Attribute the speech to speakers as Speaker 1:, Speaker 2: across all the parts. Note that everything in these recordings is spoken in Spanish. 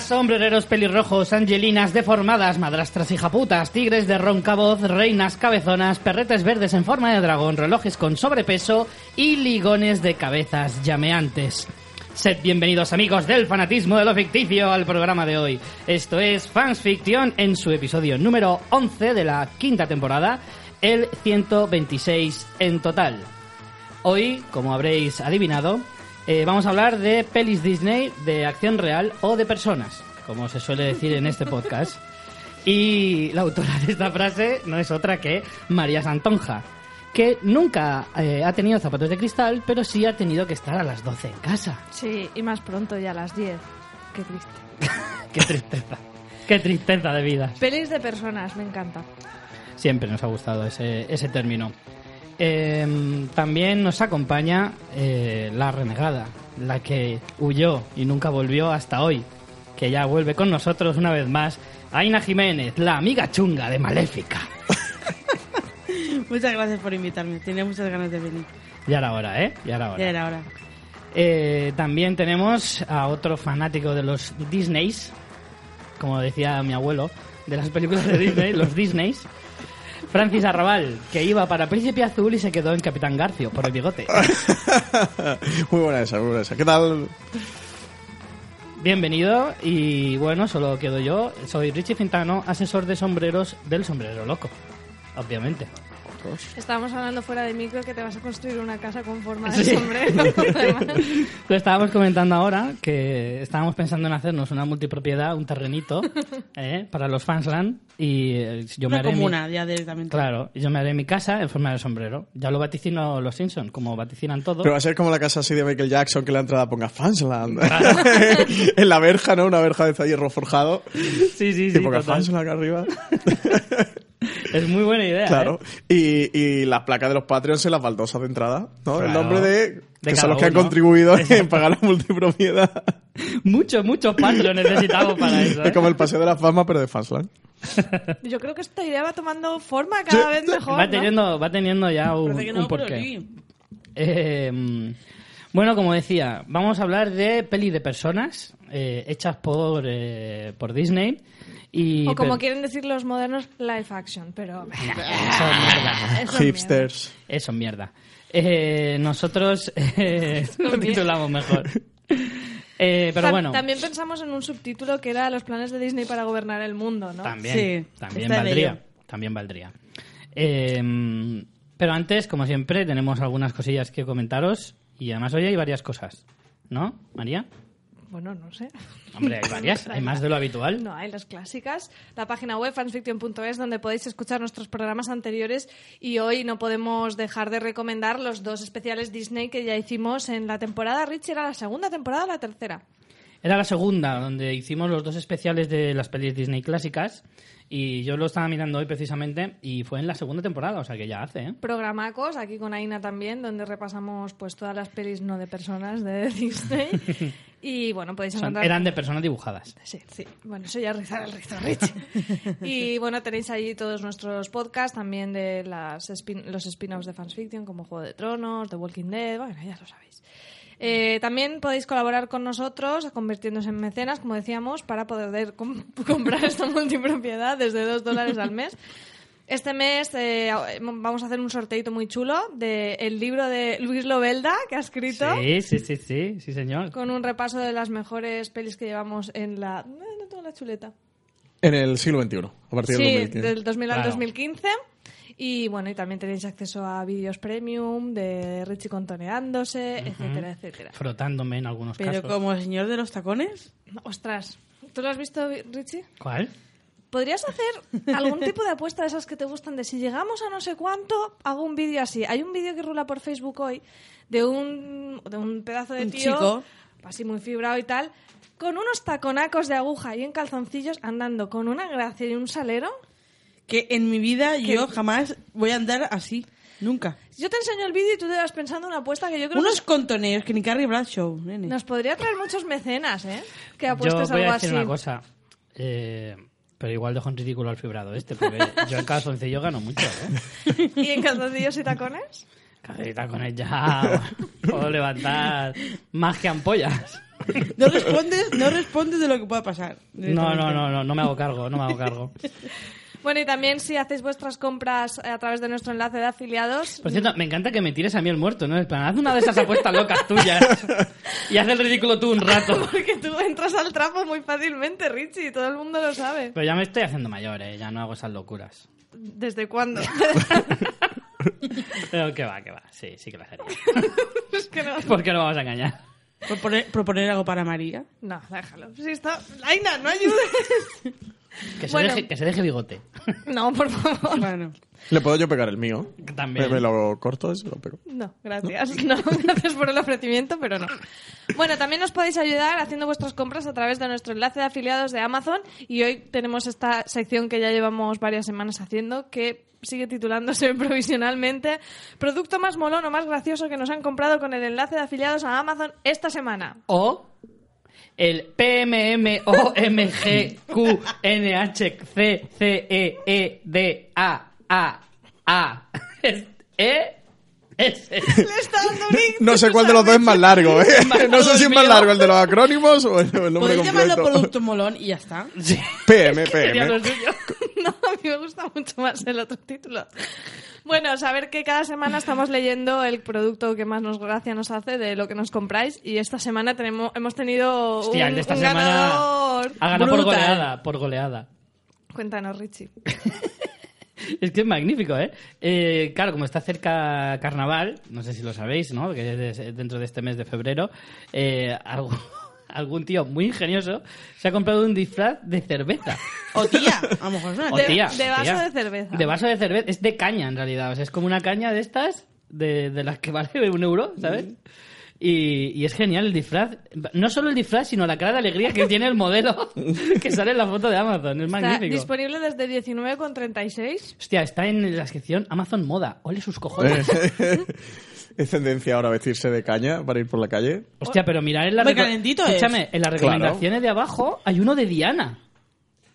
Speaker 1: sombrereros pelirrojos, angelinas deformadas, madrastras hijaputas, tigres de ronca voz, reinas cabezonas, perretes verdes en forma de dragón, relojes con sobrepeso y ligones de cabezas llameantes. Sed bienvenidos amigos del fanatismo de lo ficticio al programa de hoy. Esto es Fans Fiction en su episodio número 11 de la quinta temporada, el 126 en total. Hoy, como habréis adivinado, eh, vamos a hablar de pelis Disney, de acción real o de personas, como se suele decir en este podcast. Y la autora de esta frase no es otra que María Santonja, que nunca eh, ha tenido zapatos de cristal, pero sí ha tenido que estar a las 12 en casa.
Speaker 2: Sí, y más pronto ya a las 10. Qué triste.
Speaker 1: Qué tristeza. Qué tristeza de vida.
Speaker 2: Pelis de personas, me encanta.
Speaker 1: Siempre nos ha gustado ese, ese término. Eh, también nos acompaña eh, la renegada, la que huyó y nunca volvió hasta hoy, que ya vuelve con nosotros una vez más, Aina Jiménez, la amiga chunga de Maléfica.
Speaker 3: Muchas gracias por invitarme. Tenía muchas ganas de venir.
Speaker 1: Ya era hora, ¿eh? Ya era hora.
Speaker 3: Ya era hora.
Speaker 1: Eh, también tenemos a otro fanático de los Disneys, como decía mi abuelo, de las películas de Disney, los Disneys. Francis Arrabal, que iba para Príncipe Azul y se quedó en Capitán Garfio por el bigote.
Speaker 4: muy buena esa, muy buena esa. ¿Qué tal?
Speaker 1: Bienvenido y bueno, solo quedo yo. Soy Richie Fintano, asesor de sombreros del sombrero loco. Obviamente.
Speaker 2: Estábamos hablando fuera de micro que te vas a construir una casa con forma de
Speaker 1: Sí.
Speaker 2: sombrero. además.
Speaker 1: Lo estábamos comentando ahora que estábamos pensando en hacernos una multipropiedad, un terrenito ¿eh? para los fansland y eh, yo me
Speaker 3: Una
Speaker 1: haré mi-
Speaker 3: comuna, ya directamente.
Speaker 1: Claro, yo me haré mi casa en forma de sombrero. Ya lo vaticino los Simpson, como vaticinan todo.
Speaker 4: Pero va a ser como la casa así de Michael Jackson que en la entrada ponga Fansland.
Speaker 1: Ah.
Speaker 4: en la verja, ¿no? Una verja de hierro forjado.
Speaker 1: Sí, sí,
Speaker 4: y
Speaker 1: sí.
Speaker 4: ponga
Speaker 1: total.
Speaker 4: Fansland acá arriba.
Speaker 1: Es muy buena idea.
Speaker 4: Claro.
Speaker 1: ¿eh?
Speaker 4: Y, y las placas de los Patreons en las baldosas de entrada, ¿no?
Speaker 1: Claro.
Speaker 4: El nombre de...
Speaker 1: De
Speaker 4: que
Speaker 1: cada
Speaker 4: son los que han
Speaker 1: uno.
Speaker 4: contribuido en
Speaker 1: Exacto.
Speaker 4: pagar la multipropiedad.
Speaker 1: ¿eh? Muchos, muchos patrios necesitamos para eso. ¿eh?
Speaker 4: Es como el paseo de la fama, pero de Fansland.
Speaker 2: Yo creo que esta idea va tomando forma cada vez mejor.
Speaker 1: Va
Speaker 2: ¿no?
Speaker 1: teniendo, va teniendo ya un,
Speaker 3: Parece que
Speaker 1: un
Speaker 3: no, pero
Speaker 1: porqué.
Speaker 3: sí.
Speaker 1: Eh, mm, bueno, como decía, vamos a hablar de pelis de personas eh, hechas por, eh, por Disney. Y,
Speaker 2: O como
Speaker 1: pero-
Speaker 2: quieren decir los modernos, live action, pero...
Speaker 1: Eso es mierda.
Speaker 2: eso es
Speaker 4: Hipsters.
Speaker 1: Eso es mierda. Eh, nosotros eh, lo titulamos mejor. Eh, pero
Speaker 2: Tam-
Speaker 1: bueno,
Speaker 2: También pensamos en un subtítulo que era Los planes de Disney para gobernar el mundo, ¿no?
Speaker 1: también,
Speaker 3: Sí,
Speaker 1: también
Speaker 3: está en ello.
Speaker 1: valdría. También valdría. Eh, mm, pero antes, como siempre, tenemos algunas cosillas que comentaros. Y además hoy hay varias cosas. ¿No, María?
Speaker 2: Bueno, no sé.
Speaker 1: Hombre, hay varias. Hay más de lo habitual.
Speaker 2: No, hay las clásicas. La página web fansfiction.es donde podéis escuchar nuestros programas anteriores y hoy no podemos dejar de recomendar los dos especiales Disney que ya hicimos en la temporada. Rich era la segunda temporada o la tercera.
Speaker 1: Era la segunda, donde hicimos los dos especiales de las pelis Disney clásicas. Y yo lo estaba mirando hoy precisamente y fue en la segunda temporada, o sea que ya hace, ¿eh?
Speaker 2: Programacos, aquí con Aina también, donde repasamos pues todas las pelis no de personas de Disney. y bueno, podéis
Speaker 1: O sea,
Speaker 2: encontrar...
Speaker 1: eran de personas dibujadas.
Speaker 2: Sí, sí. Bueno, eso ya rizar el rizo, Rich. y bueno, tenéis allí todos nuestros podcasts, también de las spin- los spin-offs de fanfiction, como Juego de Tronos, The Walking Dead, bueno, ya lo sabéis. Eh, también podéis colaborar con nosotros convirtiéndose en mecenas, como decíamos, para poder com- comprar esta multipropiedad desde 2 dólares al mes. Este mes eh, vamos a hacer un sorteito muy chulo del el libro de Luis Lobelda que ha escrito
Speaker 1: Sí, sí, sí, sí, sí, señor.
Speaker 2: con un repaso de las mejores pelis que llevamos en la... No, no tengo la chuleta.
Speaker 4: En el siglo XXI, a partir
Speaker 2: Sí,
Speaker 4: del 2015.
Speaker 2: del 2000 al
Speaker 1: Claro.
Speaker 2: 2015. Y bueno, y también tenéis acceso a vídeos premium de Richie contoneándose, etcétera, etcétera.
Speaker 1: Frotándome en algunos
Speaker 3: Pero
Speaker 1: casos.
Speaker 3: como el señor de los tacones,
Speaker 2: Ostras, ¿tú lo has visto, Richie?
Speaker 1: ¿Cuál?
Speaker 2: ¿Podrías hacer algún tipo de apuesta de esas que te gustan? De si llegamos a no sé cuánto, hago un vídeo así. Hay un vídeo que rula por Facebook hoy de un, de un pedazo de
Speaker 3: Un
Speaker 2: tío,
Speaker 3: chico.
Speaker 2: así muy fibrado y tal, con unos taconacos de aguja y en calzoncillos andando con una gracia y un salero.
Speaker 3: que en mi vida
Speaker 2: Que-
Speaker 3: yo jamás voy a andar así. Nunca.
Speaker 2: Yo te enseño el vídeo y tú te vas pensando una apuesta que yo creo que
Speaker 3: Unos contoneos que ni Carrie Bradshaw, nene.
Speaker 2: Nos podría traer muchos mecenas, ¿eh? Que
Speaker 1: Yo
Speaker 2: apuestes
Speaker 1: voy
Speaker 2: algo
Speaker 1: a decir
Speaker 2: así.
Speaker 1: una cosa. eh, pero igual dejo en ridículo al fibrado este, porque yo en calzoncillo gano mucho, ¿eh?
Speaker 2: ¿Y en calzoncillos y tacones?
Speaker 1: Carita con ella. Puedo levantar más que ampollas.
Speaker 3: No respondes, no respondes de lo que pueda pasar.
Speaker 1: No, no, no, no, no me hago cargo, no me hago cargo.
Speaker 2: Bueno, y también si hacéis vuestras compras eh, a través de nuestro enlace de afiliados.
Speaker 1: Por cierto, me encanta que me tires a mí el muerto, ¿no? En plan, haz una de esas apuestas locas tuyas y haz el ridículo tú un rato.
Speaker 2: Porque tú entras al trapo muy fácilmente, Richie, todo el mundo lo sabe.
Speaker 1: Pero ya me estoy haciendo mayor, ¿eh? Ya no hago esas locuras.
Speaker 2: ¿Desde cuándo?
Speaker 1: Pero que va, que va. Sí, sí que las haría.
Speaker 2: es que no.
Speaker 1: ¿Por qué no vamos a engañar?
Speaker 3: Proponer, proponer algo para María.
Speaker 2: No, déjalo. Si está... Aina, no ayudes.
Speaker 1: Que se,
Speaker 2: Bueno.
Speaker 1: deje, que se deje bigote.
Speaker 2: No, por favor.
Speaker 3: Bueno,
Speaker 4: ¿Le puedo yo pegar el mío?
Speaker 1: También.
Speaker 4: Me, me lo corto y se lo pego.
Speaker 2: No, gracias. No, gracias por el ofrecimiento, pero no. Bueno, también nos podéis ayudar haciendo vuestras compras a través de nuestro enlace de afiliados de Amazon y hoy tenemos esta sección que ya llevamos varias semanas haciendo que sigue titulándose provisionalmente Producto más molón o más gracioso que nos han comprado con el enlace de afiliados a Amazon esta semana.
Speaker 1: O el PMMOMGQNHCCEEDAAA. Es- ¿Eh? Es- es-
Speaker 2: Le está dando un ictus
Speaker 4: No sé cuál de
Speaker 2: al
Speaker 4: los dos es
Speaker 2: bicho.
Speaker 4: más largo, ¿eh? No sé si es más
Speaker 1: mío.
Speaker 4: largo el de los acrónimos o el, o el nombre
Speaker 3: podéis llamarlo
Speaker 4: completo.
Speaker 3: producto molón y ya está.
Speaker 1: Sí.
Speaker 4: PM,
Speaker 1: Sería lo
Speaker 4: PM.
Speaker 1: suyo.
Speaker 2: No, a mí me gusta mucho más el otro título. Bueno, saber que cada semana estamos leyendo el producto que más nos gracia nos hace de lo que nos compráis y esta semana tenemos, hemos tenido
Speaker 1: Hostia,
Speaker 2: un,
Speaker 1: el de esta
Speaker 2: un
Speaker 1: semana Ah.
Speaker 2: ganador.
Speaker 1: ha ganado por
Speaker 3: Brutal.
Speaker 1: goleada, por goleada.
Speaker 2: Cuéntanos, Richie.
Speaker 1: Es que es magnífico, ¿eh? Eh, Claro, como está cerca Carnaval, no sé si lo sabéis, ¿no? Que es de- dentro de este mes de febrero, eh, algún, algún tío muy ingenioso se ha comprado un disfraz de cerveza.
Speaker 3: O tía, a lo mejor es una
Speaker 1: O
Speaker 2: De-
Speaker 3: tía.
Speaker 1: tía,
Speaker 2: de vaso
Speaker 1: tía.
Speaker 2: de cerveza.
Speaker 1: De vaso de cerveza. Es de caña, en realidad. O sea, es como una caña de estas, de, de las que vale un euro, ¿sabes? Y, y es genial el disfraz. No solo el disfraz, sino la cara de alegría que tiene el modelo que sale en la foto de Amazon. Es
Speaker 2: Está
Speaker 1: magnífico.
Speaker 2: disponible desde 19,36.
Speaker 1: Hostia, está en la sección Amazon Moda. Ole sus cojones.
Speaker 4: Eh. Es tendencia ahora a vestirse de caña para ir por la calle.
Speaker 1: Hostia, pero mirad en la
Speaker 3: Muy
Speaker 1: reco-
Speaker 3: calentito es.
Speaker 1: Escúchame, en las recomendaciones de abajo hay uno de Diana.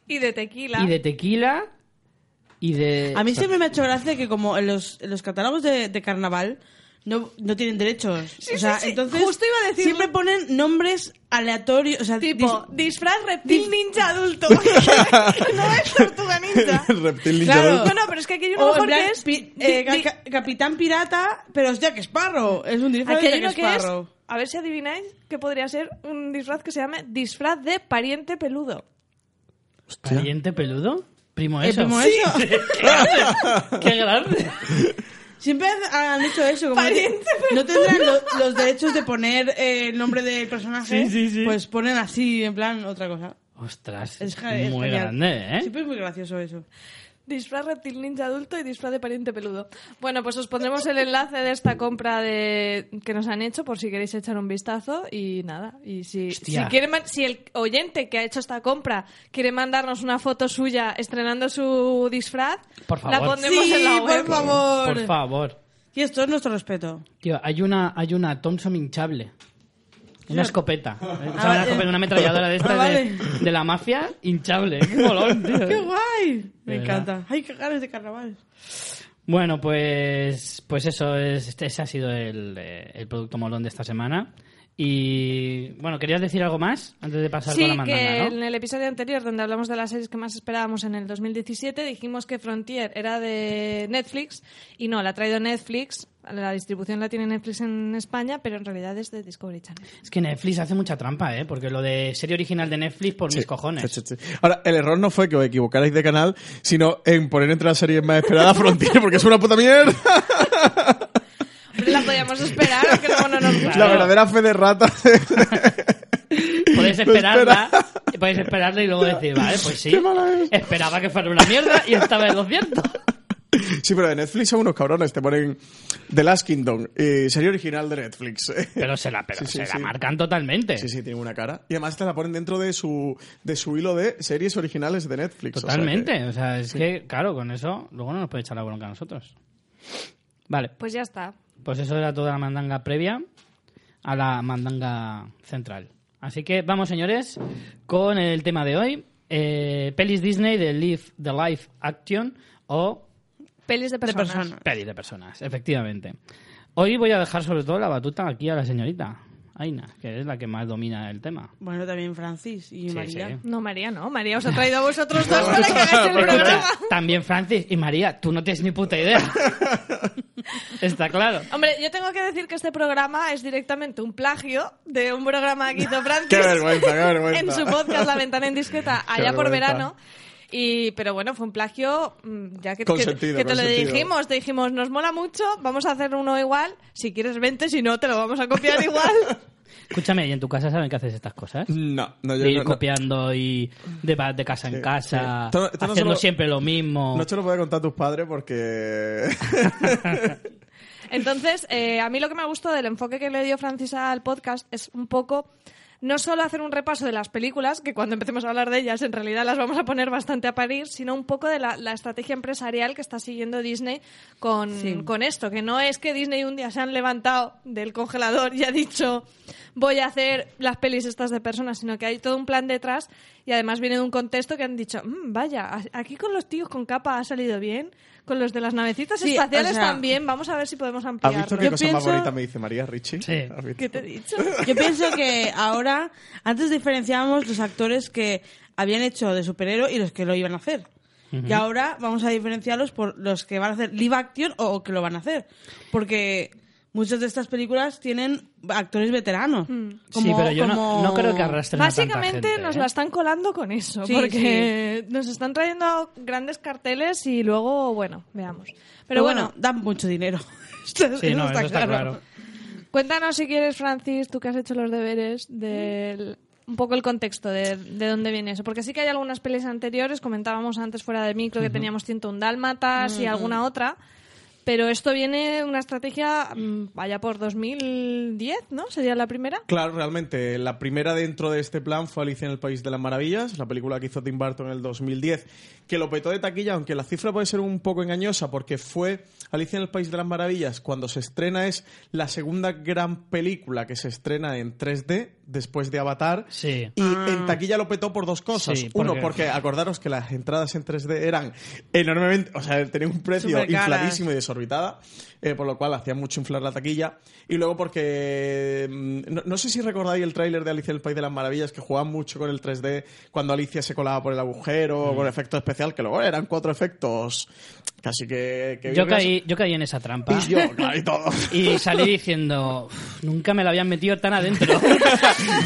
Speaker 2: Y de tequila.
Speaker 1: Y de tequila. Y de.
Speaker 3: A mí siempre me ha hecho gracia que como en los, en los catálogos de, de carnaval no, no tienen derechos.
Speaker 2: Sí,
Speaker 3: o sea,
Speaker 2: sí, sí.
Speaker 3: entonces
Speaker 2: Justo iba a decirlo.
Speaker 3: siempre ponen nombres aleatorios, o sea,
Speaker 2: Tipo,
Speaker 3: dis-
Speaker 2: disfraz reptil ninja adulto. no es tortuga ninja.
Speaker 4: El reptil ninja
Speaker 3: Claro.
Speaker 4: del-
Speaker 2: No, no, pero es que aquí hay uno
Speaker 3: o en
Speaker 2: mejor
Speaker 3: plan,
Speaker 2: que es...
Speaker 3: pi-
Speaker 2: di-
Speaker 3: eh, ca-
Speaker 2: di-
Speaker 3: ca- Capitán Pirata, pero es Jack Sparrow, es un disfraz
Speaker 2: Aquí
Speaker 3: de
Speaker 2: hay
Speaker 3: Jack
Speaker 2: uno que es,
Speaker 3: Sparrow.
Speaker 2: a ver si adivináis, que podría ser un disfraz que se llame disfraz de pariente peludo.
Speaker 1: ¿Pariente peludo? Primo
Speaker 3: Eh,
Speaker 1: eso.
Speaker 3: primo
Speaker 1: Sí.
Speaker 3: eso.
Speaker 1: ¡Qué grande!
Speaker 3: Siempre han- han hecho eso. Como
Speaker 2: Pariente,
Speaker 3: que no tendrán lo- los derechos de poner eh, el nombre del personaje.
Speaker 1: Sí, sí, sí.
Speaker 3: Pues ponen así, en plan, otra cosa.
Speaker 1: Ostras,
Speaker 3: Es,
Speaker 1: es
Speaker 3: ge- es
Speaker 1: muy
Speaker 3: genial.
Speaker 1: grande, ¿eh?
Speaker 3: Siempre es muy gracioso eso.
Speaker 2: Disfraz reptil ninja adulto y disfraz de pariente peludo. Bueno, pues os pondremos el enlace de esta compra de que nos han hecho por si queréis echar un vistazo y nada. Y si,
Speaker 1: Hostia.
Speaker 2: si, quiere man- si el oyente que ha hecho esta compra quiere mandarnos una foto suya estrenando su disfraz,
Speaker 1: Por
Speaker 2: la
Speaker 1: favor.
Speaker 2: pondremos en la web.
Speaker 3: por favor.
Speaker 1: Por favor.
Speaker 3: Y esto es nuestro respeto.
Speaker 1: Tío, hay una, hay una Thompson hinchable. Una escopeta. O sea, una,
Speaker 3: Ah, vale.
Speaker 1: escopeta, una ametralladora de estas
Speaker 3: Ah, vale.
Speaker 1: de, de la mafia hinchable. ¿eh? ¡Qué molón, tío!
Speaker 3: ¡Qué guay! Me
Speaker 1: verdad.
Speaker 3: encanta. Hay que ganas de carnaval.
Speaker 1: Bueno, pues, pues eso, es, este- ese ha sido el, eh, el producto molón de esta semana. Y bueno, ¿querías decir algo más antes de pasar
Speaker 2: Sí,
Speaker 1: con la mandanga,
Speaker 2: que
Speaker 1: no?
Speaker 2: en el episodio anterior, donde hablamos de las series que más esperábamos en el 2017, dijimos que Frontier era de Netflix y no, la ha traído Netflix. La distribución la tiene Netflix en España, pero en realidad es de Discovery Channel.
Speaker 1: Es que Netflix hace mucha trampa, ¿eh? Porque lo de serie original de Netflix, por mis cojones.
Speaker 4: Sí, sí, sí. Ahora, el error no fue que os equivocarais de canal, sino en poner entre las series más esperadas Frontier, porque es una puta mierda.
Speaker 2: Hombre, la podíamos esperar, aunque luego no nos gusta.
Speaker 1: Claro.
Speaker 4: La verdadera fe de rata.
Speaker 1: Podéis
Speaker 4: Lo espera.
Speaker 1: esperarla, podéis esperarla y luego decir, vale, pues sí.
Speaker 4: Qué mala es.
Speaker 1: Esperaba que fuera una mierda y esta vez 200.
Speaker 4: Sí, pero de Netflix son unos cabrones, te ponen The Last Kingdom, eh, serie original de Netflix.
Speaker 1: Pero se la, pero
Speaker 4: Sí, sí,
Speaker 1: se la
Speaker 4: sí.
Speaker 1: marcan totalmente.
Speaker 4: Sí, sí, tiene una cara. Y además te la ponen dentro de su, de su hilo de series originales de Netflix. o sea que-
Speaker 1: Totalmente. O sea, es que, claro, con eso luego no nos puede echar la bronca a nosotros. Vale,
Speaker 2: Pues ya está.
Speaker 1: pues eso era toda la mandanga previa a la mandanga central. Así que vamos, señores, con el tema de hoy. Eh, pelis Disney de Live the Life Action o
Speaker 2: Pelis de
Speaker 3: De
Speaker 2: personas.
Speaker 3: persona.
Speaker 1: pelis de personas, efectivamente. Hoy voy a dejar sobre todo la batuta aquí a la señorita, Aina, que es la que más domina el tema.
Speaker 3: Bueno, también Francis y
Speaker 1: Sí,
Speaker 3: María.
Speaker 1: sí.
Speaker 2: No, María, no. María os ha traído a vosotros dos para que hagáis el
Speaker 1: Escucha,
Speaker 2: programa.
Speaker 1: también Francis y María, tú no tienes ni puta idea. Está claro.
Speaker 2: Hombre, yo tengo que decir que este programa es directamente un plagio de un programa que hizo Francis.
Speaker 4: Qué vergüenza, qué vergüenza.
Speaker 2: En su podcast La Ventana Indiscreta, allá por
Speaker 4: vergüenza.
Speaker 2: verano. Y, pero bueno, fue un plagio, mm, ya que, que-
Speaker 4: Consentido,
Speaker 2: que te lo
Speaker 4: consentido.
Speaker 2: dijimos, te dijimos, nos mola mucho, vamos a hacer uno igual, si quieres vente, si no te lo vamos a copiar igual.
Speaker 1: Escúchame, ¿y en tu casa saben que haces estas cosas?
Speaker 4: No, no, yo
Speaker 1: De ir
Speaker 4: no- no,
Speaker 1: copiando y de, va- de casa en
Speaker 4: Sí,
Speaker 1: casa,
Speaker 4: sí. Todo- esto no
Speaker 1: haciendo
Speaker 4: solo-
Speaker 1: siempre lo mismo.
Speaker 4: no te lo puedo contar a tus padres porque...
Speaker 2: Entonces, eh, a mí lo que me gustó del enfoque que le dio Francis al podcast es un poco no solo hacer un repaso de las películas, que cuando empecemos a hablar de ellas en realidad las vamos a poner bastante a parir, sino un poco de la, la estrategia empresarial que está siguiendo Disney con,
Speaker 3: Sí.
Speaker 2: con esto, que no es que Disney un día se han levantado del congelador y ha dicho voy a hacer las pelis estas de personas, sino que hay todo un plan detrás y además viene de un contexto que han dicho, "Mm, vaya, a- aquí con los tíos con capa ha salido bien, con los de las navecitas
Speaker 3: Sí,
Speaker 2: espaciales
Speaker 3: o sea,
Speaker 2: también, Bien, vamos a ver si podemos
Speaker 4: ¿Has
Speaker 2: ampliarlo.
Speaker 4: visto qué
Speaker 3: Yo
Speaker 4: cosa más
Speaker 3: pienso-
Speaker 4: bonita me dice María Richie?
Speaker 1: Sí.
Speaker 4: ¿Has visto?
Speaker 2: ¿Qué te he dicho?
Speaker 3: Yo pienso que ahora, antes diferenciábamos los actores que habían hecho de superhéroe y los que lo iban a hacer. Y ahora vamos a diferenciarlos por los que van a hacer live action o, o que lo van a hacer. Porque muchas de estas películas tienen actores veteranos.
Speaker 1: sí,
Speaker 3: Como-
Speaker 1: pero yo no,
Speaker 3: como-
Speaker 1: no creo que arrastren a tanta
Speaker 2: Básicamente
Speaker 1: gente,
Speaker 2: nos
Speaker 1: ¿eh?
Speaker 2: la están colando con eso,
Speaker 3: Sí,
Speaker 2: porque nos están trayendo grandes carteles y luego, bueno, veamos.
Speaker 3: Pero
Speaker 2: Pero
Speaker 3: bueno,
Speaker 2: bueno,
Speaker 3: dan mucho dinero. Esto-
Speaker 1: Sí,
Speaker 3: eso
Speaker 1: no, eso está claro.
Speaker 2: cuéntanos si quieres, Francis, tú que has hecho los deberes, del, un poco el contexto de, de dónde viene eso. Porque sí que hay algunas pelis anteriores, comentábamos antes fuera del micro que teníamos 101 Dálmatas y alguna otra. Pero esto viene de una estrategia, mm, vaya por 2010, ¿no? Sería la primera.
Speaker 4: Claro, realmente. La primera dentro de este plan fue Alicia en el País de las Maravillas, la película que hizo Tim Burton en el 2010, que lo petó de taquilla, aunque la cifra puede ser un poco engañosa, porque fue Alicia en el País de las Maravillas, cuando se estrena, es la segunda gran película que se estrena en 3D después de Avatar.
Speaker 1: Sí.
Speaker 4: Y en taquilla lo petó por dos cosas.
Speaker 1: Sí,
Speaker 4: Uno,
Speaker 1: porque-
Speaker 4: porque acordaros que las entradas en 3D eran enormemente, o sea, tenían un precio
Speaker 3: Supercaras.
Speaker 4: infladísimo y desorbitada, eh, por lo cual hacía mucho inflar la taquilla. Y luego porque, mm, no, no sé si recordáis el tráiler de Alicia en el País de las Maravillas, que jugaba mucho con el 3D, cuando Alicia se colaba por el agujero, con efectos especial, que luego eran cuatro efectos casi que... que
Speaker 1: Yo
Speaker 4: virgas.
Speaker 1: caí, yo caí en esa trampa.
Speaker 4: Y yo, claro, y todo.
Speaker 1: Y salí diciendo, "Uf, nunca me lo habían metido tan adentro.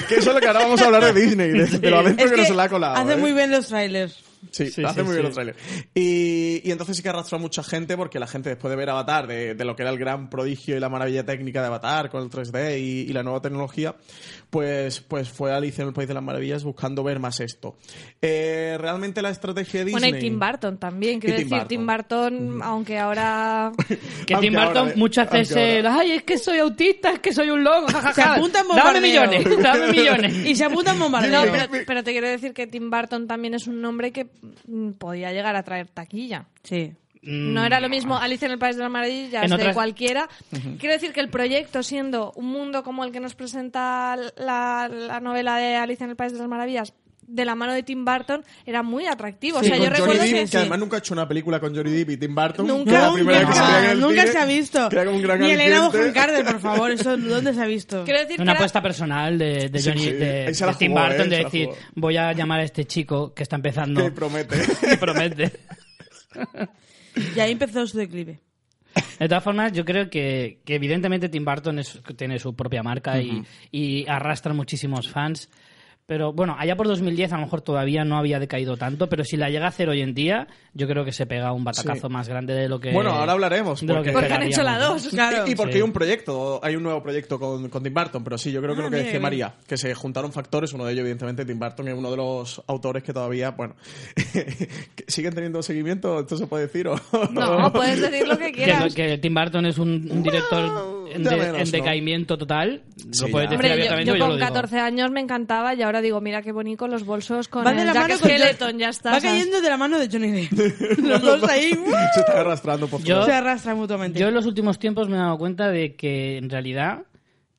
Speaker 4: que eso es lo que ahora vamos a hablar de Disney, de, de lo adentro
Speaker 3: Es
Speaker 4: que,
Speaker 3: que
Speaker 4: no se la ha colado.
Speaker 3: Hace
Speaker 4: ¿eh?
Speaker 3: muy bien los trailers.
Speaker 4: Sí,
Speaker 1: Sí,
Speaker 4: lo hace
Speaker 1: sí,
Speaker 4: muy
Speaker 1: sí.
Speaker 4: bien el tráiler. Y, y entonces sí que arrastró a mucha gente porque la gente después de ver Avatar, de, de lo que era el gran prodigio y la maravilla técnica de Avatar con el 3D y, y la nueva tecnología, pues, pues fue a Alicia en el País de las Maravillas buscando ver más esto. Eh, realmente la estrategia de Disney...
Speaker 2: Bueno, y Tim Burton también. Quiero
Speaker 4: Y Tim
Speaker 2: decir, Tim Burton, aunque ahora.
Speaker 1: Que
Speaker 4: Aunque
Speaker 1: Tim Burton
Speaker 4: ahora-
Speaker 1: muchas
Speaker 4: aunque
Speaker 1: veces,
Speaker 4: ahora-
Speaker 1: ay, es que soy autista, es que soy un loco, jajaja.
Speaker 3: Se apunta en
Speaker 1: Dame
Speaker 3: bombardeo.
Speaker 1: millones, dame millones.
Speaker 3: Y se apuntan
Speaker 2: No,
Speaker 3: bombardeos.
Speaker 2: pero, pero te quiero decir que Tim Burton también es un nombre que mm, podía llegar a traer taquilla.
Speaker 3: Sí.
Speaker 1: Mm.
Speaker 4: Mm.
Speaker 2: No era lo mismo Alicia en el País de las Maravillas
Speaker 1: En
Speaker 2: de
Speaker 1: otras-
Speaker 2: cualquiera. Quiero decir que el proyecto, siendo un mundo como el que nos presenta la, la novela de Alicia en el País de las Maravillas, de la mano de Tim Burton, era muy atractivo.
Speaker 3: Sí,
Speaker 2: o sea,
Speaker 4: con
Speaker 2: yo
Speaker 3: Johnny
Speaker 2: recuerdo
Speaker 4: Depp,
Speaker 2: que...
Speaker 4: que
Speaker 3: sí.
Speaker 4: además nunca ha hecho una película con Johnny Depp y Tim Burton.
Speaker 2: Nunca,
Speaker 4: Fue la primera
Speaker 3: nunca,
Speaker 4: que se veía en el
Speaker 3: nunca
Speaker 4: cine,
Speaker 3: se ha visto.
Speaker 4: que era como un gran
Speaker 3: Ni Elena
Speaker 4: aliciente.
Speaker 3: Bojan Carter, por favor, eso ¿dónde se ha visto?
Speaker 2: Quiero decir
Speaker 1: Una
Speaker 2: que era-
Speaker 1: apuesta personal de, de
Speaker 4: Sí,
Speaker 1: Johnny,
Speaker 4: sí,
Speaker 1: de,
Speaker 4: ahí se la
Speaker 1: de Tim
Speaker 4: jugó,
Speaker 1: Burton,
Speaker 4: eh,
Speaker 1: de
Speaker 4: se la
Speaker 1: decir,
Speaker 4: jugó.
Speaker 1: voy a llamar a este chico que está empezando.
Speaker 4: Que promete.
Speaker 1: y promete.
Speaker 3: Y ahí empezó su declive.
Speaker 1: De todas formas, yo creo que, que evidentemente Tim Burton es- tiene su propia marca y- y, arrastra muchísimos fans. Pero bueno, allá por 2010 a lo mejor todavía no había decaído tanto, pero si la llega a hacer hoy en día, yo creo que se pega un batacazo
Speaker 4: Sí.
Speaker 1: más grande de lo que...
Speaker 4: Bueno, ahora hablaremos,
Speaker 1: de lo
Speaker 4: porque-
Speaker 1: que
Speaker 2: Porque han
Speaker 1: esperaríamos.
Speaker 2: hecho la dos.
Speaker 3: Claro.
Speaker 4: Y, y porque
Speaker 1: Sí.
Speaker 4: hay un proyecto, hay un nuevo proyecto con, con Tim Burton, pero sí, yo creo que
Speaker 3: Ah,
Speaker 4: lo que
Speaker 3: mira,
Speaker 4: decía
Speaker 3: qué
Speaker 4: María, que se juntaron factores, uno de ellos, evidentemente, Tim Burton es uno de los autores que todavía, bueno, que ¿siguen teniendo seguimiento? ¿Esto se puede decir? o-
Speaker 2: No, puedes decir lo
Speaker 1: Que,
Speaker 2: que quieras.
Speaker 1: lo- que Tim Burton es un, un director en,
Speaker 4: ya
Speaker 1: de-
Speaker 4: verás,
Speaker 1: en
Speaker 4: ¿no?
Speaker 1: decaimiento total.
Speaker 4: Sí,
Speaker 1: lo
Speaker 4: ya.
Speaker 1: puedes decir
Speaker 2: Hombre, yo-
Speaker 1: abiertamente,
Speaker 2: yo,
Speaker 1: yo lo
Speaker 2: con
Speaker 1: digo.
Speaker 2: 14 años me encantaba y ahora digo, mira qué bonito los bolsos con
Speaker 3: Va
Speaker 2: el
Speaker 3: de la
Speaker 2: Jack
Speaker 3: mano con
Speaker 2: Skeleton,
Speaker 3: Jack-
Speaker 2: ya está.
Speaker 3: Va
Speaker 2: o sea,
Speaker 3: cayendo de la mano de Johnny Depp. Los dos ahí. ¡uh!
Speaker 4: se está arrastrando por
Speaker 1: Yo-
Speaker 4: favor.
Speaker 3: Se arrastran mutuamente.
Speaker 1: Yo en los últimos tiempos me he dado cuenta de que en realidad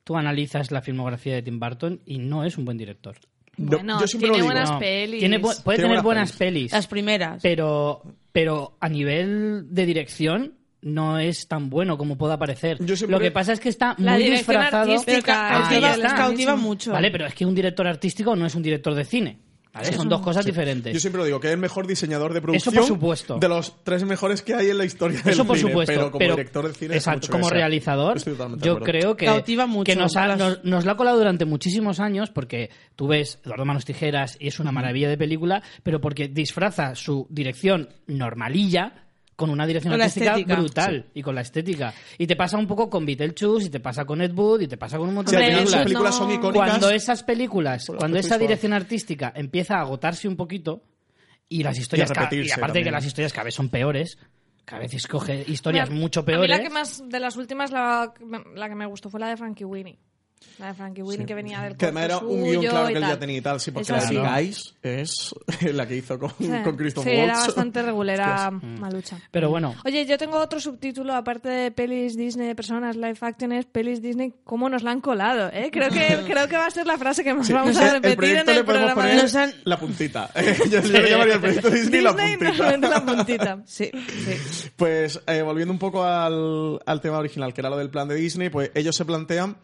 Speaker 1: tú analizas la filmografía de Tim Burton y no es un buen director.
Speaker 4: Yo-
Speaker 2: Bueno,
Speaker 4: yo
Speaker 2: tiene
Speaker 4: siempre lo digo.
Speaker 2: buenas
Speaker 1: No,
Speaker 2: pelis.
Speaker 1: tiene bu- puede
Speaker 4: Tiene
Speaker 1: tener
Speaker 4: buenas
Speaker 1: buenas pelis,
Speaker 3: Las primeras.
Speaker 1: pero, pero a nivel de dirección no es tan bueno como pueda parecer.
Speaker 4: Yo siempre-
Speaker 1: Lo que pasa es que está
Speaker 2: La
Speaker 1: muy
Speaker 2: dirección
Speaker 1: disfrazado.
Speaker 2: artística,
Speaker 1: Ahí
Speaker 2: cautiva-
Speaker 1: está.
Speaker 3: les cautiva mucho.
Speaker 1: Vale, pero es que un director artístico no es un director de cine. ¿vale? Son dos cosas diferentes.
Speaker 4: Yo siempre lo digo, que es el mejor diseñador de producción.
Speaker 1: por supuesto.
Speaker 4: De los tres mejores que hay en la historia del
Speaker 1: Eso por
Speaker 4: cine,
Speaker 1: supuesto,
Speaker 4: Pero como director de cine, es
Speaker 1: exacto,
Speaker 4: mucho
Speaker 1: como
Speaker 4: esa.
Speaker 1: realizador,
Speaker 4: Estoy totalmente de
Speaker 1: yo
Speaker 4: acuerdo.
Speaker 1: creo que,
Speaker 3: Cautiva mucho,
Speaker 1: que nos, ha-
Speaker 3: las-
Speaker 1: nos- nos la ha colado durante muchísimos años porque tú ves Eduardo Manos Tijeras y es una maravilla de película, pero porque disfraza su dirección normalilla con una dirección
Speaker 3: Con la
Speaker 1: artística
Speaker 3: estética.
Speaker 1: brutal y con la estética. Y te pasa un poco con Beetlejuice, y te pasa con Ed Wood, y te pasa con un montón
Speaker 4: Sí, al
Speaker 1: de
Speaker 4: final
Speaker 2: Hombre,
Speaker 1: películas.
Speaker 4: esas
Speaker 2: eso no-
Speaker 4: películas son icónicas.
Speaker 1: Cuando esas películas,
Speaker 4: Por
Speaker 1: cuando
Speaker 4: aspecto
Speaker 1: esa
Speaker 4: visual.
Speaker 1: dirección artística empieza a agotarse un poquito y las historias ca- y,
Speaker 4: repetirse
Speaker 1: aparte de que
Speaker 4: también.
Speaker 1: las historias cada vez son peores, cada vez escoge historias
Speaker 2: Bueno,
Speaker 1: mucho
Speaker 2: A mí
Speaker 1: peores.
Speaker 2: la que más, de las últimas, la, que me- la que me gustó fue la de Frankie Winnie. La de Frankie Winnie que venía del
Speaker 4: Que además era
Speaker 2: corto
Speaker 4: un guión
Speaker 2: suyo
Speaker 4: claro que
Speaker 2: y
Speaker 4: él ya
Speaker 2: tal.
Speaker 4: tenía y tal, sí, porque
Speaker 2: Esa
Speaker 4: la
Speaker 1: sí.
Speaker 4: de Guys es la que hizo con, con Christoph
Speaker 2: Sí, era
Speaker 4: Waltz.
Speaker 2: bastante regulera
Speaker 1: Mm.
Speaker 2: malucha.
Speaker 1: Pero bueno,
Speaker 2: Oye, yo tengo otro subtítulo, aparte de pelis Disney, de personas, live action, es pelis Disney, ¿cómo nos la han colado? eh? Creo, que, creo que va a ser la frase que más
Speaker 4: Sí,
Speaker 2: vamos
Speaker 4: o sea,
Speaker 2: a
Speaker 4: el
Speaker 2: repetir en
Speaker 4: proyecto
Speaker 2: el
Speaker 4: le podemos
Speaker 2: programa.
Speaker 4: poner
Speaker 2: de-
Speaker 3: Nos han-
Speaker 4: la puntita. yo, yo le llamaría el proyecto Disney, la puntita.
Speaker 2: realmente la puntita. Sí, sí.
Speaker 4: Pues eh, volviendo un poco al, al tema original, que era lo del plan de Disney, pues ellos se plantean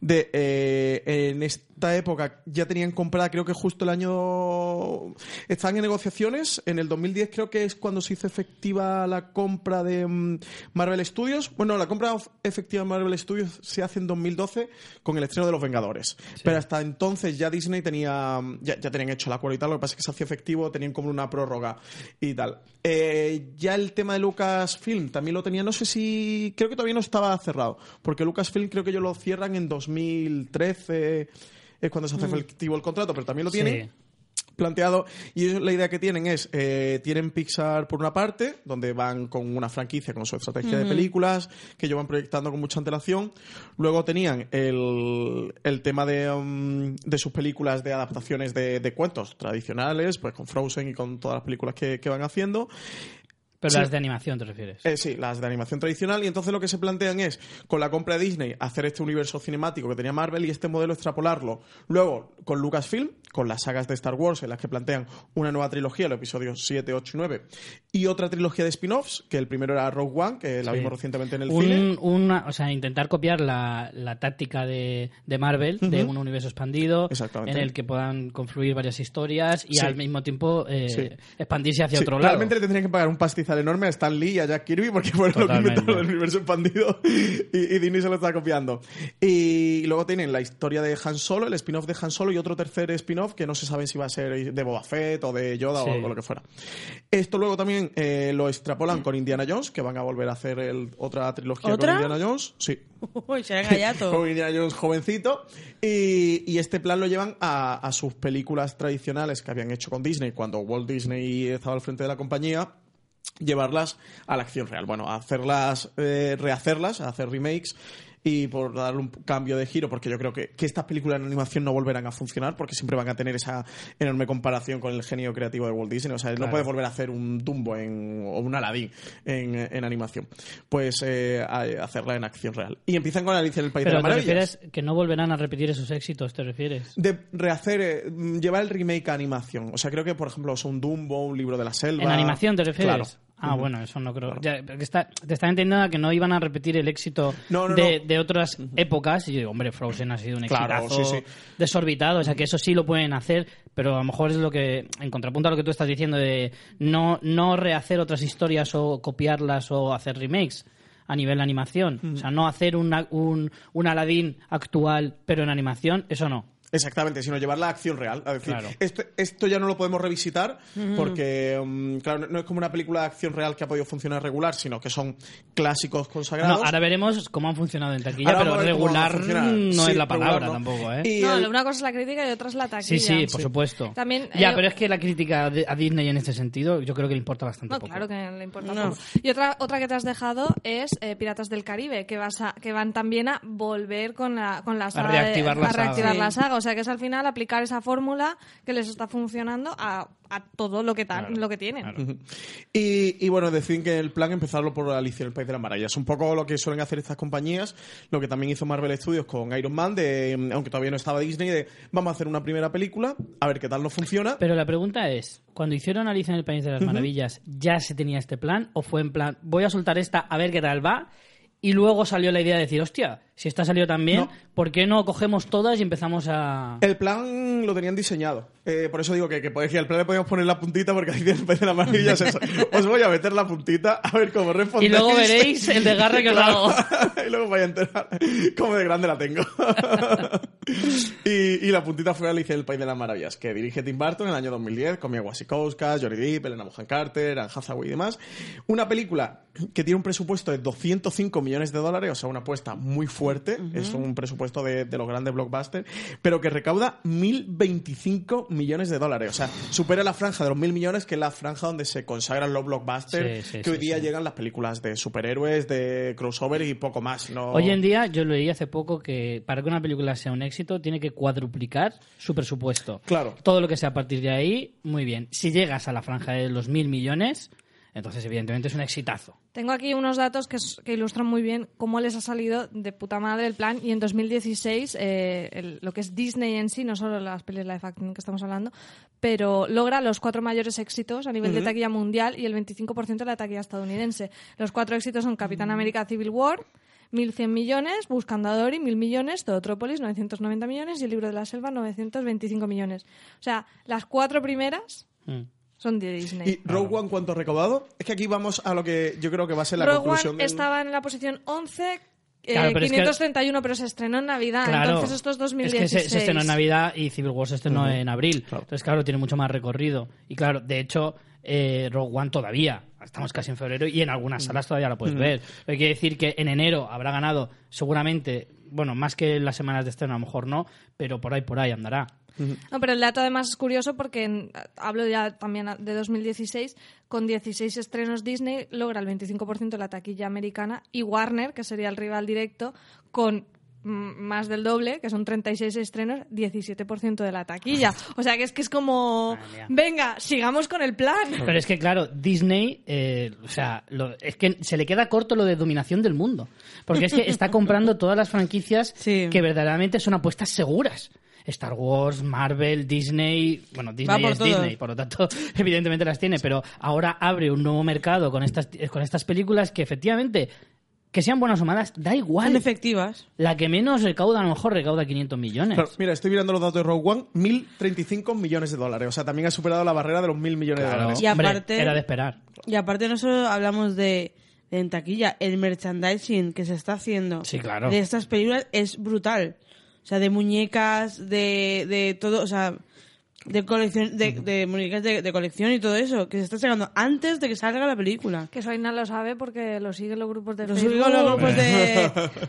Speaker 4: de eh, en esta época ya tenían comprada, creo que justo el año están en negociaciones. En el 2010 creo que es cuando se hizo efectiva la compra de mm, Marvel Studios. Bueno, la compra of- efectiva de Marvel Studios se hace en 2012 con el estreno de Los Vengadores. Pero hasta entonces ya Disney tenía ya, ya tenían hecho el acuerdo y tal. Lo que pasa es que se hacía efectivo, tenían como una prórroga y tal. Eh, ya el tema de Lucasfilm también lo tenía, no sé si. Creo que todavía no estaba cerrado. Porque Lucasfilm creo que ellos lo cierran en 2013, es cuando se hace efectivo el contrato, pero también lo tienen
Speaker 1: sí.
Speaker 4: planteado. Y ellos la idea que tienen es, eh, tienen Pixar por una parte, donde van con una franquicia, con su estrategia de películas, que ellos van proyectando con mucha antelación. Luego tenían el, el tema de, um, de sus películas de adaptaciones de, de cuentos tradicionales, pues con Frozen y con todas las películas que- que van haciendo.
Speaker 1: pero
Speaker 4: sí.
Speaker 1: las de animación te refieres.
Speaker 4: Eh, sí, las de animación tradicional. Y entonces lo que se plantean es, con la compra de Disney, hacer este universo cinemático que tenía Marvel y este modelo extrapolarlo. Luego, con Lucasfilm, con las sagas de Star Wars, en las que plantean una nueva trilogía, los episodios 7, 8 y 9, y otra trilogía de spin-offs, que el primero era Rogue One, que la
Speaker 1: Sí.
Speaker 4: vimos recientemente en el
Speaker 1: Un-
Speaker 4: cine.
Speaker 1: una- o sea, intentar copiar la, la táctica de, de Marvel, de
Speaker 4: Ujú.
Speaker 1: un universo expandido, en
Speaker 4: Exactamente.
Speaker 1: el que puedan confluir varias historias y
Speaker 4: Sí.
Speaker 1: al mismo tiempo eh,
Speaker 4: Sí.
Speaker 1: expandirse hacia
Speaker 4: Sí,
Speaker 1: otro lado.
Speaker 4: realmente le tendrían que pagar un pastizal enorme a Stan Lee y a Jack Kirby porque fueron los que
Speaker 1: Totalmente.
Speaker 4: inventaron el universo expandido y, y Disney se lo está copiando. Y luego tienen la historia de Han Solo, el spin-off de Han Solo y otro tercer spin-off que no se sabe si va a ser de Boba Fett o de Yoda
Speaker 1: Sí.
Speaker 4: o algo lo que fuera. Esto luego también eh, lo
Speaker 1: Mm.
Speaker 4: extrapolan con Indiana Jones, que van a volver a hacer el- otra trilogía
Speaker 3: ¿Otra?
Speaker 4: con Indiana Jones. Sí.
Speaker 3: Uy, será gallato.
Speaker 4: Con Indiana Jones jovencito. Y, y este plan lo llevan a, a sus películas tradicionales que habían hecho con Disney cuando Walt Disney estaba al frente de la compañía. Llevarlas a la acción real. Bueno, a hacerlas, eh, rehacerlas, a hacer remakes y por darle un cambio de giro, porque yo creo que, que estas películas en animación no volverán a funcionar porque siempre van a tener esa enorme comparación con el genio creativo de Walt Disney. O sea, no
Speaker 1: Claro.
Speaker 4: puedes volver a hacer un Dumbo en- o un Aladdin en, en animación. Pues eh, a- hacerla en acción real. Y empiezan con Alicia en el País de
Speaker 1: pero
Speaker 4: las
Speaker 1: te
Speaker 4: Maravillas.
Speaker 1: refieres que no volverán a repetir esos éxitos, ¿te refieres?
Speaker 4: De rehacer, eh, mm, llevar el remake a animación. O sea, creo que, por ejemplo, es un Dumbo, un libro de la selva.
Speaker 1: ¿En animación te refieres?
Speaker 4: Claro.
Speaker 1: Ah,
Speaker 4: Ujú.
Speaker 1: bueno, eso no creo.
Speaker 4: Claro.
Speaker 1: Ya, porque está- te estaba entendiendo a que no iban a repetir el éxito
Speaker 4: No, no,
Speaker 1: de,
Speaker 4: no.
Speaker 1: de otras épocas. Y yo digo, hombre, Frozen ha sido un
Speaker 4: Claro,
Speaker 1: exitazo
Speaker 4: sí, sí.
Speaker 1: desorbitado. O sea, que eso sí lo pueden hacer, pero a lo mejor es lo que, en contrapunto a lo que tú estás diciendo, de no, no rehacer otras historias o copiarlas o hacer remakes a nivel de animación. O sea, no hacer una- un, un Aladdin actual, pero en animación, eso no.
Speaker 4: Exactamente, sino llevarla a acción real. A decir,
Speaker 1: Claro.
Speaker 4: esto, esto ya no lo podemos revisitar porque, mm, claro, no, no es como una película de acción real que ha podido funcionar regular, sino que son clásicos consagrados.
Speaker 1: No, ahora veremos cómo han funcionado en taquilla,
Speaker 4: Ahora
Speaker 1: pero
Speaker 4: vamos a ver cómo van a
Speaker 1: regular
Speaker 4: funcionar.
Speaker 1: no
Speaker 4: Sí,
Speaker 1: es la palabra
Speaker 4: regular no.
Speaker 1: tampoco, ¿eh?
Speaker 4: Y
Speaker 2: No,
Speaker 4: el-
Speaker 2: una cosa es la crítica y otra es la
Speaker 1: Sí,
Speaker 2: taquilla.
Speaker 1: sí, por supuesto.
Speaker 2: También,
Speaker 1: ya,
Speaker 2: eh,
Speaker 1: pero es que la crítica de- a Disney en este sentido yo creo que le importa bastante
Speaker 2: No,
Speaker 1: poco.
Speaker 2: claro que le importa
Speaker 3: No.
Speaker 2: poco. Y otra, otra que te has dejado es eh, Piratas del Caribe, que vas a- que van también a volver con la, con la saga. de-
Speaker 1: reactivar la
Speaker 2: a reactivar
Speaker 1: saga.
Speaker 2: la saga. O sea, que es al final aplicar esa fórmula que les está funcionando a, a todo lo que, tan,
Speaker 1: Claro,
Speaker 2: lo que tienen.
Speaker 1: claro.
Speaker 4: Y, y bueno, deciden que el plan empezarlo por Alicia en el País de las Maravillas. Es un poco lo que suelen hacer estas compañías, lo que también hizo Marvel Studios con Iron Man, de, aunque todavía no estaba Disney, de vamos a hacer una primera película, a ver qué tal nos funciona.
Speaker 1: Pero la pregunta es, cuando hicieron Alicia en el País de las Maravillas, ¿ya se tenía este plan? ¿O fue en plan, voy a soltar esta a ver qué tal va? Y luego salió la idea de decir, hostia, si esta salió tan bien,
Speaker 4: No.
Speaker 1: ¿por qué no cogemos todas y empezamos a...?
Speaker 4: El plan lo tenían diseñado. Eh, por eso digo que, que, podéis- que al plan le podíamos poner la puntita porque ahí en vez de la maravilla es eso. Os voy a meter la puntita a ver cómo
Speaker 1: Y
Speaker 4: respondéis.
Speaker 1: luego veréis el desgarre que os hago.
Speaker 4: y luego vais a enterar cómo de grande la tengo. y, y la puntita fue Alicia en el País de las Maravillas, que dirige Tim Burton en el año 2010 con Mia Wasikowska, Johnny Depp, Elena Mohan Carter, Anne Hathaway y demás. Una película que tiene un presupuesto de 205 millones de dólares, o sea, una apuesta muy fuerte. Es un presupuesto de, de los grandes blockbusters, pero que recauda 1.025 millones de dólares. O sea, supera la franja de los 1.000 millones, que es la franja donde se consagran los blockbusters,
Speaker 1: Sí, sí,
Speaker 4: que
Speaker 1: sí,
Speaker 4: hoy día
Speaker 1: sí.
Speaker 4: llegan las películas de superhéroes, de crossover y poco más. No...
Speaker 1: Hoy en día, yo leí hace poco que para que una película sea un éxito, tiene que cuadruplicar su presupuesto.
Speaker 4: Claro.
Speaker 1: Todo lo que sea a partir de ahí, muy bien. Si llegas a la franja de los mil millones, entonces evidentemente es un exitazo.
Speaker 2: Tengo aquí unos datos que, s- que ilustran muy bien cómo les ha salido de puta madre el plan. Y en 2016, eh, el- lo que es Disney en sí, no solo las pelis live action que estamos hablando, pero logra los cuatro mayores éxitos a nivel de taquilla mundial y el 25% de la taquilla estadounidense. Los cuatro éxitos son Capitán América Civil War, 1.100 millones, Buscando a Dory, 1.000 millones, Zootrópolis, 990 millones y El Libro de la Selva, 925 millones. O sea, las cuatro primeras
Speaker 1: Mm.
Speaker 2: son de Disney.
Speaker 4: ¿Y Rogue One cuánto ha recaudado? Es que aquí vamos a lo que yo creo que va a ser la
Speaker 2: Rogue
Speaker 4: conclusión.
Speaker 2: One
Speaker 4: del-
Speaker 2: estaba en la posición 11, eh,
Speaker 1: Claro, pero es que-
Speaker 2: 531, pero se estrenó en Navidad. Ah, Entonces esto es 2016.
Speaker 1: Es que se, se estrenó en Navidad y Civil War se estrenó en abril.
Speaker 4: Claro.
Speaker 1: Entonces, claro, tiene mucho más recorrido. Y claro, de hecho, eh, Rogue One todavía. Estamos casi en febrero y en algunas salas todavía lo puedes ver. Hay que decir que en enero habrá ganado seguramente, bueno, más que las semanas de estreno, a lo mejor no, pero por ahí, por ahí andará.
Speaker 2: No, pero el dato además es curioso porque en- hablo ya también de 2016. Con 16 estrenos Disney logra el 25% de la taquilla americana y Warner, que sería el rival directo, con mm, más del doble, que son 36 estrenos, 17% de la taquilla. O sea que es que es como,
Speaker 1: Madre mía.
Speaker 2: venga, sigamos con el plan.
Speaker 1: Pero es que, claro, Disney, eh, o sea, lo- es que se le queda corto lo de dominación del mundo. Porque es que está comprando todas las franquicias
Speaker 3: Sí.
Speaker 1: que verdaderamente son apuestas seguras. Star Wars, Marvel, Disney. Bueno, Disney
Speaker 3: por
Speaker 1: es
Speaker 3: todo.
Speaker 1: Disney, por lo tanto, evidentemente las tiene, pero ahora abre un nuevo mercado con estas, con estas películas que efectivamente, que sean buenas o malas, da
Speaker 3: Son
Speaker 1: igual.
Speaker 3: efectivas.
Speaker 1: La que menos recauda, a lo mejor recauda 500 millones.
Speaker 4: Claro, mira, estoy mirando los datos de Rogue One, 1.035 millones de dólares. O sea, también ha superado la barrera de los 1.000 millones de
Speaker 1: Claro,
Speaker 4: dólares.
Speaker 3: Y
Speaker 1: hombre,
Speaker 3: aparte-
Speaker 1: era de esperar.
Speaker 3: Y aparte no solo hablamos de, de en taquilla, el merchandising que se está haciendo
Speaker 1: Sí, claro.
Speaker 3: de estas películas es brutal. O sea, de muñecas, de, de todo, o sea, de colección, de, de muñecas de, de colección y todo eso, que se está sacando antes de que salga la película.
Speaker 2: Que eso Aina lo sabe porque lo siguen los grupos de
Speaker 3: Los
Speaker 2: Facebook.
Speaker 3: subimos a los grupos pues,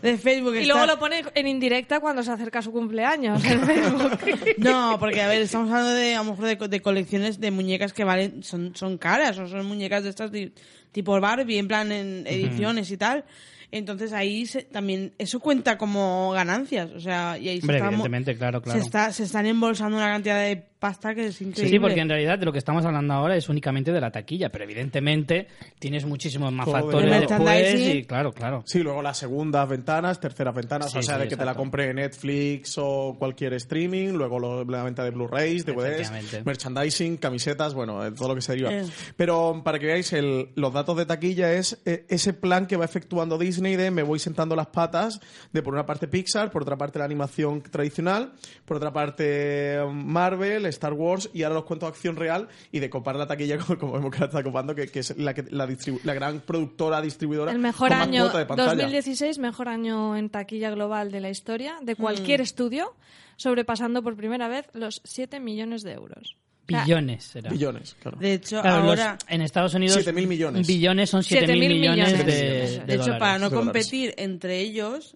Speaker 3: de, de Facebook.
Speaker 2: Y
Speaker 3: está-
Speaker 2: luego lo pone en indirecta cuando se acerca su cumpleaños en Facebook.
Speaker 3: No, porque a ver, estamos hablando de a lo mejor de, co- de colecciones de muñecas que valen, son, son caras, o son muñecas de estas ti- tipo Barbie, en plan en ediciones y tal. Entonces ahí se- también eso cuenta como ganancias, o sea, y ahí se,
Speaker 1: Hombre,
Speaker 3: está mo-
Speaker 1: evidentemente, claro, claro.
Speaker 3: se, está- se están embolsando una cantidad de pasta que es
Speaker 1: Sí,
Speaker 3: increíble.
Speaker 1: sí, porque en realidad de lo que estamos hablando ahora es únicamente de la taquilla, pero evidentemente tienes muchísimos más
Speaker 4: Todo de
Speaker 1: factores
Speaker 3: merchandising.
Speaker 1: después y claro, claro.
Speaker 4: Sí, luego las segundas ventanas, terceras ventanas,
Speaker 1: Sí,
Speaker 4: o sea,
Speaker 1: sí,
Speaker 4: de que te la
Speaker 1: exacto.
Speaker 4: compre Netflix o cualquier streaming, luego lo- la venta de Blu-rays, DVDs,
Speaker 1: Efectivamente.
Speaker 4: merchandising, camisetas, bueno, eh, todo lo que se deriva.
Speaker 3: Eh.
Speaker 4: Pero para que veáis, el- los datos de taquilla es eh, ese plan que va efectuando Disney de me voy sentando las patas de por una parte Pixar, por otra parte la animación tradicional, por otra parte Marvel, Star Wars y ahora los cuentos de acción real y de copar la taquilla como, como vemos que la está copando, que, que es la, que- la, distribu- la gran productora, distribuidora.
Speaker 2: El mejor
Speaker 4: con más
Speaker 2: año
Speaker 4: cuota de pantalla.
Speaker 2: 2016, mejor año en taquilla global de la historia de cualquier estudio, sobrepasando por primera vez los 7 millones de euros. O sea,
Speaker 1: Billones será.
Speaker 4: Billones, claro.
Speaker 3: De hecho,
Speaker 1: Claro, los-
Speaker 3: ahora,
Speaker 1: en Estados Unidos
Speaker 4: 7.000 millones.
Speaker 1: Billones son 7.000
Speaker 2: 7.000
Speaker 1: millones,
Speaker 2: millones.
Speaker 1: de,
Speaker 2: De
Speaker 1: de
Speaker 3: de hecho,
Speaker 1: dólares.
Speaker 3: para no
Speaker 4: De dólares.
Speaker 3: competir entre ellos,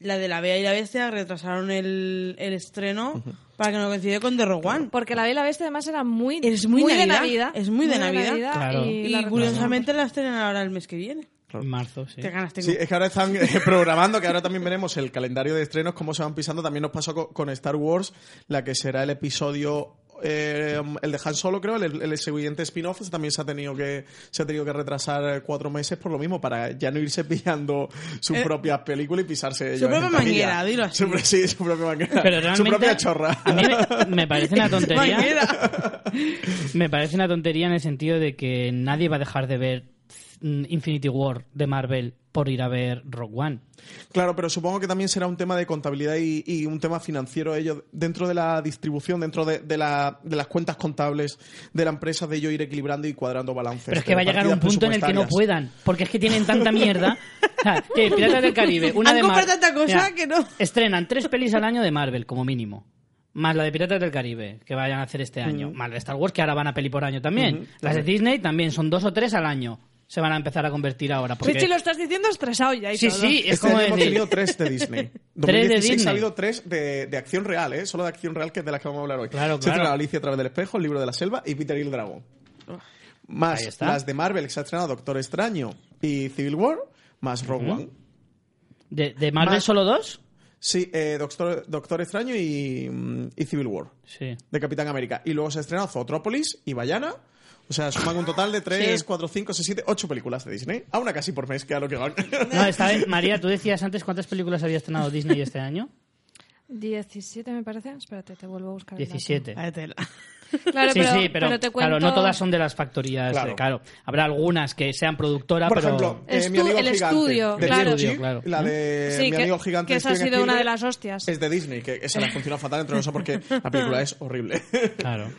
Speaker 3: la de la Bella y la Bestia retrasaron el, el estreno para que no coincida con The Rogue One.
Speaker 2: Porque la Bella y la Bestia además era muy,
Speaker 3: Es muy
Speaker 2: de
Speaker 3: Navidad,
Speaker 2: Navidad.
Speaker 3: es muy de Navidad.
Speaker 1: Claro.
Speaker 2: y
Speaker 3: Y,
Speaker 2: la
Speaker 3: curiosamente la estrenan ahora el mes que viene.
Speaker 1: En marzo, sí.
Speaker 3: Qué ganas tengo.
Speaker 4: Sí, es que ahora están eh, programando, que ahora también veremos el calendario de estrenos, cómo se van pisando. También nos pasó co- con Star Wars, la que será el episodio eh, el de Han Solo, creo, el, el siguiente spin-off también se ha tenido que se ha tenido que retrasar cuatro meses por lo mismo, para ya no irse pillando sus propias películas y pisarse
Speaker 3: Eh, su
Speaker 4: ellos en
Speaker 3: propia
Speaker 4: taquilla.
Speaker 3: manguera, dilo así.
Speaker 4: Su pro- sí, su propia manguera.
Speaker 1: Pero realmente,
Speaker 4: su propia chorra.
Speaker 1: A mí me, me parece una tontería.
Speaker 3: Manguera.
Speaker 1: me parece una tontería en el sentido de que nadie va a dejar de ver mm, Infinity War de Marvel por ir a ver Rogue One.
Speaker 4: Claro, pero supongo que también será un tema de contabilidad y, y un tema financiero ellos dentro de la distribución, dentro de, de la- de las cuentas contables de la empresa, de ello ir equilibrando y cuadrando balances.
Speaker 1: Pero es que
Speaker 4: de
Speaker 1: va a llegar
Speaker 4: partidas
Speaker 1: un punto en el que no
Speaker 4: presupuestarias.
Speaker 1: puedan, porque es que tienen tanta mierda. O sea, que Piratas del Caribe, una
Speaker 3: Han
Speaker 1: de
Speaker 3: comprado
Speaker 1: Mar-
Speaker 3: tanta cosa que no.
Speaker 1: Estrenan tres pelis al año de Marvel, como mínimo. Más la de Piratas del Caribe, que vayan a hacer este año.
Speaker 3: Mm.
Speaker 1: Más la de Star Wars, que ahora van a peli por año también. Las de Disney también son dos o tres al año. Se van a empezar a convertir ahora. porque-
Speaker 2: Richie, lo estás diciendo estresado ya y
Speaker 1: Sí,
Speaker 2: todo.
Speaker 1: sí, es
Speaker 4: Este
Speaker 1: como
Speaker 4: año hemos
Speaker 1: decir-
Speaker 4: tenido tres de Disney.
Speaker 1: Tres de
Speaker 4: 2016
Speaker 1: Disney.
Speaker 4: ha habido tres de, de acción real, ¿eh? Solo de acción real, que es de las que vamos a hablar hoy.
Speaker 1: Claro,
Speaker 4: Se ha
Speaker 1: claro.
Speaker 4: estrenado Alicia a través del espejo, El libro de la selva y Peter y el dragón.
Speaker 1: Ahí
Speaker 4: Más
Speaker 1: está.
Speaker 4: las de Marvel, que se ha estrenado Doctor Extraño y Civil War, más Rogue One.
Speaker 1: ¿De, de Marvel
Speaker 4: Más-
Speaker 1: solo dos?
Speaker 4: Sí, eh, Doctor, Doctor Extraño y, mm, y Civil War,
Speaker 1: Sí.
Speaker 4: de Capitán América. Y luego se ha estrenado Zootrópolis y Bayana. O sea, suman un total de 3, 4, 5, 6, 7, 8 películas de Disney. A una casi por mes, que a lo que van.
Speaker 1: No, esta vez, María, tú decías antes cuántas películas había estrenado Disney este año.
Speaker 2: 17 me parece. Espérate, te vuelvo a buscar. el dato.
Speaker 1: 17.
Speaker 3: Vaya tela.
Speaker 2: Claro,
Speaker 1: sí,
Speaker 2: pero,
Speaker 1: sí, pero,
Speaker 2: te cuento...
Speaker 1: claro, no todas son de las factorías. eh, Claro.
Speaker 4: Claro.
Speaker 1: habrá algunas que sean productoras,
Speaker 4: Por
Speaker 1: pero
Speaker 4: ejemplo, eh,
Speaker 2: Estu-
Speaker 4: mi amigo
Speaker 2: el
Speaker 4: gigante,
Speaker 2: estudio,
Speaker 4: de
Speaker 2: claro.
Speaker 4: TNG,
Speaker 1: Estudio, claro.
Speaker 4: La de
Speaker 2: Sí,
Speaker 4: mi
Speaker 2: que-
Speaker 4: amigo gigante.
Speaker 2: que esa ha
Speaker 4: Steven
Speaker 2: sido una
Speaker 4: Spielberg,
Speaker 2: de las hostias.
Speaker 4: Es de Disney, que esa la funciona fatal entre nosotros porque la película es horrible.
Speaker 1: claro.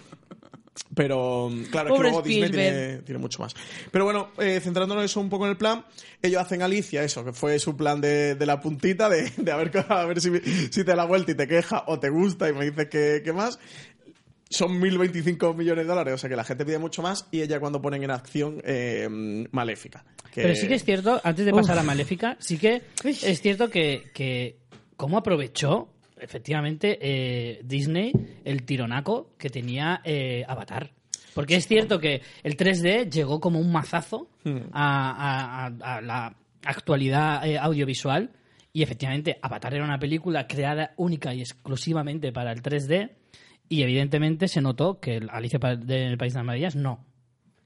Speaker 4: Pero mm, claro, es que
Speaker 3: Pobre
Speaker 4: luego Disney tiene,
Speaker 3: Spielberg.
Speaker 4: tiene mucho más. Pero bueno, eh, centrándonos eso un poco en el plan, ellos hacen Alicia, eso, que fue su plan de, de la puntita, de, de a ver, co- a ver si, si te da la vuelta y te queja o te gusta y me dices que, que más. Son 1.025 millones de dólares, o sea que la gente pide mucho más y ella cuando ponen en acción eh, mm, Maléfica. que-
Speaker 1: Pero sí que es cierto, antes de pasar a Maléfica, sí que es cierto que, que cómo aprovechó efectivamente eh, Disney el tironaco que tenía eh, Avatar. Porque es cierto que el 3D llegó como un mazazo a, a- a- a la actualidad eh, audiovisual y efectivamente Avatar era una película creada única y exclusivamente para el 3D y evidentemente se notó que el Alicia pa- de- en el País de las Maravillas no,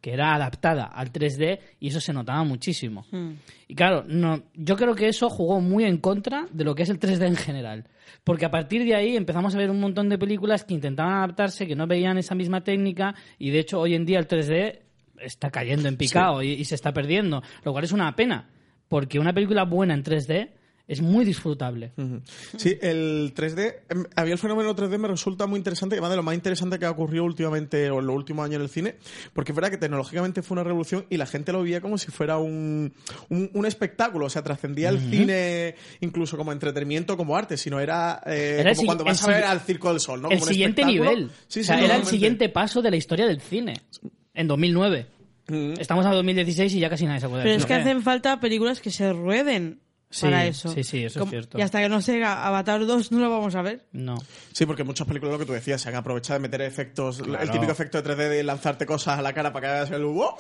Speaker 1: que era adaptada al 3D y eso se notaba muchísimo.
Speaker 3: Mm.
Speaker 1: Y claro, no, yo creo que eso jugó muy en contra de lo que es el 3D en general. Porque a partir de ahí empezamos a ver un montón de películas que intentaban adaptarse, que no veían esa misma técnica y de hecho hoy en día el 3D está cayendo en picado y, y se está perdiendo, lo cual es una pena, porque una película buena en 3D es muy disfrutable.
Speaker 4: Ujú. Sí, el 3D. em, A mí el fenómeno 3D me resulta muy interesante, además de lo más interesante que ha ocurrido últimamente o en los últimos años en el cine, porque es verdad que tecnológicamente fue una revolución y la gente lo veía como si fuera un, un, un espectáculo, o sea, trascendía el cine incluso como entretenimiento, como arte, sino era, eh,
Speaker 1: Era el
Speaker 4: como
Speaker 1: si-
Speaker 4: cuando
Speaker 1: el
Speaker 4: vas
Speaker 1: si-
Speaker 4: a ver al Circo del Sol, ¿no?
Speaker 1: el
Speaker 4: Como un
Speaker 1: siguiente
Speaker 4: espectáculo.
Speaker 1: nivel.
Speaker 4: Sí,
Speaker 1: o
Speaker 4: sí,
Speaker 1: sea, era el
Speaker 4: totalmente.
Speaker 1: siguiente paso de la historia del cine en 2009.
Speaker 4: Mm.
Speaker 1: Estamos a 2016 y ya casi nadie se acuerda.
Speaker 3: Pero
Speaker 1: de
Speaker 3: es
Speaker 1: eso.
Speaker 3: que hacen falta películas que se rueden
Speaker 1: Sí,
Speaker 3: para eso.
Speaker 1: sí, sí, eso es cierto.
Speaker 3: Y hasta que no se Avatar 2 no lo vamos a ver.
Speaker 1: No.
Speaker 4: Sí, porque muchas películas, lo que tú decías, se han aprovechado de meter efectos, el
Speaker 1: Claro.
Speaker 4: típico efecto de 3D de lanzarte cosas a la cara para que hagas el hubo.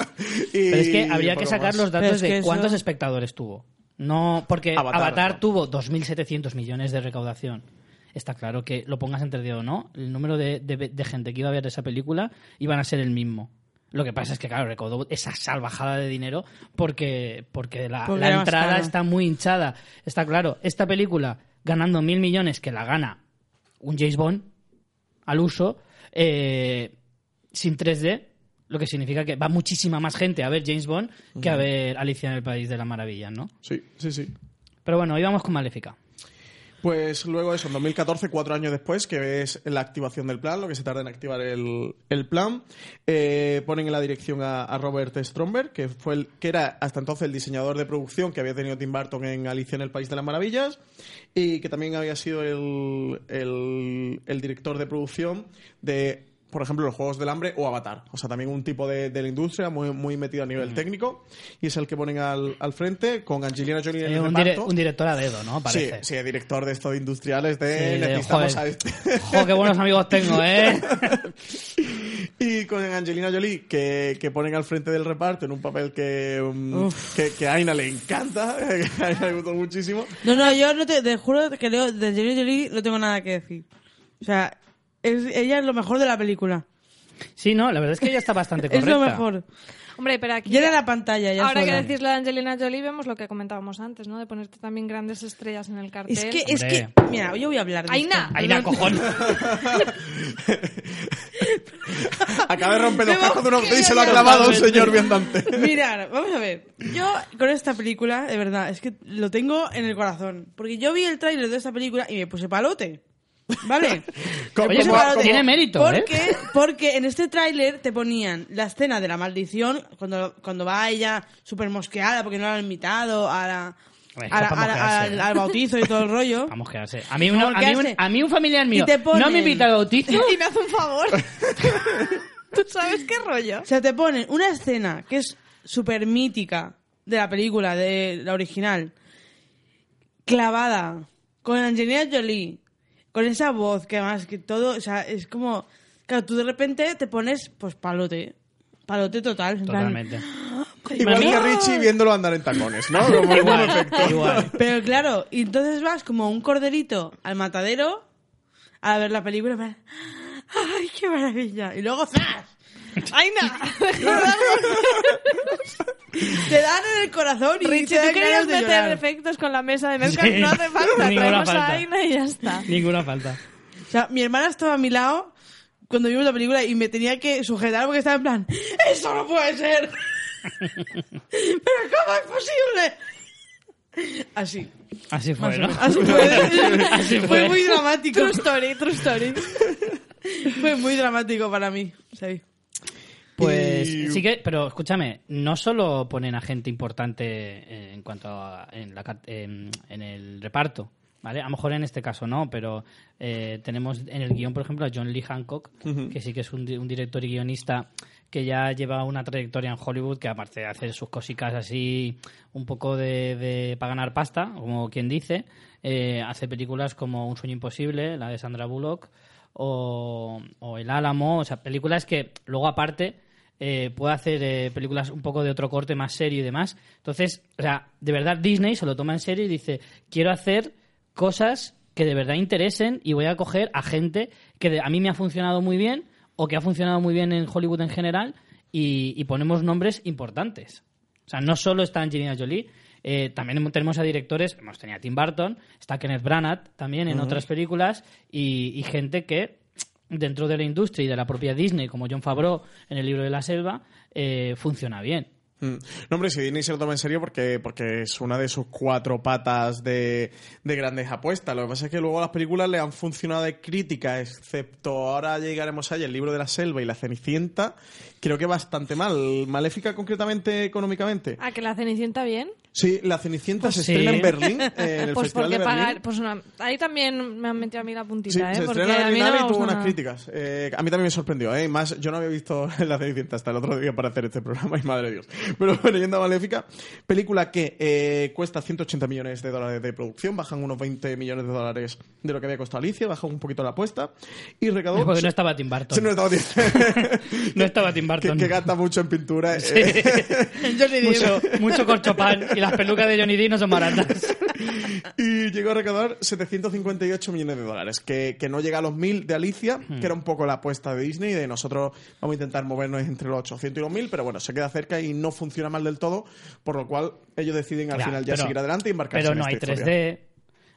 Speaker 1: Pero es que habría que sacar los
Speaker 3: Pero
Speaker 1: datos
Speaker 3: es que
Speaker 1: de
Speaker 3: eso-
Speaker 1: cuántos espectadores tuvo. No, porque Avatar,
Speaker 4: Avatar, ¿no?
Speaker 1: tuvo 2.700 millones de recaudación. Está claro que lo pongas entre dedo o no, el número de, de- de gente que iba a ver esa película iban a ser el mismo. Lo que pasa es que, claro, recaudó esa salvajada de dinero porque, porque la,
Speaker 3: Porque
Speaker 1: Ah, la
Speaker 3: era más
Speaker 1: entrada
Speaker 3: caro.
Speaker 1: está muy hinchada. Está claro, esta película ganando mil millones que la gana un James Bond al uso, eh, sin 3D, lo que significa que va muchísima más gente a ver James Bond que a ver Alicia en el País de las Maravillas, ¿no?
Speaker 4: Sí, sí, sí.
Speaker 1: Pero bueno, hoy vamos con Maléfica.
Speaker 4: Pues luego eso, en 2014, cuatro años después, que es la activación del plan, lo que se tarda en activar el, el plan, eh, ponen en la dirección a, a Robert Stromberg, que, fue el, que era hasta entonces el diseñador de producción que había tenido Tim Burton en Alicia en el País de las Maravillas y que también había sido el, el- el director de producción de, por ejemplo, los Juegos del Hambre o Avatar. O sea, también un tipo de, de la industria muy, muy metido a nivel técnico y es el que ponen al, al frente con Angelina Jolie en
Speaker 1: Eh,
Speaker 4: el
Speaker 1: un, dire-
Speaker 4: reparto.
Speaker 1: un director a dedo, ¿no?
Speaker 4: Sí,
Speaker 1: Parece.
Speaker 4: sí, director de estos industriales
Speaker 1: Sí,
Speaker 4: de
Speaker 1: de-
Speaker 4: necesitamos
Speaker 1: joder.
Speaker 4: a este.
Speaker 1: Jo, qué buenos amigos tengo, ¿eh?
Speaker 4: Y con Angelina Jolie, que, que ponen al frente del reparto en un papel que, um, que, que a Aina le encanta, que a Aina le gustó muchísimo.
Speaker 3: No, no, yo no te, te juro que Leo, de Angelina Jolie no tengo nada que decir. O sea, es- ella es lo mejor de la película.
Speaker 1: Sí, no, la verdad es que ella está bastante
Speaker 3: Es
Speaker 1: correcta.
Speaker 3: lo mejor.
Speaker 2: Hombre, pero aquí...
Speaker 3: Llena la pantalla ya
Speaker 2: Ahora que
Speaker 3: sola.
Speaker 2: decís lo de Angelina Jolie, vemos lo que comentábamos antes, ¿no? De ponerte también grandes estrellas en el cartel.
Speaker 3: Es que, es que,
Speaker 1: Hombre.
Speaker 3: mira, yo voy a hablar de
Speaker 2: Aina.
Speaker 3: esto.
Speaker 1: Aina, cojón.
Speaker 4: Acaba de romper los
Speaker 3: Vemos
Speaker 4: cajos de un
Speaker 3: que
Speaker 4: auto y
Speaker 3: yo
Speaker 4: se lo ha
Speaker 3: ya-
Speaker 4: clavado un señor bien dante.
Speaker 3: Mirar, vamos a ver. Yo con esta película, de verdad, es que lo tengo en el corazón. Porque yo vi el tráiler de esta película y me puse palote. ¿Vale?
Speaker 4: Como-
Speaker 3: Me
Speaker 1: Oye,
Speaker 3: puse
Speaker 1: pues,
Speaker 3: palote.
Speaker 1: tiene mérito,
Speaker 3: porque,
Speaker 1: ¿eh?
Speaker 3: Porque en este tráiler te ponían la escena de la maldición, cuando, cuando va ella súper mosqueada porque no la han invitado a la-
Speaker 1: Hombre,
Speaker 3: a la-
Speaker 1: está pa'
Speaker 3: a la-
Speaker 1: mosquearse,
Speaker 3: al,
Speaker 1: ¿eh?
Speaker 3: al bautizo y todo el rollo.
Speaker 1: Vamos, que sé. A mí, uno-
Speaker 3: Vamos,
Speaker 1: a mí
Speaker 3: que
Speaker 1: un,
Speaker 3: sé.
Speaker 1: a mí un familiar mío
Speaker 3: Y te
Speaker 1: no
Speaker 3: ponen-
Speaker 1: me invita al bautizo.
Speaker 2: Y me hace un favor. ¿Tú sabes qué rollo?
Speaker 3: O sea, te ponen una escena que es súper mítica de la película, de la original, clavada, con Angelina Jolie, con esa voz que además que todo, o sea, es como, claro, tú de repente te pones, pues, palote, palote total. en plan,
Speaker 1: Totalmente.
Speaker 4: Igual que
Speaker 1: Mamá.
Speaker 4: Richie viéndolo andar en tacones, ¿no? Como el buen efecto.
Speaker 1: Igual.
Speaker 3: Pero claro, y entonces vas como un corderito al matadero a ver la película, en plan, ¡ay, qué maravilla! Y luego, ¡zas!
Speaker 2: ¡Aina!
Speaker 3: Te dan en el corazón y
Speaker 2: Richie,
Speaker 3: te
Speaker 2: tú
Speaker 3: dan
Speaker 2: querías
Speaker 3: ganas de
Speaker 2: meter
Speaker 3: llorar.
Speaker 2: efectos con la mesa de mezclas.
Speaker 1: Sí,
Speaker 2: no hace falta.
Speaker 1: ninguna
Speaker 2: Traemos
Speaker 1: falta.
Speaker 2: a Aina y ya está.
Speaker 1: Ninguna falta.
Speaker 3: O sea, mi hermana estaba a mi lado cuando vimos la película y me tenía que sujetar porque estaba en plan, ¡eso no puede ser! ¡Pero cómo es posible! Así.
Speaker 1: Así fue, ¿no?
Speaker 3: Así fue.
Speaker 1: Así fue.
Speaker 3: fue muy dramático.
Speaker 2: True story, true story.
Speaker 3: Fue muy dramático para mí. ¿sabéis?
Speaker 1: Pues sí que, pero escúchame, no solo ponen a gente importante eh, en cuanto a, en, la cat- en- en el reparto, ¿vale? A lo mejor en este caso no, pero eh, tenemos en el guión, por ejemplo, a John Lee Hancock, que sí que es un, di- un director y guionista que ya lleva una trayectoria en Hollywood, que aparte de hacer sus cositas así un poco de, para ganar pasta, como quien dice, eh, hace películas como Un sueño imposible, la de Sandra Bullock, o, o El Álamo, o sea, películas que luego aparte eh, puede hacer eh, películas un poco de otro corte más serio y demás. Entonces, o sea, de verdad Disney se lo toma en serio y dice, quiero hacer cosas que de verdad interesen y voy a coger a gente que de- a mí me ha funcionado muy bien o que ha funcionado muy bien en Hollywood en general y, y ponemos nombres importantes. O sea, no solo está Angelina Jolie, eh, también hemos- tenemos a directores, hemos tenido a Tim Burton, está Kenneth Branagh también en otras películas y, y gente que dentro de la industria y de la propia Disney, como John Favreau en el libro de la selva, eh, funciona bien.
Speaker 4: Mm. No, hombre, si Disney se lo toma en serio porque, porque es una de sus cuatro patas de, de grandes apuestas. Lo que pasa es que luego las películas le han funcionado de crítica, excepto ahora llegaremos ahí, el libro de la selva y la cenicienta. Creo que bastante mal. Maléfica concretamente económicamente.
Speaker 2: ¿A Ah, que la Cenicienta bien?
Speaker 4: Sí, la cenicienta se
Speaker 1: sí.
Speaker 4: estrena en Berlín, eh, en el
Speaker 2: pues
Speaker 4: Festival de
Speaker 2: porque
Speaker 4: Berlín.
Speaker 2: pagar... Pues una- ahí también me han metido a mí la puntita,
Speaker 4: Sí,
Speaker 2: ¿eh?
Speaker 4: se
Speaker 2: Porque
Speaker 4: estrena en
Speaker 2: a mí no
Speaker 4: Berlinale
Speaker 2: me
Speaker 4: y tuvo
Speaker 2: gusta
Speaker 4: unas
Speaker 2: nada.
Speaker 4: críticas. Eh, a mí también me sorprendió, ¿eh? Y Más, yo no había visto La Cenicienta hasta el otro día para hacer este programa, y madre de Dios. Pero bueno, Leyenda Maléfica, película que eh, cuesta 180 millones de dólares de producción, bajan unos 20 millones de dólares de lo que había costado Alicia, bajan un poquito la apuesta, y recaudó...
Speaker 1: Porque no estaba Tim Burton.
Speaker 4: Oh, Sí, no estaba
Speaker 1: No estaba Tim
Speaker 4: que,
Speaker 1: Burton.
Speaker 4: que gasta mucho en pintura. eh.
Speaker 3: Johnny Depp.
Speaker 1: mucho, mucho corchopán y las pelucas de Johnny Depp no son baratas.
Speaker 4: Y llegó a recaudar 758 millones de dólares, que, que no llega a los 1000 de Alicia,
Speaker 1: Hmm.
Speaker 4: que era un poco la apuesta de Disney, de nosotros vamos a intentar movernos entre los 800 y los 1000, pero bueno, se queda cerca y no funciona mal del todo, por lo cual ellos deciden al
Speaker 1: Ya,
Speaker 4: final ya
Speaker 1: pero-
Speaker 4: seguir adelante y embarcarse
Speaker 1: Pero
Speaker 4: en
Speaker 1: no
Speaker 4: esta
Speaker 1: hay
Speaker 4: historia.
Speaker 1: 3D.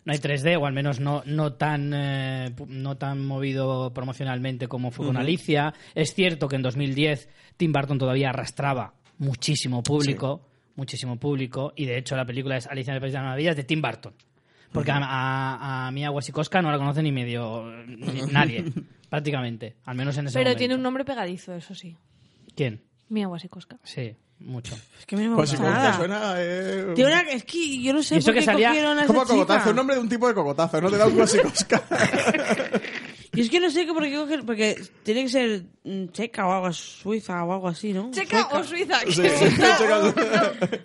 Speaker 1: No hay 3D, o al menos no, no, tan, eh, pu- no tan movido promocionalmente como fue con Alicia. Es cierto que en 2010 Tim Burton todavía arrastraba muchísimo público, muchísimo público, y de hecho la película es Alicia en el País de las Maravillas de Tim Burton. Porque a, a, a Mia Wasikowska no la conoce ni medio ni- nadie, prácticamente, al menos en ese
Speaker 2: Pero
Speaker 1: momento.
Speaker 2: tiene un nombre pegadizo, eso sí.
Speaker 1: ¿Quién?
Speaker 2: Mía Guasicosca.
Speaker 1: Sí, mucho.
Speaker 3: Es que a mí no me
Speaker 4: Pues
Speaker 3: gusta
Speaker 4: si como te
Speaker 3: nada.
Speaker 4: suena, eh,
Speaker 3: Tío, ahora, es que yo no sé
Speaker 1: Y eso
Speaker 3: por
Speaker 1: que
Speaker 3: qué
Speaker 1: salía-
Speaker 3: cogieron a esa
Speaker 4: como a cogotazo,
Speaker 3: chica.
Speaker 4: el nombre de un tipo de cogotazo, no te da un guasicosca.
Speaker 3: Y es que no sé qué por qué coger, porque tiene que ser mm, checa o algo suiza o algo así, ¿no?
Speaker 2: ¿Checa o Suiza?
Speaker 4: Sí, sí, chicas.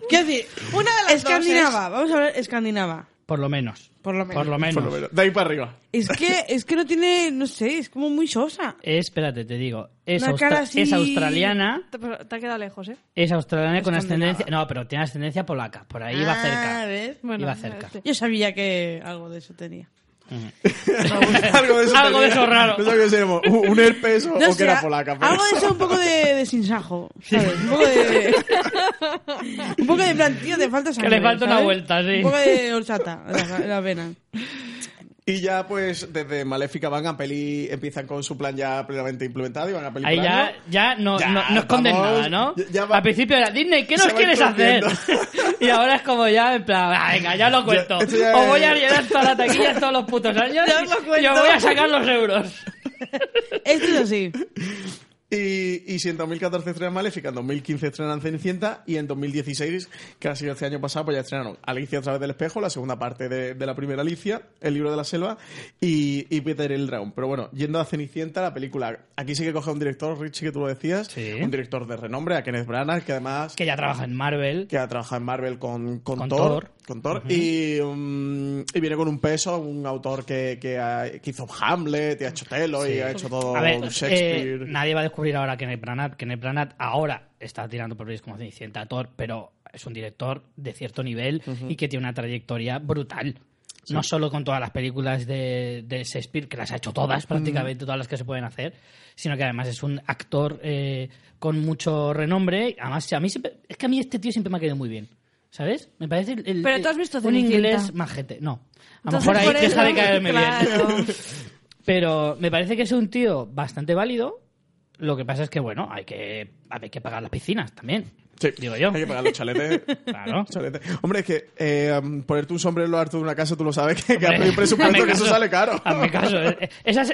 Speaker 3: Quiero decir,
Speaker 2: Una de las
Speaker 3: escandinava, vamos a ver, escandinava,
Speaker 1: Por lo menos.
Speaker 3: por lo menos.
Speaker 1: Por lo menos.
Speaker 4: Por lo menos, de ahí para arriba.
Speaker 3: Es que es que no tiene, no sé, es como muy sosa.
Speaker 1: Es, espérate, te digo. Es,
Speaker 3: Una cara
Speaker 1: austra-
Speaker 3: así-
Speaker 1: es australiana.
Speaker 2: Te, pero te ha quedado lejos, ¿eh?
Speaker 1: Es australiana con
Speaker 3: Escandinava.
Speaker 1: ascendencia. No, pero tiene ascendencia polaca. Por ahí va
Speaker 3: Ah,
Speaker 1: cerca.
Speaker 3: ¿ves?
Speaker 1: Iba cerca.
Speaker 2: este.
Speaker 3: Yo sabía que algo de eso tenía.
Speaker 4: algo de eso,
Speaker 1: Algo de eso
Speaker 4: tenía.
Speaker 1: raro.
Speaker 4: No sabía si era mo- un un herpes o, o
Speaker 3: No
Speaker 4: que
Speaker 3: sé,
Speaker 4: era polaca.
Speaker 1: pues.
Speaker 4: pero-
Speaker 3: algo de eso un poco de, de sinsajo, ¿sabes? Un poco de... un poco de plan, tío, te falta sangre,
Speaker 1: le falta una
Speaker 3: ¿sabes?
Speaker 1: vuelta, sí.
Speaker 3: Un poco de horchata, la, la vena.
Speaker 4: Y ya, pues, desde Maléfica van a peli, empiezan con su plan ya plenamente implementado y van a peli
Speaker 1: Ahí
Speaker 4: plano.
Speaker 1: ya, ya no,
Speaker 4: Ya,
Speaker 1: no, no esconden
Speaker 4: vamos,
Speaker 1: nada, ¿no?
Speaker 4: ya- ya va-
Speaker 1: Al principio era, Disney, ¿qué
Speaker 4: se
Speaker 1: nos
Speaker 4: va
Speaker 1: quieres hacer?
Speaker 4: introduciendo.
Speaker 1: y ahora es como ya, en plan, "Ah, venga, ya lo cuento.
Speaker 4: esto ya
Speaker 1: Os
Speaker 4: es-
Speaker 1: voy a llenar todas las taquillas todos los putos años
Speaker 3: Ya
Speaker 1: y
Speaker 3: os lo
Speaker 1: y
Speaker 3: cuento.
Speaker 1: os voy a sacar los euros.
Speaker 3: Esto es así.
Speaker 4: Y, y si en 2014 estrenan Maléfica, en 2015 estrenan Cenicienta y en 2016, que ha sido este año pasado, pues ya estrenaron Alicia a través del espejo, la segunda parte de, de la primera Alicia, El libro de la selva y, y Peter el dragón. Pero bueno, yendo a Cenicienta, la película, aquí sí que coge a un director, Richie, que tú lo decías,
Speaker 1: Sí.
Speaker 4: un director de renombre, a Kenneth Branagh, que además...
Speaker 1: Que ya trabaja en Marvel.
Speaker 4: que ha trabajado en Marvel con, con,
Speaker 1: Con
Speaker 4: Thor,
Speaker 1: Thor.
Speaker 4: con Thor, y, um, y viene con un peso, un autor que, que, ha- que hizo Hamlet, y ha hecho Telo, y ha hecho todo
Speaker 1: A ver,
Speaker 4: Shakespeare.
Speaker 1: eh, nadie va a descubrir ahora que Kenneth Branagh, Kenneth Branagh ahora está tirando papeles como Cenicienta Thor, pero es un director de cierto nivel y que tiene una trayectoria brutal. No solo con todas las películas de, de Shakespeare, que las ha hecho todas, prácticamente todas las que se pueden hacer, sino que además es un actor eh, con mucho renombre. Además, a mí siempre- es que a mí este tío siempre me ha quedado muy bien. ¿Sabes? Me parece el, el-
Speaker 2: Pero tú has visto
Speaker 1: un
Speaker 2: Cenicienta.
Speaker 1: inglés majete. No. A lo
Speaker 2: Entonces,
Speaker 1: mejor ahí
Speaker 2: por eso-
Speaker 1: deja de caerme bien.
Speaker 2: claro.
Speaker 1: Pero me parece que es un tío bastante válido. Lo que pasa es que, bueno, hay que, hay que pagar las piscinas también.
Speaker 4: Sí.
Speaker 1: Digo yo.
Speaker 4: Hay que pagar los chaletes.
Speaker 1: Claro.
Speaker 4: Chalete. Hombre, es que eh, um, ponerte un sombrero en lo harto de una casa, tú lo sabes que, que
Speaker 1: Hombre,
Speaker 4: hay un presupuesto
Speaker 1: hazme
Speaker 4: que eso
Speaker 1: caso,
Speaker 4: sale caro.
Speaker 1: Hazme caso. eh. Esas,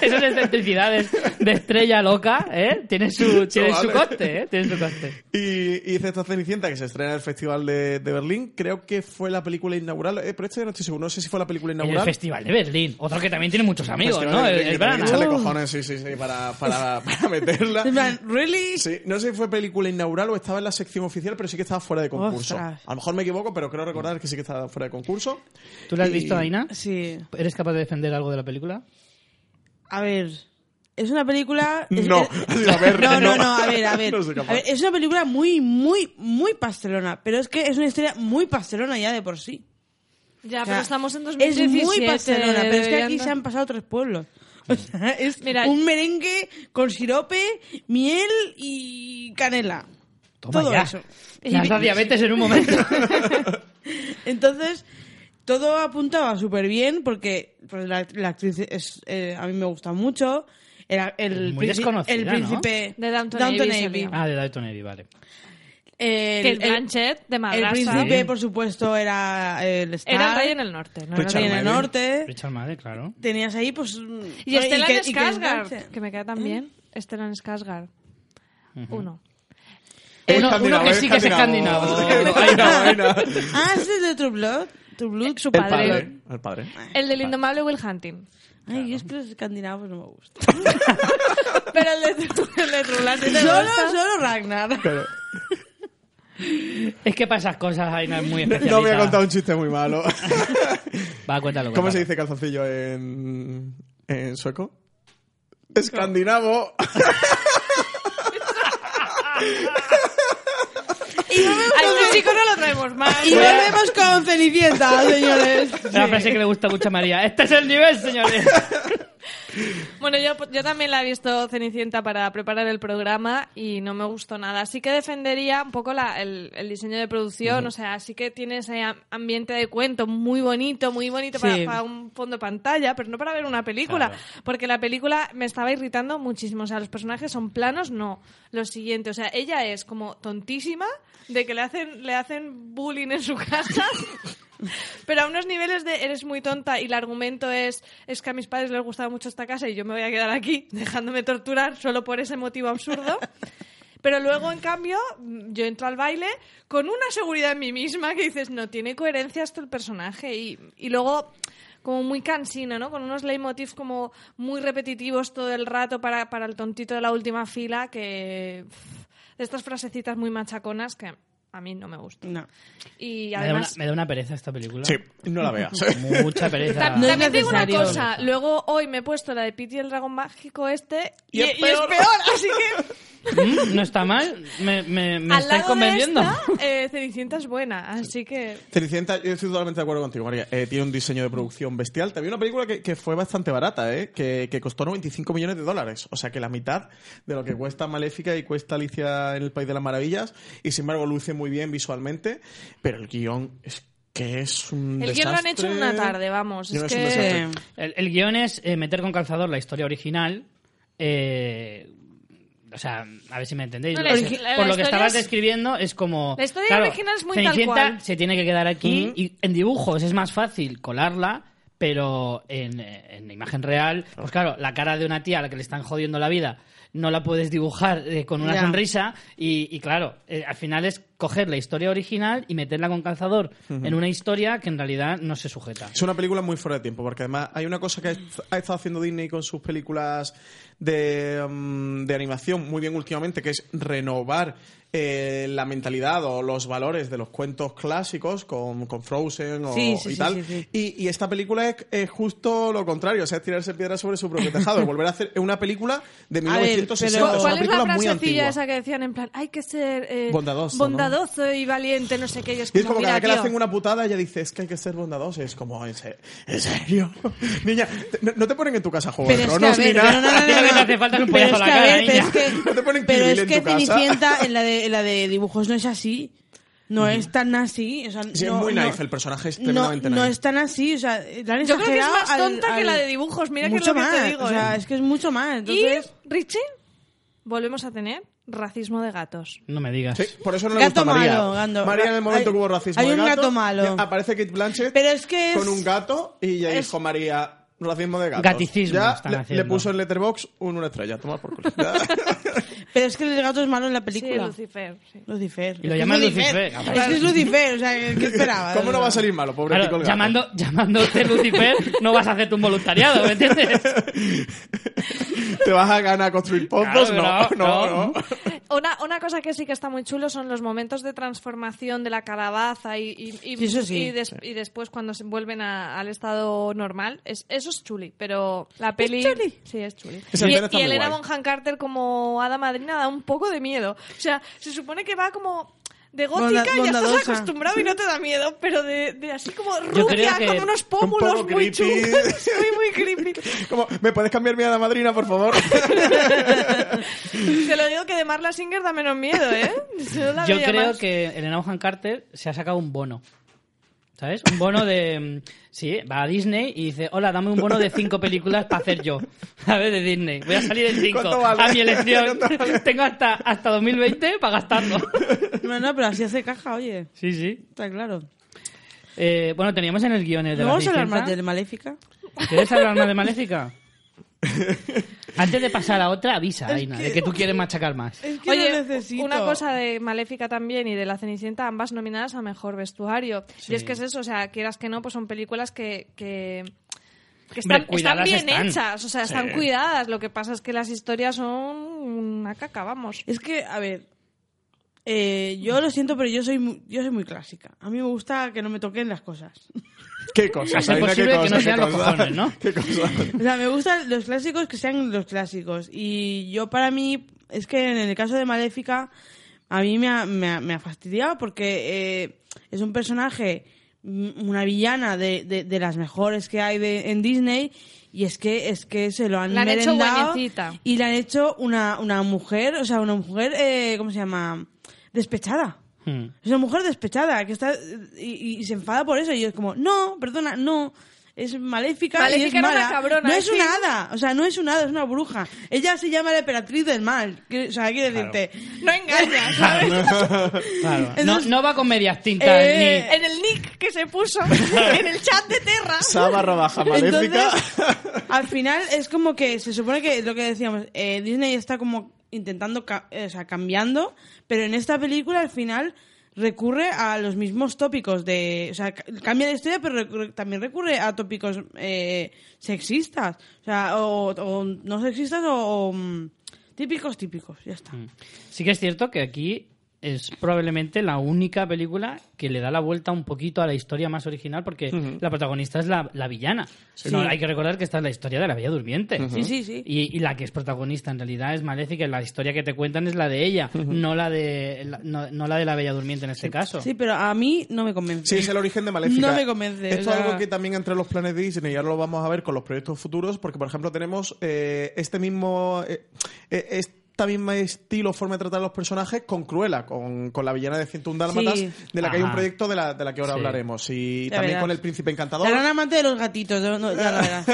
Speaker 1: esas excentricidades de estrella loca, ¿eh? Tienen su, tienen su
Speaker 4: Vale.
Speaker 1: coste, ¿eh? Tienen su coste.
Speaker 4: Y, y hice esta Cenicienta que se estrena en el Festival de, de Berlín. Creo que fue la película inaugural. Eh, pero esto ya no estoy seguro. No sé si fue la película
Speaker 1: En el
Speaker 4: inaugural.
Speaker 1: Festival de Berlín. Otro que también tiene muchos amigos, ¿no?
Speaker 4: Festival
Speaker 1: Uh.
Speaker 4: de
Speaker 1: El,
Speaker 4: Berlín,
Speaker 1: el
Speaker 4: que también
Speaker 1: Branagh.
Speaker 4: Échale cojones, sí, sí, sí, para, para, para meterla.
Speaker 3: En plan, ¿really?
Speaker 4: Sí, no sé si fue película inaugural o estaba en la sección oficial, pero sí que estaba fuera de concurso.
Speaker 3: Ostras.
Speaker 4: A lo mejor me equivoco, pero creo recordar que sí que estaba fuera de concurso.
Speaker 1: ¿Tú la has
Speaker 4: Y-
Speaker 1: visto, Aina?
Speaker 3: Sí.
Speaker 1: ¿Eres capaz de defender algo de la película?
Speaker 3: A ver, es una película... es-
Speaker 4: No,
Speaker 3: es-
Speaker 4: a ver,
Speaker 3: no, no,
Speaker 4: no.
Speaker 3: no, a ver, a ver.
Speaker 4: No soy capaz.
Speaker 3: A ver, es una película muy, muy, muy pastelona, pero es que es una historia muy pastelona ya de por sí.
Speaker 2: Ya,
Speaker 3: O sea,
Speaker 2: pero estamos en
Speaker 3: Es
Speaker 2: 2017.
Speaker 3: muy pastelona, pero es que aquí
Speaker 2: deberían-
Speaker 3: se han pasado tres pueblos. O sea, es
Speaker 2: Mira-
Speaker 3: un merengue con sirope, miel y canela.
Speaker 1: Toma
Speaker 3: Todo
Speaker 1: ya.
Speaker 3: eso.
Speaker 1: Me has dado diabetes en un momento.
Speaker 3: Entonces, todo apuntaba súper bien porque pues, la, la actriz es, eh, a mí me gusta mucho. El, el,
Speaker 1: Muy
Speaker 3: príncipe-
Speaker 1: desconocida,
Speaker 3: el
Speaker 1: ¿no?
Speaker 3: príncipe
Speaker 2: De Downton Abbey salía.
Speaker 1: ah, de Dalton Abbey, vale.
Speaker 3: El,
Speaker 2: Kate
Speaker 3: el-
Speaker 2: Blanchett, de
Speaker 3: el
Speaker 2: madrastra.
Speaker 3: príncipe, por supuesto, era el Stark.
Speaker 2: Era el rey en el norte, ¿no?
Speaker 3: el
Speaker 4: Richard
Speaker 3: rey en el
Speaker 4: Madden.
Speaker 3: norte.
Speaker 1: Richard Madre, claro.
Speaker 3: Tenías ahí, pues... mm,
Speaker 2: Y Stellan
Speaker 3: que- y que-
Speaker 2: Skarsgård, que me queda también. Stellan Skarsgård. Uno.
Speaker 1: Eh,
Speaker 4: Es
Speaker 1: no, uno que
Speaker 4: es
Speaker 1: sí que es escandinavo.
Speaker 4: Escandinavo, Aina.
Speaker 3: Ah, ese es de True Blood. True Blood, su
Speaker 4: El
Speaker 3: padre.
Speaker 4: padre. El padre.
Speaker 2: El del indomable Will Hunting.
Speaker 3: Ay, es que los escandinavos no me gustan.
Speaker 2: Pero el de, el de True Blood, ¿te
Speaker 3: Solo,
Speaker 2: gusta?
Speaker 3: solo Ragnar.
Speaker 4: Pero-
Speaker 1: Es que para esas cosas Aina es muy especialista.
Speaker 4: No voy a contar un chiste muy malo.
Speaker 1: Va, cuéntalo.
Speaker 4: ¿Cómo
Speaker 1: cuéntalo.
Speaker 4: se dice calzoncillo en, en sueco? Escandinavo.
Speaker 2: A este chico no lo traemos más.
Speaker 3: Y volvemos con Cenicienta, señores.
Speaker 1: Es una frase que le gusta mucho a María. Este es el nivel, señores.
Speaker 2: Bueno, yo, yo también la he visto Cenicienta para preparar el programa y no me gustó nada. Sí que defendería un poco la- el, el diseño de producción, o sea, sí que tiene ese am- ambiente de cuento muy bonito, muy bonito
Speaker 3: Sí.
Speaker 2: para, para un fondo de pantalla, pero no para ver una película, porque la película me estaba irritando muchísimo. O sea, los personajes son planos, no. Lo siguiente, o sea, ella es como tontísima de que le hacen, le hacen bullying en su casa. Pero a unos niveles de eres muy tonta y el argumento es es que a mis padres les gustaba mucho esta casa y yo me voy a quedar aquí dejándome torturar solo por ese motivo absurdo. Pero luego, en cambio, mm, yo entro al baile con una seguridad en mí misma que dices, no tiene coherencia esto el personaje. Y, y luego, como muy cansino, ¿no? Con unos leitmotivs como muy repetitivos todo el rato para, para el tontito de la última fila, que. pff, de estas frasecitas muy machaconas que a mí no me gustan.
Speaker 3: No.
Speaker 2: Y
Speaker 1: Me da, una,
Speaker 2: además.
Speaker 1: me da una pereza esta película.
Speaker 4: Sí, no la veas.
Speaker 1: Mucha pereza.
Speaker 2: Tam-
Speaker 3: No es
Speaker 2: también digo una
Speaker 3: necesario.
Speaker 2: cosa, luego hoy me he puesto la de Pity el dragón mágico este
Speaker 4: Y
Speaker 2: y,
Speaker 4: es
Speaker 2: y es
Speaker 4: peor.
Speaker 2: peor, así que
Speaker 1: Mm, No está mal, me, me, me
Speaker 2: Al
Speaker 1: estáis
Speaker 2: lado de
Speaker 1: convenciendo.
Speaker 2: esta, eh, Cenicienta es buena, así que...
Speaker 4: Cenicienta, yo estoy totalmente de acuerdo contigo, María. Eh, tiene un diseño de producción bestial. También una película que, que fue bastante barata, ¿eh? que, que costó 95 millones de dólares. O sea que la mitad de lo que cuesta Maléfica y cuesta Alicia en el País de las Maravillas. Y sin embargo, luce muy bien visualmente. Pero el guión es que es un
Speaker 2: El guión lo han hecho en una
Speaker 4: desastre.
Speaker 2: tarde, vamos.
Speaker 4: Yo
Speaker 2: Es
Speaker 4: no sé un desastre.
Speaker 2: que...
Speaker 3: Eh,
Speaker 1: El, el guión es eh, meter con calzador la historia original. eh, o sea, a ver si me entendéis.
Speaker 2: No,
Speaker 1: Lo
Speaker 2: la
Speaker 1: que-
Speaker 2: his- la-
Speaker 1: por
Speaker 2: la
Speaker 1: lo que
Speaker 2: historia
Speaker 1: estabas
Speaker 2: es-
Speaker 1: describiendo es como...
Speaker 2: La historia original es muy tal
Speaker 1: Cenicienta
Speaker 2: cual.
Speaker 1: se tiene que quedar aquí y en dibujos es más fácil colarla, pero en, eh, en imagen real, pues claro, la cara de una tía a la que le están jodiendo la vida no la puedes dibujar eh, con una
Speaker 3: Ya.
Speaker 1: sonrisa y, y claro, eh, al final es coger la historia original y meterla con calzador en una historia que en realidad no se sujeta.
Speaker 4: Es una película muy fuera de tiempo, porque además hay una cosa que ha est- ha estado haciendo Disney con sus películas de, mm, de animación muy bien últimamente, que es renovar eh, la mentalidad o los valores de los cuentos clásicos con, con Frozen o,
Speaker 3: Sí, sí,
Speaker 4: y
Speaker 3: sí,
Speaker 4: tal.
Speaker 3: sí, sí.
Speaker 4: Y, y esta película es, es justo lo contrario, o sea, es tirarse piedras sobre su propio tejado, es volver a hacer una película de
Speaker 3: ver,
Speaker 4: 1960,
Speaker 3: pero-
Speaker 4: es
Speaker 2: ¿Cuál
Speaker 4: una
Speaker 2: es la
Speaker 4: película muy
Speaker 2: frasecilla
Speaker 4: antigua.
Speaker 2: esa que decían en plan, hay que ser eh,
Speaker 4: Bondadoso,
Speaker 2: bondadoso y valiente, no sé qué? Y es
Speaker 4: Y
Speaker 2: como,
Speaker 4: es como
Speaker 2: mira,
Speaker 4: cada que le
Speaker 2: tío,
Speaker 4: hacen una putada, ella dice, es que hay que ser bondadoso. Y es como, ¿en se- en serio? Niña, te- no, no te ponen en tu casa a jugar
Speaker 3: Pero es que, a
Speaker 4: tronos ni
Speaker 3: ver,
Speaker 4: nada.
Speaker 3: no, no, no,
Speaker 1: Aquí lo que te hace
Speaker 3: no,
Speaker 1: falta es un
Speaker 3: no.
Speaker 1: puñetazo a
Speaker 3: Pero es
Speaker 1: la
Speaker 3: que, a
Speaker 1: cara,
Speaker 3: ver, pero
Speaker 1: niña.
Speaker 3: es que,
Speaker 4: No te ponen
Speaker 3: pero
Speaker 4: Kirbil
Speaker 3: es
Speaker 4: en
Speaker 3: que
Speaker 4: tu casa.
Speaker 3: Cenicienta en la, de, en la de dibujos no es así. No es tan así. O sea,
Speaker 4: Sí, es
Speaker 3: no-
Speaker 4: muy
Speaker 3: no-
Speaker 4: nice, el personaje es
Speaker 3: no-
Speaker 4: tremendamente
Speaker 3: no
Speaker 4: nice.
Speaker 3: es tan así. O sea, la han
Speaker 2: Yo creo que es
Speaker 3: exagerado
Speaker 2: más
Speaker 3: al-
Speaker 2: tonta que
Speaker 3: al-
Speaker 2: la de dibujos, mira que es
Speaker 3: mucho
Speaker 2: lo que
Speaker 3: más,
Speaker 2: te digo.
Speaker 3: O
Speaker 2: ¿eh?
Speaker 3: sea, es que es mucho más. Entonces,
Speaker 2: Y, Richie, volvemos a tener racismo de gatos.
Speaker 1: No me digas.
Speaker 4: Sí, por eso no le
Speaker 3: Gato
Speaker 4: gusta a María.
Speaker 3: malo, gando-
Speaker 4: María en el momento
Speaker 3: hay-
Speaker 4: que hubo racismo
Speaker 3: hay
Speaker 4: de
Speaker 3: un
Speaker 4: gato,
Speaker 3: gato malo.
Speaker 4: ya Aparece Kate Blanchett
Speaker 3: Pero es que es-
Speaker 4: con un gato y ya
Speaker 3: es-
Speaker 4: dijo María, racismo de gatos.
Speaker 1: Gaticismo
Speaker 4: Ya
Speaker 1: están
Speaker 4: le, le
Speaker 1: haciendo.
Speaker 4: puso en Letterbox un, una estrella, toma por culo. Ya.
Speaker 3: pero es que el gato es malo en la
Speaker 2: Sí,
Speaker 3: película.
Speaker 2: Lucifer. sí.
Speaker 3: Lucifer.
Speaker 1: Y lo
Speaker 3: Es
Speaker 1: llaman Lucifer.
Speaker 3: Es que es Lucifer, o sea, ¿qué esperaba?
Speaker 4: ¿Cómo no va a salir malo, pobre
Speaker 1: Claro,
Speaker 4: tico el gato?
Speaker 1: llamando, llamándote Lucifer, no vas a hacerte un voluntariado, ¿me entiendes?
Speaker 4: ¿Te vas a ganar a construir pozos?
Speaker 1: Claro,
Speaker 4: no, no,
Speaker 1: no.
Speaker 4: no.
Speaker 2: Una, una cosa que sí que está muy chulo son los momentos de transformación de la calabaza y, y, y-
Speaker 3: Sí, eso sí.
Speaker 2: y, des- y después cuando se vuelven a- al estado normal. Es, eso es chuli, pero la peli...
Speaker 3: chuli.
Speaker 2: Sí, es chuli.
Speaker 4: Esa
Speaker 2: y
Speaker 4: escena está
Speaker 2: y
Speaker 4: muy
Speaker 2: Elena
Speaker 4: guay.
Speaker 2: Bonham Carter como hada madrina da un poco de miedo. O sea, se supone que va como... De
Speaker 3: Bonda-
Speaker 2: gótica ya estás
Speaker 3: bondadosa.
Speaker 2: acostumbrado y no te da miedo, pero de, de así como
Speaker 1: Yo creo
Speaker 2: rubia,
Speaker 1: que-
Speaker 2: con unos
Speaker 4: Un poco
Speaker 2: pómulos muy
Speaker 4: creepy.
Speaker 2: chungos. Sí, muy creepy.
Speaker 4: Como, ¿me puedes cambiar mi hada madrina, por favor?
Speaker 2: Te lo digo que de Marla Singer da menos miedo, ¿eh? Yo, la
Speaker 1: Yo
Speaker 2: veía
Speaker 1: creo
Speaker 2: más.
Speaker 1: que Elena Ojan Carter se ha sacado un bono. ¿Sabes? Un bono de. mm, Sí, va a Disney y dice: Hola, dame un bono de cinco películas para hacer yo. A ver, de Disney. Voy a salir en cinco.
Speaker 4: ¿Cuánto vale?
Speaker 1: A mi elección.
Speaker 4: ¿Cuánto vale?
Speaker 1: Tengo hasta, hasta 2020 para gastarlo.
Speaker 3: No, no, pero así hace caja, oye.
Speaker 1: Sí, sí.
Speaker 3: Está claro.
Speaker 1: Eh, bueno, teníamos en el guion el de
Speaker 3: ¿No
Speaker 1: la
Speaker 3: vamos a hablar
Speaker 1: Cenicienta.
Speaker 3: más de Maléfica?
Speaker 1: ¿Quieres hablar más de Maléfica? Antes de pasar a otra, avisa, Aina, de que tú quieres machacar más.
Speaker 3: Es que
Speaker 2: Oye,
Speaker 3: lo necesito.
Speaker 2: una cosa de Maléfica también y de La Cenicienta, ambas nominadas a Mejor Vestuario. Y es que es eso, o sea, quieras que no, pues son películas que... que...
Speaker 1: Hombre,
Speaker 2: que están, están
Speaker 1: cuidadas
Speaker 2: bien
Speaker 1: están.
Speaker 2: hechas, o sea, están cuidadas. Lo que pasa es que las historias son una caca, vamos.
Speaker 3: Es que, a ver, eh, yo lo siento, pero yo soy, mu- yo soy muy clásica. A mí me gusta que no me toquen las cosas.
Speaker 4: ¿Qué cosas?
Speaker 1: Hace
Speaker 4: Aina,
Speaker 1: posible
Speaker 4: ¿qué
Speaker 1: que
Speaker 4: cosas?
Speaker 1: no
Speaker 4: ¿Qué
Speaker 1: sean los
Speaker 4: cosas?
Speaker 1: cojones, ¿no?
Speaker 4: ¿Qué cosas?
Speaker 3: O sea, me gustan los clásicos que sean los clásicos. Y yo para mí, es que en el caso de Maléfica, a mí me ha, me ha- me ha fastidiado porque eh, es un personaje, mm, una villana de, de- de las mejores que hay de- en Disney. Y es que, es que se lo han,
Speaker 2: La han hecho
Speaker 3: merendado
Speaker 2: guañecita.
Speaker 3: y la han hecho una, una mujer, o sea, una mujer, eh, ¿cómo se llama? Despechada.
Speaker 1: Hmm.
Speaker 3: Es una mujer despechada que está y, y se enfada por eso y yo es como, no, perdona, no. Es maléfica,
Speaker 2: Maléfica
Speaker 3: y es
Speaker 2: era una
Speaker 3: mala.
Speaker 2: cabrona,
Speaker 3: no
Speaker 2: ¿eh?
Speaker 3: es
Speaker 2: Sí.
Speaker 3: una hada, o sea, no es una hada, es una bruja. Ella se llama la emperatriz del mal. que- O sea, quiere decirte.
Speaker 2: No engañas, ¿sabes?
Speaker 1: Claro. No,
Speaker 3: Entonces-
Speaker 1: no va con medias tintas
Speaker 3: Eh,
Speaker 2: En el nick que se puso, en el chat de Terra.
Speaker 4: Sa barra baja maléfica.
Speaker 3: Entonces, al final es como que se supone que lo que decíamos, eh, Disney está como intentando, ca- eh, o sea, cambiando, pero en esta película al final recurre a los mismos tópicos de, o sea, ca- cambia la historia, pero recurre- también recurre a tópicos eh, sexistas, o sea, o, o no sexistas o, o, mm, típicos típicos, ya está.
Speaker 1: ni. Sí que es cierto que aquí es probablemente la única película que le da la vuelta un poquito a la historia más original porque la protagonista es la, la villana. No, hay que recordar que esta es la historia de la Bella Durmiente.
Speaker 3: Sí, sí, sí.
Speaker 1: Y, y la que es protagonista en realidad es Maléfica y la historia que te cuentan es la de ella, no, la de, la- no, no la de la Bella Durmiente en este caso.
Speaker 3: Sí, pero a mí no me convence.
Speaker 4: Sí, es el origen de Maléfica.
Speaker 3: No me convence,
Speaker 4: Esto
Speaker 3: o
Speaker 4: es
Speaker 3: sea-
Speaker 4: algo que también entre los planes de Disney, y ahora lo vamos a ver con los proyectos futuros, porque por ejemplo tenemos eh, este mismo... eh, eh, esta misma estilo, forma de tratar a los personajes con Cruella, con, con la villana de 101 Dálmatas,
Speaker 3: Sí.
Speaker 4: de la que hay un
Speaker 1: Ajá.
Speaker 4: proyecto de la, de la que ahora
Speaker 1: Sí.
Speaker 4: hablaremos. Y
Speaker 3: Ya
Speaker 4: también
Speaker 3: verás.
Speaker 4: con el príncipe encantador.
Speaker 3: La gran amante de los gatitos, no- no, ya la verás.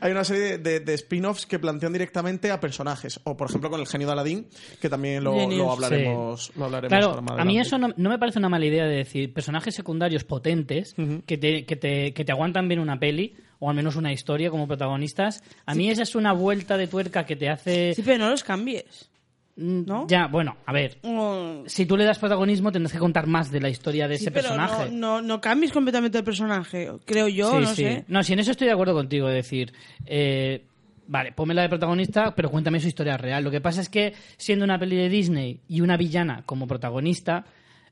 Speaker 4: Hay una serie de, de- de spin-offs que plantean directamente a personajes. O, por ejemplo, con el genio de Aladdin, que también lo,
Speaker 3: Genios.
Speaker 4: lo hablaremos. Lo hablaremos ahora
Speaker 1: Claro,
Speaker 4: más
Speaker 1: a mí
Speaker 4: adelante.
Speaker 1: eso no, no me parece una mala idea de decir personajes secundarios potentes que, te, que, te, que te aguantan bien una peli o al menos una historia como protagonistas. A mí esa es una vuelta de tuerca que te hace...
Speaker 3: Sí, pero no los cambies.
Speaker 1: Mm,
Speaker 3: ¿no?
Speaker 1: Ya, bueno, a ver.
Speaker 3: Mm,
Speaker 1: Si tú le das protagonismo tendrás que contar más de la historia de
Speaker 3: sí,
Speaker 1: ese
Speaker 3: pero
Speaker 1: personaje.
Speaker 3: No, no, no cambies completamente el personaje, creo yo,
Speaker 1: sí,
Speaker 3: no
Speaker 1: sí.
Speaker 3: sé.
Speaker 1: No, si en eso estoy de acuerdo contigo, es decir, eh, vale, ponme la de protagonista, pero cuéntame su historia real. Lo que pasa es que siendo una peli de Disney y una villana como protagonista,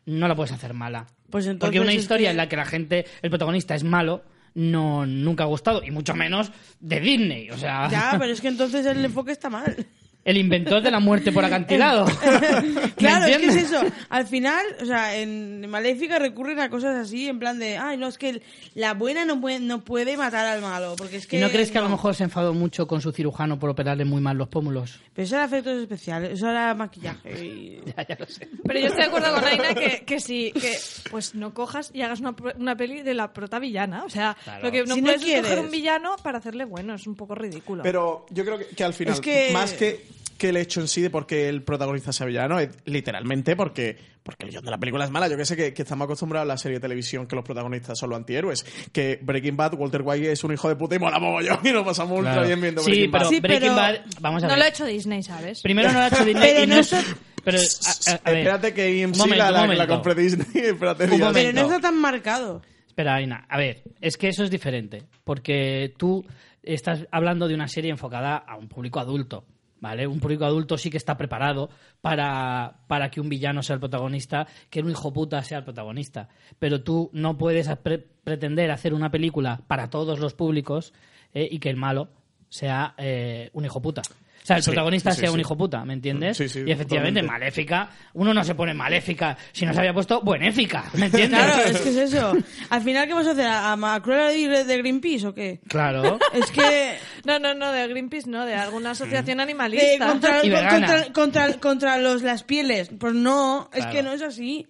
Speaker 1: no la puedes hacer mala.
Speaker 3: Pues entonces
Speaker 1: Porque una
Speaker 3: es
Speaker 1: historia
Speaker 3: que-
Speaker 1: en la que la gente, el protagonista es malo, no nunca ha gustado, y mucho menos de Disney. O sea,
Speaker 3: Ya, pero es que entonces el enfoque está mal.
Speaker 1: el inventor de la muerte por acantilado. ¿Me
Speaker 3: Claro, es que es
Speaker 1: entiendes?
Speaker 3: eso. Al final, o sea, en Maléfica recurren a cosas así, en plan de, ay, no, es que el- la buena no puede, no puede matar al malo, porque es que...
Speaker 1: ¿Y no crees que a lo mejor se enfadó mucho con su cirujano por operarle muy mal los pómulos?
Speaker 3: Pero eso era efectos especiales, eso era maquillaje. y-
Speaker 1: Ya, ya lo sé.
Speaker 2: Pero yo estoy de acuerdo con Aina que, que sí, que pues no cojas y hagas una, pro- una peli de la prota villana. O sea,
Speaker 1: Claro.
Speaker 2: lo que no
Speaker 3: Si no
Speaker 2: puedes es coger
Speaker 3: quieres.
Speaker 2: un villano para hacerle bueno, es un poco ridículo.
Speaker 4: Pero yo creo que, que al final,
Speaker 3: Es que-
Speaker 4: más que, que el hecho en sí de por qué el protagonista sea villano, es literalmente porque, porque el guión de la película es mala. Yo que sé que, que estamos acostumbrados a la serie de televisión que los protagonistas son los antihéroes. Que Breaking Bad, Walter White es un hijo de puta y mola mogollón y nos pasamos ultra
Speaker 1: Claro.
Speaker 4: bien viendo
Speaker 1: sí,
Speaker 4: Breaking
Speaker 1: pero
Speaker 4: Bad.
Speaker 3: Sí,
Speaker 1: Breaking
Speaker 3: pero-
Speaker 1: Bad, vamos a
Speaker 2: no
Speaker 1: ver.
Speaker 2: lo ha hecho Disney, ¿sabes?
Speaker 1: Primero no lo ha hecho Disney
Speaker 3: Pero
Speaker 1: y
Speaker 3: no
Speaker 1: no-
Speaker 3: está-
Speaker 1: Pero, a- a- a ver.
Speaker 4: Espérate que
Speaker 1: Un
Speaker 4: EMC
Speaker 1: momento,
Speaker 4: la,
Speaker 1: un
Speaker 4: la, la
Speaker 1: momento.
Speaker 4: compre Disney. Espérate,
Speaker 1: Un
Speaker 4: ya.
Speaker 1: momento.
Speaker 3: Pero no está tan marcado.
Speaker 1: Espera, Aina, a ver, es que eso es diferente, porque tú estás hablando de una serie enfocada a un público adulto, ¿vale? Un público adulto sí que está preparado para, para que un villano sea el protagonista, que un hijo puta sea el protagonista, pero tú no puedes pre- pretender hacer una película para todos los públicos eh, y que el malo sea eh, un hijo puta. O sea, el
Speaker 4: Sí,
Speaker 1: protagonista
Speaker 4: sí,
Speaker 1: sea un
Speaker 4: sí.
Speaker 1: hijo puta, ¿me entiendes?
Speaker 4: Sí, sí,
Speaker 1: y efectivamente,
Speaker 4: totalmente.
Speaker 1: maléfica, uno no se pone maléfica si no se había puesto buenéfica, ¿me entiendes?
Speaker 3: Claro, es que es eso. Al final, ¿qué vas a hacer? ¿A, a Cruella de, de Greenpeace o qué?
Speaker 1: Claro.
Speaker 3: Es que...
Speaker 2: No, no, no, de Greenpeace no, de alguna
Speaker 1: Mm.
Speaker 2: asociación
Speaker 3: de-
Speaker 2: animalista.
Speaker 3: contra,
Speaker 1: Y
Speaker 3: con-
Speaker 1: vegana.
Speaker 3: contra, contra- contra los, las pieles. Pues no, es
Speaker 1: Claro.
Speaker 3: que no es así.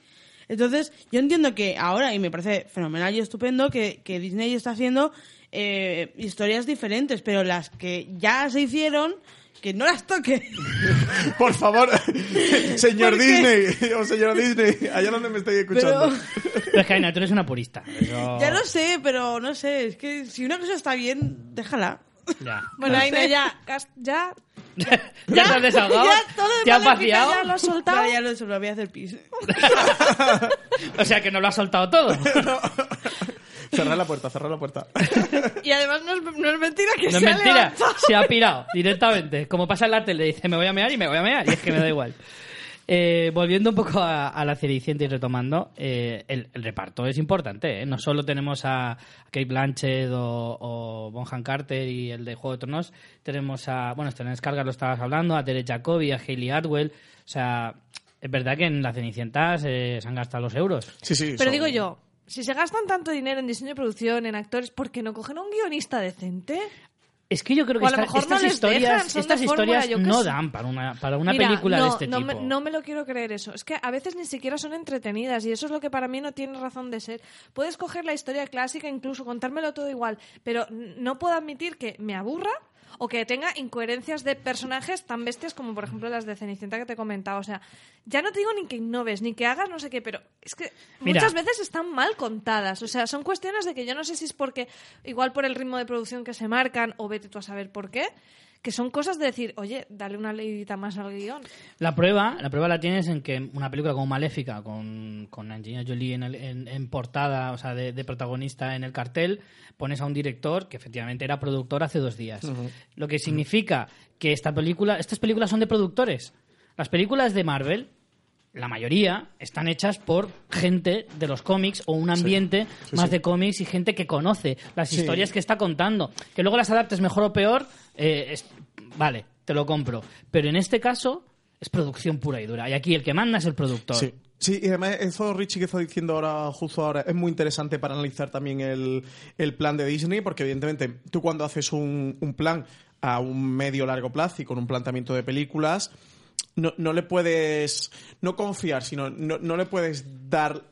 Speaker 3: Entonces, yo entiendo que ahora, y me parece fenomenal y estupendo, que, que Disney está haciendo eh, historias diferentes, pero las que ya se hicieron, que no las toque.
Speaker 4: Por favor, señor
Speaker 3: ¿Por qué?
Speaker 4: Disney o señora Disney, allá donde me estáis escuchando.
Speaker 3: Pero-
Speaker 1: Pero es que Aina, tú eres una purista. Eso-
Speaker 3: Ya lo sé, pero no sé, es que si una cosa está bien, déjala.
Speaker 1: Ya.
Speaker 2: Bueno, Aina, ya, cas- ya,
Speaker 1: ya te has desahogado.
Speaker 3: ya, todo de
Speaker 1: te has
Speaker 3: Maléfica
Speaker 1: vaciado.
Speaker 2: ya lo has soltado.
Speaker 3: Vale, ya lo, se lo voy a hacer pis.
Speaker 1: O sea que no lo has soltado todo.
Speaker 4: Cerrar la puerta, cerrar la puerta.
Speaker 2: Y además no es, no es mentira que
Speaker 1: No es
Speaker 2: se ha
Speaker 1: mentira.
Speaker 2: levantado.
Speaker 1: Se ha pirado directamente. Como pasa en la tele, dice me voy a mear y me voy a mear. Y es que me da igual. Eh, volviendo un poco a, a la Cenicienta y retomando, eh, el, el reparto es importante. ¿eh? No solo tenemos a Kate Blanchett o, o Bonham Carter y el de Juego de Tronos, tenemos a, bueno, Stellan Skarsgård lo estabas hablando, a Tere Jacobi, a Hayley Atwell. O sea, es verdad que en la Cenicienta se, se han gastado los euros.
Speaker 4: Sí, sí.
Speaker 2: Pero
Speaker 4: son-
Speaker 2: digo yo, si se gastan tanto dinero en diseño y producción, en actores, ¿por qué no cogen a un guionista decente?
Speaker 1: Es que yo creo que
Speaker 2: O a lo
Speaker 1: esta-
Speaker 2: mejor no
Speaker 1: estas
Speaker 2: les
Speaker 1: historias,
Speaker 2: dejan, son de
Speaker 1: estas
Speaker 2: fórmula,
Speaker 1: historias
Speaker 2: yo qué
Speaker 1: no
Speaker 2: sé.
Speaker 1: dan para una, para una
Speaker 2: Mira,
Speaker 1: película
Speaker 2: no,
Speaker 1: de este
Speaker 2: no
Speaker 1: tipo.
Speaker 2: Me, no me lo quiero creer eso. Es que a veces ni siquiera son entretenidas y eso es lo que para mí no tiene razón de ser. Puedes coger la historia clásica, incluso contármelo todo igual, pero n- no puedo admitir que me aburra o que tenga incoherencias de personajes tan bestias como por ejemplo las de Cenicienta que te he comentado. O sea, ya no te digo ni que innoves, ni que hagas no sé qué, pero es que
Speaker 1: Mira.
Speaker 2: muchas veces están mal contadas. O sea, son cuestiones de que yo no sé si es porque, igual por el ritmo de producción que se marcan o vete tú a saber por qué. Que son cosas de decir, oye, dale una leidita más al guión.
Speaker 1: La prueba, la prueba la tienes en que una película como Maléfica, con, con Angelina Jolie en, el- en- en portada, o sea, de, de protagonista en el cartel, pones a un director que efectivamente era productor hace dos días. Lo que significa que esta película, estas películas son de productores. Las películas de Marvel la mayoría están hechas por gente de los cómics o un ambiente
Speaker 4: sí,
Speaker 1: más
Speaker 4: sí.
Speaker 1: de cómics y gente que conoce las
Speaker 4: Sí.
Speaker 1: historias que está contando. Que luego las adaptes mejor o peor, eh, es- vale, te lo compro. Pero en este caso es producción pura y dura. Y aquí el que manda es el productor.
Speaker 4: Sí. Sí, y además eso Richie que está diciendo ahora, justo ahora, es muy interesante para analizar también el, el plan de Disney, porque evidentemente tú cuando haces un, un plan a un medio largo plazo y con un planteamiento de películas, no, no le puedes, no confiar, sino no, no le puedes dar...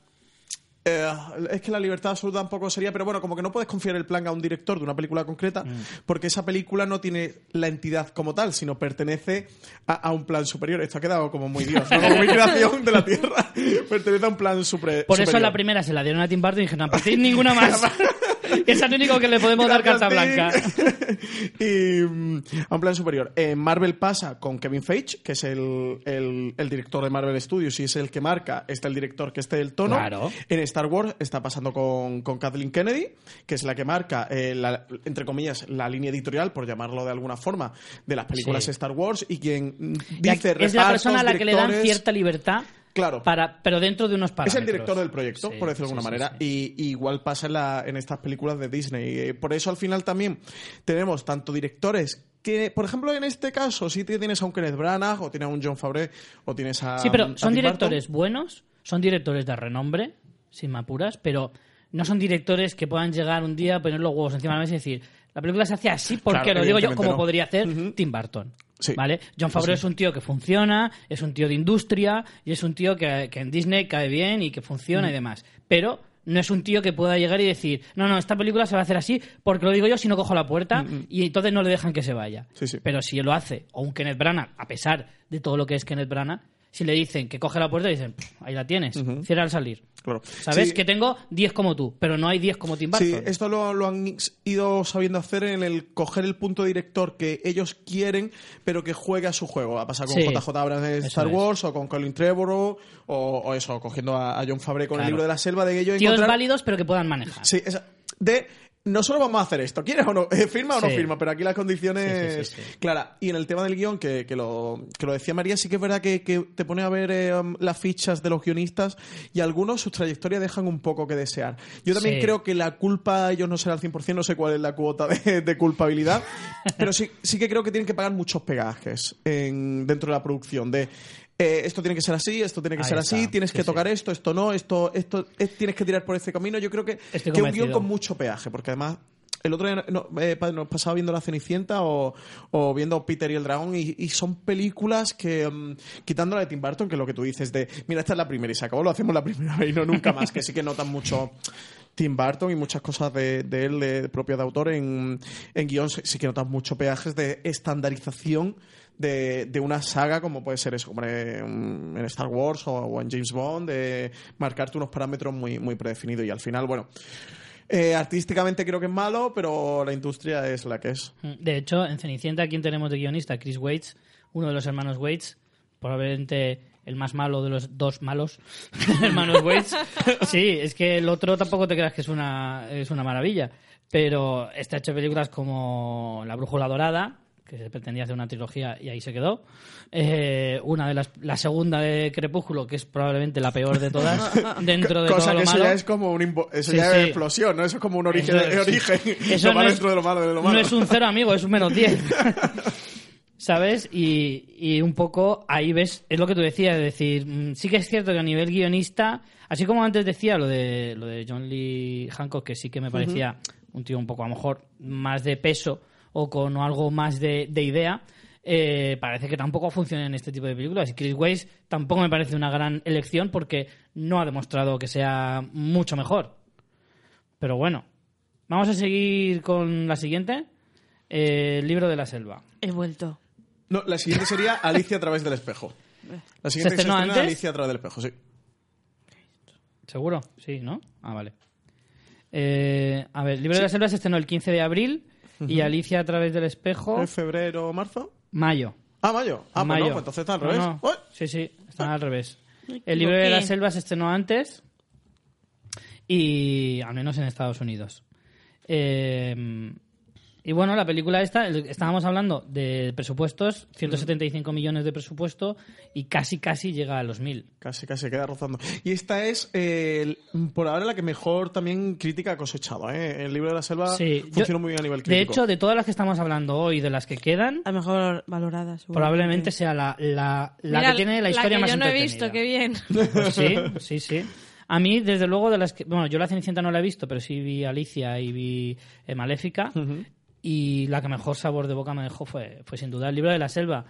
Speaker 4: eh, es que la libertad absoluta tampoco sería, pero bueno, como que no puedes confiar el plan a un director de una película concreta,
Speaker 1: Mm.
Speaker 4: porque esa película no tiene la entidad como tal, sino pertenece a, a un plan superior. Esto ha quedado como muy Dios, ¿no? como muy creación de la Tierra. Pertenece a un plan supre-
Speaker 1: Por eso
Speaker 4: superior.
Speaker 1: la primera se la dieron a Tim Burton y dijeron, a partir ninguna más. Que es el único que le podemos dar carta blanca.
Speaker 4: Gracias, Dick. y mm, a un plan superior. En Marvel pasa con Kevin Feige, que es el, el- el director de Marvel Studios y es el que marca, está el director que esté el tono.
Speaker 1: Claro.
Speaker 4: En Star Wars está pasando con, con Kathleen Kennedy, que es la que marca, eh, la- entre comillas, la línea editorial, por llamarlo de alguna forma, de las películas
Speaker 1: Sí.
Speaker 4: Star Wars y quien mm,
Speaker 1: Ya
Speaker 4: dice
Speaker 1: es la persona a la que le dan
Speaker 4: repartos, directores.
Speaker 1: cierta libertad,
Speaker 4: Claro.
Speaker 1: para, pero dentro de unos
Speaker 4: Es
Speaker 1: parámetros.
Speaker 4: el director del proyecto,
Speaker 1: Sí,
Speaker 4: por decirlo
Speaker 1: sí,
Speaker 4: de alguna
Speaker 1: sí,
Speaker 4: manera.
Speaker 1: sí.
Speaker 4: Y, y igual pasa en, la- en estas películas de Disney. Eh, Por eso al final también tenemos tanto directores que, por ejemplo, en este caso, sí te tienes a un Kenneth Branagh, o tienes a un John Favreau, o tienes a.
Speaker 1: Sí,
Speaker 4: a
Speaker 1: pero son
Speaker 4: Tim Burton.
Speaker 1: directores buenos, son directores de renombre, sin me apuras, pero no son directores que puedan llegar un día, poner los huevos encima de la mesa y decir, la película se hace así porque
Speaker 4: Claro,
Speaker 1: lo digo yo,
Speaker 4: evidentemente
Speaker 1: como
Speaker 4: no.
Speaker 1: podría hacer
Speaker 4: Ujú.
Speaker 1: Tim Burton.
Speaker 4: Sí.
Speaker 1: ¿Vale? John Favreau es un tío que funciona, es un tío de industria y es un tío que, que en Disney cae bien y que funciona y demás. Pero no es un tío que pueda llegar y decir, no, no, esta película se va a hacer así porque lo digo yo si no cojo la puerta y entonces no le dejan que se vaya.
Speaker 4: Sí, sí.
Speaker 1: Pero si lo hace, o un Kenneth Branagh, a pesar de todo lo que es Kenneth Branagh, si le dicen que coge la puerta, dicen, "Pff, ahí la tienes, cierra al salir.
Speaker 4: Claro.
Speaker 1: ¿Sabes?
Speaker 4: Sí.
Speaker 1: Que tengo 10 como tú, pero no hay 10 como Tim Burton.
Speaker 4: Sí, esto lo, lo han ido sabiendo hacer en el coger el punto director que ellos quieren, pero que juegue a su juego. Ha pasado con
Speaker 1: Sí.
Speaker 4: JJ Abrams de
Speaker 1: Eso
Speaker 4: Star
Speaker 1: es.
Speaker 4: Wars o con Colin Trevorrow o, o eso, cogiendo a, a John Favreau con
Speaker 1: Claro.
Speaker 4: el libro de la selva de ellos.
Speaker 1: Tíos
Speaker 4: encontrar...
Speaker 1: válidos, pero que puedan manejar.
Speaker 4: Sí, esa- de nosotros vamos a hacer esto, ¿quieres o no? Eh, firma o no
Speaker 1: Sí.
Speaker 4: firma, pero aquí las condiciones.
Speaker 1: Sí, sí, sí, sí.
Speaker 4: Clara, y en el tema del guión, que, que lo, que lo decía María, sí que es verdad que, que te pone a ver eh, um, las fichas de los guionistas y algunos sus trayectorias dejan un poco que desear. Yo también
Speaker 1: Sí.
Speaker 4: creo que la culpa, ellos no será al 100%, no sé cuál es la cuota de, de culpabilidad, pero sí, sí que creo que tienen que pagar muchos pegajes en, dentro de la producción. De eh, esto tiene que ser así, esto tiene que
Speaker 1: Ahí
Speaker 4: ser así,
Speaker 1: está.
Speaker 4: tienes
Speaker 1: Sí,
Speaker 4: que
Speaker 1: sí.
Speaker 4: tocar esto, esto no, esto, esto es- tienes que tirar por este camino. Yo creo que,
Speaker 1: Estoy
Speaker 4: que un guión
Speaker 1: convencido.
Speaker 4: con mucho peaje, porque además el otro día no- eh, pa- nos pasaba viendo La Cenicienta o, o viendo Peter y el Dragón y, y son películas que, mm, quitando la de Tim Burton, que es lo que tú dices de, mira, esta es la primera y se acabó, lo hacemos la primera vez y no nunca más, que sí que notan mucho Tim Burton y muchas cosas de, de él, de, propias de autor, en, en guión sí sí que notas mucho peajes de estandarización de, de una saga como puede ser eso, hombre, mm, en Star Wars o, o en James Bond, de marcarte unos parámetros muy, muy predefinidos y al final, bueno, eh, artísticamente creo que es malo, pero la industria es la que es.
Speaker 1: Mm, De hecho, en Cenicienta, ¿quién tenemos de guionista? Chris Waits, uno de los hermanos Waits, probablemente el más malo de los dos malos hermanos Waits. Sí, es que el otro tampoco te creas que es una, es una maravilla. Pero está hecho películas como La Brújula Dorada, que se pretendía hacer una trilogía y ahí se quedó. Eh, una de las, la segunda de Crepúsculo, que es probablemente la peor de todas, dentro de todo
Speaker 4: Cosa que
Speaker 1: lo
Speaker 4: eso
Speaker 1: malo.
Speaker 4: ya es como un imbo- eso
Speaker 1: Sí,
Speaker 4: ya
Speaker 1: sí.
Speaker 4: es explosión, ¿no? Eso es como un origen,
Speaker 1: Entonces,
Speaker 4: eh,
Speaker 1: sí.
Speaker 4: origen.
Speaker 1: Eso
Speaker 4: Lo malo
Speaker 1: no es-
Speaker 4: dentro de lo malo, de lo malo.
Speaker 1: No es un cero, amigo, es un menos 10. ¿Sabes? Y, y un poco ahí ves, es lo que tú decías, es decir, mm, sí que es cierto que a nivel guionista, así como antes decía lo de, lo de John Lee Hancock, que sí que me parecía un tío un poco a lo mejor más de peso o con algo más de, de idea, eh, parece que tampoco funciona en este tipo de películas. Y Chris Weiss tampoco me parece una gran elección porque no ha demostrado que sea mucho mejor. Pero bueno, vamos a seguir con la siguiente. Eh, el libro de la selva.
Speaker 3: He vuelto.
Speaker 4: No, la siguiente sería Alicia a través del espejo. La siguiente que se
Speaker 1: estrenó
Speaker 4: estrena
Speaker 1: antes?
Speaker 4: Alicia a través del espejo, sí.
Speaker 1: ¿Seguro? Sí, ¿no? Ah, vale. Eh, a ver, Libro de la Selva se estrenó el 15 de abril y Alicia a través del espejo,
Speaker 4: ¿En febrero o marzo?
Speaker 1: mayo.
Speaker 4: Ah, mayo. Ah,
Speaker 1: ¿Oh? mayo.
Speaker 4: bueno, pues entonces está al
Speaker 1: No,
Speaker 4: revés.
Speaker 1: no.
Speaker 4: ¡Uy!
Speaker 1: Sí, sí, está al revés.
Speaker 3: Me
Speaker 1: El Libro de la
Speaker 3: equivoqué.
Speaker 1: Selva se estrenó antes y al menos en Estados Unidos. Eh, Y bueno, la película esta, el- estábamos hablando de presupuestos,
Speaker 4: Mm.
Speaker 1: 175 millones de presupuesto y casi, casi llega a los 1000.
Speaker 4: Casi, casi queda rozando. Y esta es, eh, el- por ahora, la que mejor también crítica ha cosechado. ¿eh? El libro de la selva
Speaker 1: Sí, yo-
Speaker 4: funcionó muy bien a nivel
Speaker 1: De
Speaker 4: crítico.
Speaker 1: hecho, de todas las que estamos hablando hoy, de las que quedan,
Speaker 2: Ah,
Speaker 3: A lo mejor valorada, seguro.
Speaker 1: probablemente sea la, la, la
Speaker 2: Mira,
Speaker 1: que tiene la historia
Speaker 2: que
Speaker 1: más
Speaker 2: yo no he
Speaker 1: entretenida.
Speaker 2: visto, qué bien.
Speaker 1: Pues sí, sí, sí. A mí, desde luego, de las que. Bueno, yo la Cenicienta no la he visto, pero sí vi Alicia y vi eh, Maléfica. Y la que mejor sabor de boca me dejó fue, fue sin duda el libro de la selva.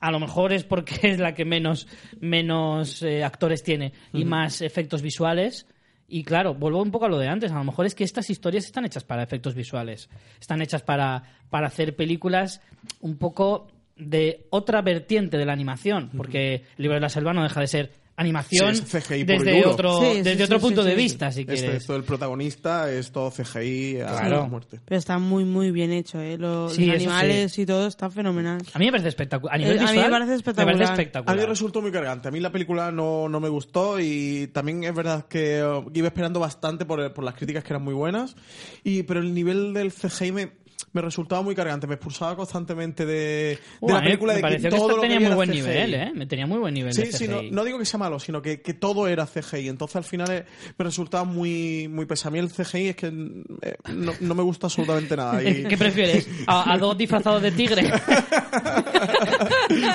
Speaker 1: A lo mejor es porque es la que menos, menos eh, actores tiene y más efectos visuales. Y claro, vuelvo un poco a lo de antes. A lo mejor es que estas historias están hechas para efectos visuales. Están hechas para, para hacer películas un poco de otra vertiente de la animación. Porque el libro de la selva no deja de ser animación
Speaker 4: Sí, es CGI puro y
Speaker 1: desde
Speaker 4: duro.
Speaker 1: otro,
Speaker 3: Sí, sí,
Speaker 1: desde
Speaker 3: sí,
Speaker 1: otro
Speaker 3: sí,
Speaker 1: punto
Speaker 3: sí,
Speaker 1: de
Speaker 3: sí.
Speaker 1: vista, si
Speaker 4: Este,
Speaker 1: quieres.
Speaker 4: todo el protagonista es todo CGI a
Speaker 1: Claro.
Speaker 4: la muerte.
Speaker 3: Pero está muy, muy bien hecho, ¿eh? Lo-
Speaker 1: Sí,
Speaker 3: los
Speaker 1: eso
Speaker 3: animales y todo está fenomenal.
Speaker 1: A mí me parece espectacular. A nivel
Speaker 3: Eh, a mí me
Speaker 1: visual,
Speaker 3: parece espectacular.
Speaker 1: parece
Speaker 4: A
Speaker 1: espectacular.
Speaker 4: mí resultó muy cargante. A mí la película no, no me gustó y también es verdad que eh, iba esperando bastante por, por las críticas que eran muy buenas. Y, pero el nivel del CGI me, me resultaba muy cargante. Me expulsaba constantemente de, de
Speaker 1: Uah,
Speaker 4: la película.
Speaker 1: ¿eh? me
Speaker 4: de
Speaker 1: pareció que
Speaker 4: todo
Speaker 1: esto
Speaker 4: lo
Speaker 1: tenía
Speaker 4: había
Speaker 1: muy
Speaker 4: era
Speaker 1: buen
Speaker 4: CGI.
Speaker 1: nivel, ¿eh? Me tenía muy buen nivel
Speaker 4: Sí,
Speaker 1: de
Speaker 4: sí, no,
Speaker 1: CGI.
Speaker 4: no digo que sea malo, sino que, que todo era CGI. Entonces al final eh, me resultaba muy, muy pesado. A mí el CGI es que mm, eh, no, no me gusta absolutamente nada. Y-
Speaker 1: ¿Qué prefieres? ¿A, a dos disfrazados de tigre?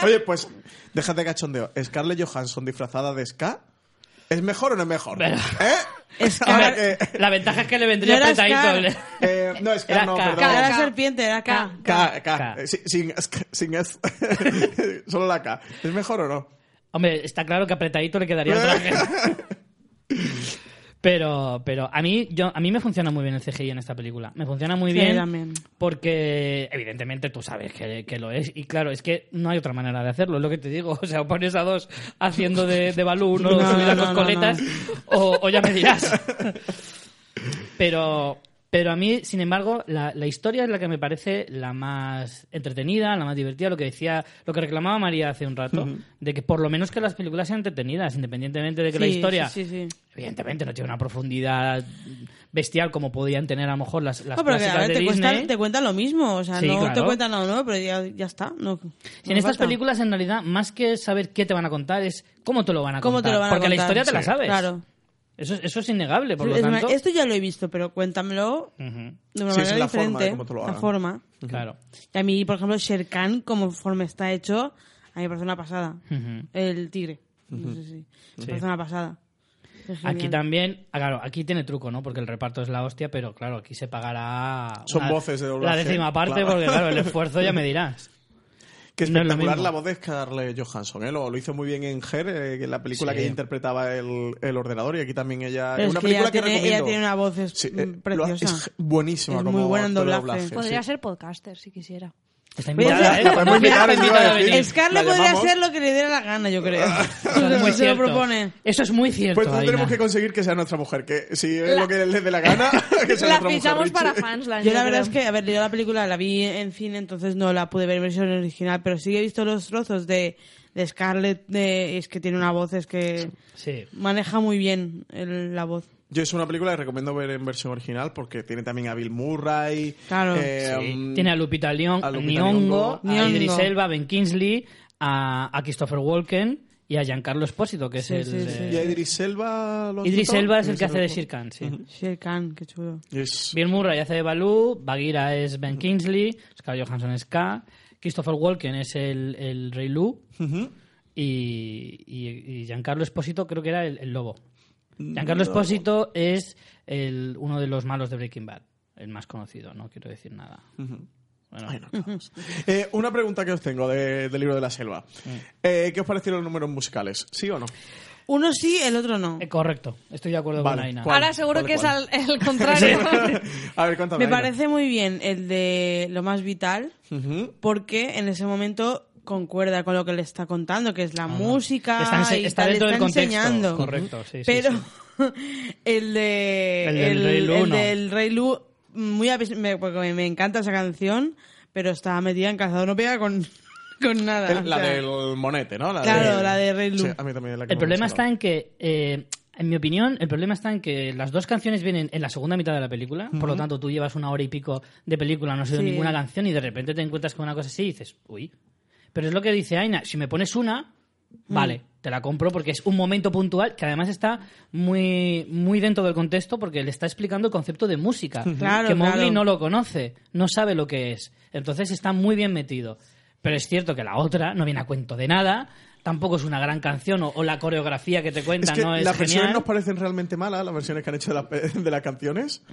Speaker 4: Oye, pues, déjate cachondeo. ¿Scarlett Johansson disfrazada de Ska? ¿Es mejor o no es mejor?
Speaker 1: Pero-
Speaker 4: ¿Eh?
Speaker 3: Ska-
Speaker 4: Ahora que-
Speaker 1: La ventaja es que le vendría
Speaker 3: No era
Speaker 1: apretadito.
Speaker 3: Scar.
Speaker 4: eh, no, Ska
Speaker 1: Era
Speaker 4: no,
Speaker 1: Ska.
Speaker 4: perdón.
Speaker 3: Era la
Speaker 2: K.
Speaker 3: serpiente, era K.
Speaker 2: K.
Speaker 4: K, K.
Speaker 1: K.
Speaker 4: Eh, sí, Sin, Ska- sin S. Solo la K. ¿Es mejor o no?
Speaker 1: Hombre, está claro que apretadito le quedaría el traje. Pero, pero a mí, yo, a mí me funciona muy bien el CGI en esta película. Me funciona muy
Speaker 3: Sí,
Speaker 1: bien.
Speaker 3: también.
Speaker 1: Porque, evidentemente, tú sabes que, que lo es. Y claro, es que no hay otra manera de hacerlo, es lo que te digo. O sea, o pones a dos haciendo de, de balú, uno
Speaker 3: No,
Speaker 1: subida
Speaker 3: no,
Speaker 1: con
Speaker 3: no,
Speaker 1: coletas, O, o ya me dirás. Pero, pero a mí, sin embargo, la, la historia es la que me parece la más entretenida, la más divertida, lo que decía, lo que reclamaba María hace un rato, de que por lo menos que las películas sean entretenidas, independientemente de que la
Speaker 3: Sí,
Speaker 1: historia,
Speaker 3: Sí, sí, sí.
Speaker 1: evidentemente, no tiene una profundidad bestial como podían tener a lo mejor las, las
Speaker 3: No, pero que, a
Speaker 1: clásicas
Speaker 3: ver,
Speaker 1: de
Speaker 3: te,
Speaker 1: Disney.
Speaker 3: cuentan, te cuentan lo mismo, o sea,
Speaker 1: Sí,
Speaker 3: no te
Speaker 1: claro.
Speaker 3: cuentan nada nuevo, pero ya, ya está. No,
Speaker 1: Si en
Speaker 3: no
Speaker 1: estas
Speaker 3: falta.
Speaker 1: películas, en realidad, más que saber qué te van a contar, es cómo te lo van a
Speaker 3: ¿Cómo
Speaker 1: contar.
Speaker 3: te lo van a
Speaker 1: Porque la
Speaker 3: contar?
Speaker 1: historia te la
Speaker 3: Sí.
Speaker 1: sabes.
Speaker 3: Claro.
Speaker 1: Eso, es- eso es innegable, por lo
Speaker 3: Es más,
Speaker 1: tanto.
Speaker 3: esto ya lo he visto, pero cuéntamelo
Speaker 1: Ujú,
Speaker 3: de una
Speaker 4: Sí, esa
Speaker 3: manera
Speaker 4: es la forma
Speaker 3: diferente.
Speaker 4: de cómo te lo
Speaker 3: la
Speaker 4: hagan.
Speaker 3: forma.
Speaker 1: Claro.
Speaker 3: Y a mí, por ejemplo, Sher Khan, como forma está hecho, a mí me parece una pasada.
Speaker 1: Ujú.
Speaker 3: El tigre. No sé si. Me
Speaker 1: Sí.
Speaker 3: parece una pasada. Es
Speaker 1: Aquí
Speaker 3: genial.
Speaker 1: también, ah, claro, aquí tiene truco, ¿no? Porque el reparto es la hostia, pero claro, aquí se pagará.
Speaker 4: Son
Speaker 1: una-
Speaker 4: voces de
Speaker 1: La
Speaker 4: doblaje,
Speaker 1: décima parte,
Speaker 4: claro.
Speaker 1: porque claro, el esfuerzo ya me dirás.
Speaker 4: Que
Speaker 1: No es lo
Speaker 4: espectacular
Speaker 1: mismo.
Speaker 4: la voz de Scarlett Johansson. ¿eh? Lo, lo hizo muy bien en Her, eh, en la película
Speaker 1: Sí.
Speaker 4: que ella interpretaba el, el ordenador. Y aquí también ella.
Speaker 3: Pero es
Speaker 4: una
Speaker 3: que
Speaker 4: película
Speaker 3: ella tiene, ella
Speaker 4: recomiendo.
Speaker 3: tiene una voz es-
Speaker 4: Sí, eh,
Speaker 3: mm,
Speaker 4: lo ha-
Speaker 3: preciosa.
Speaker 4: es buenísima
Speaker 3: Es
Speaker 4: como
Speaker 3: muy buena en
Speaker 4: actor de
Speaker 3: doblaje.
Speaker 2: Podría
Speaker 4: sí.
Speaker 2: ser podcaster si quisiera.
Speaker 1: Está
Speaker 3: Voy a
Speaker 1: invitada,
Speaker 3: hacer-
Speaker 1: ¿eh?
Speaker 3: la
Speaker 4: podemos invitar,
Speaker 1: Está
Speaker 4: iba a
Speaker 1: invitada a
Speaker 4: decir.
Speaker 1: venir.
Speaker 3: Scarlett
Speaker 4: ¿La
Speaker 3: podría
Speaker 4: llamamos?
Speaker 3: hacer lo que le diera la gana, yo creo.
Speaker 1: Eso es muy
Speaker 3: se lo
Speaker 1: cierto.
Speaker 3: propone.
Speaker 1: Eso es muy cierto.
Speaker 4: Pues entonces
Speaker 1: Aina.
Speaker 4: tenemos que conseguir que sea nuestra mujer, que si es
Speaker 2: La-
Speaker 4: lo que les dé la gana, que sea
Speaker 2: La
Speaker 4: nuestra
Speaker 2: fichamos
Speaker 4: mujer.
Speaker 2: para
Speaker 4: Richie.
Speaker 2: fans, la
Speaker 3: Yo la
Speaker 2: creo.
Speaker 3: verdad es que, a ver, yo la película la vi en cine, entonces no la pude ver en versión original, pero sí he visto los trozos de, de Scarlett, de, es que tiene una voz, es que
Speaker 4: Eh,
Speaker 1: Sí.
Speaker 3: maneja muy bien el- la voz.
Speaker 4: Yo es una película que recomiendo ver en versión original porque tiene también a Bill Murray.
Speaker 3: Claro.
Speaker 4: eh,
Speaker 1: Sí.
Speaker 4: um,
Speaker 1: Tiene a Lupita León,
Speaker 4: a
Speaker 1: a
Speaker 4: Lupita
Speaker 1: Nyong'o,
Speaker 3: Nyong'o.
Speaker 1: a Idris
Speaker 3: Nyong'o.
Speaker 1: Elba, Ben Kingsley, a, a Christopher Walken y a Giancarlo Espósito, que es
Speaker 3: Sí,
Speaker 1: el...
Speaker 3: sí, sí.
Speaker 4: ¿Y a
Speaker 1: eh,
Speaker 4: Idris Elba? lo has
Speaker 1: Idris
Speaker 4: visto?
Speaker 1: Elba es el que hace de
Speaker 4: Elba.
Speaker 1: Shere Khan, sí.
Speaker 3: Shere Khan, qué chulo.
Speaker 4: Es-
Speaker 1: Bill Murray hace de Balú, Bagheera es Ben Kingsley, Scarlett Johansson es K, Christopher Walken es el, el Rey Lu y, y- y Giancarlo Espósito creo que era el, el lobo.
Speaker 4: Mm,
Speaker 1: Giancarlo Espósito es el, uno de los malos de Breaking Bad, el más conocido, no quiero decir nada. Bueno,
Speaker 4: Ay, no, acabamos. Eh, una pregunta que os tengo de- del libro de la selva. Eh, ¿Qué os parecieron los números musicales? ¿Sí o no?
Speaker 3: Uno sí, el otro no.
Speaker 1: eh, correcto, estoy de acuerdo
Speaker 4: Vale,
Speaker 1: con Aina.
Speaker 4: ¿Cuál?
Speaker 2: Ahora seguro
Speaker 4: ¿Cuál,
Speaker 2: que
Speaker 4: cuál?
Speaker 2: es al, el contrario.
Speaker 4: A ver, cuéntame.
Speaker 3: Me
Speaker 4: Aina.
Speaker 3: parece muy bien el de lo más vital,
Speaker 4: Ujú.
Speaker 3: porque en ese momento concuerda con lo que le está contando, que es la música.
Speaker 1: Le está ense-
Speaker 3: y
Speaker 1: está
Speaker 3: tal, le
Speaker 1: dentro del
Speaker 3: está
Speaker 1: contexto,
Speaker 3: enseñando.
Speaker 1: correcto, sí, sí,
Speaker 3: Pero
Speaker 1: sí.
Speaker 3: el de.
Speaker 1: El del Rey Lu,
Speaker 3: el
Speaker 1: no.
Speaker 3: del Rey Lu, muy apes- me, porque me- me encanta esa canción, pero está metida en calzado, no pega con, con
Speaker 1: Ah,
Speaker 3: nada.
Speaker 4: El-
Speaker 3: o
Speaker 4: la
Speaker 3: sea,
Speaker 4: del monete, ¿no? La
Speaker 3: Claro, la de Rey Lu.
Speaker 4: Sí, a mí también es la que
Speaker 1: El
Speaker 4: me
Speaker 1: problema
Speaker 4: gustaba.
Speaker 1: está en que eh, En mi opinión, el problema está en que las dos canciones vienen en la segunda mitad de la película, por lo tanto tú llevas una hora y pico de película, no has oído
Speaker 3: Sí.
Speaker 1: ninguna canción y de repente te encuentras con una cosa así y dices, uy. Pero es lo que dice Aina, si me pones una, vale,
Speaker 3: Mm.
Speaker 1: te la compro porque es un momento puntual que además está muy, muy dentro del contexto porque le está explicando el concepto de música,
Speaker 3: Claro,
Speaker 1: que Mowgli
Speaker 3: claro.
Speaker 1: no lo conoce, no sabe lo que es. Entonces está muy bien metido. Pero es cierto que la otra no viene a cuento de nada. Tampoco es una gran canción o, o la coreografía que te cuenta
Speaker 4: Es que
Speaker 1: no es
Speaker 4: las versiones
Speaker 1: genial.
Speaker 4: nos parecen realmente malas, las versiones que han hecho de, la- de las canciones.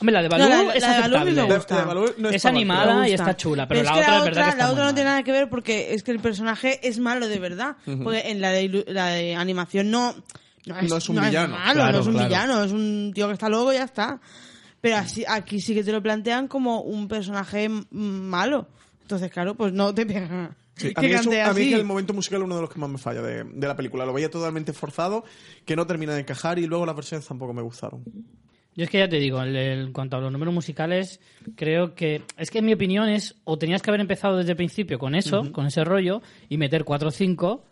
Speaker 1: Hombre, la de Balú
Speaker 3: No, la de-
Speaker 1: es
Speaker 3: la de Balú
Speaker 1: aceptable.
Speaker 3: me
Speaker 4: La-
Speaker 3: gusta.
Speaker 4: la de Balú no
Speaker 1: Es
Speaker 4: está mal,
Speaker 1: animada.
Speaker 4: pero-
Speaker 1: Ah,
Speaker 3: Me
Speaker 1: y
Speaker 3: gusta.
Speaker 1: está chula, pero
Speaker 3: es
Speaker 1: la
Speaker 3: que
Speaker 1: otra es verdad que está
Speaker 3: La
Speaker 1: muy
Speaker 3: otra no
Speaker 1: mal.
Speaker 3: tiene nada que ver porque es que el personaje es malo de verdad. Porque en la de, ilu- la de animación no. No es,
Speaker 4: No es un villano,
Speaker 3: malo,
Speaker 4: claro,
Speaker 3: no es un
Speaker 4: claro.
Speaker 3: villano, es un tío que está loco y ya está. Pero así, aquí sí que te lo plantean como un personaje m- malo. Entonces, claro, pues no te pega.
Speaker 4: Sí, a
Speaker 3: Que
Speaker 4: mí, es un-
Speaker 3: cante
Speaker 4: a mí es
Speaker 3: así.
Speaker 4: que el momento musical es uno de los que más me falla de, de la película. Lo veía totalmente forzado, que no termina de encajar y luego las versiones tampoco me gustaron.
Speaker 1: Yo es que ya te digo, el- el- en cuanto a los números musicales, creo que. Es que en mi opinión es. O tenías que haber empezado desde el principio con eso, con ese rollo, y meter 4 o 5,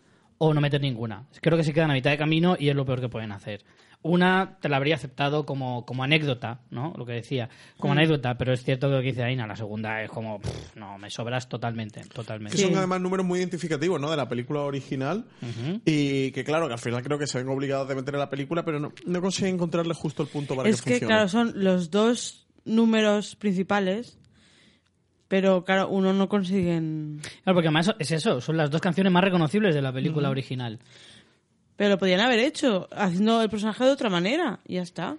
Speaker 1: o no meter ninguna. Creo que se quedan a mitad de camino y es lo peor que pueden hacer. Una te la habría aceptado como, como anécdota, ¿no? Lo que decía, como anécdota, pero es cierto que lo que dice Aina, la segunda es como. pff, no, me sobras totalmente, totalmente.
Speaker 4: Que son además números muy identificativos, ¿no? De la película original. Y que claro, que al final creo que se ven obligados de meter en la película, pero no, no consiguen encontrarle justo el punto para
Speaker 3: Es
Speaker 4: que,
Speaker 3: que,
Speaker 4: funcione.
Speaker 3: claro, son los dos números principales, pero claro, uno no consiguen.
Speaker 1: Claro, porque además es eso, son las dos canciones más reconocibles de la película original.
Speaker 3: Pero lo podían haber hecho, haciendo el personaje de otra manera, y ya está.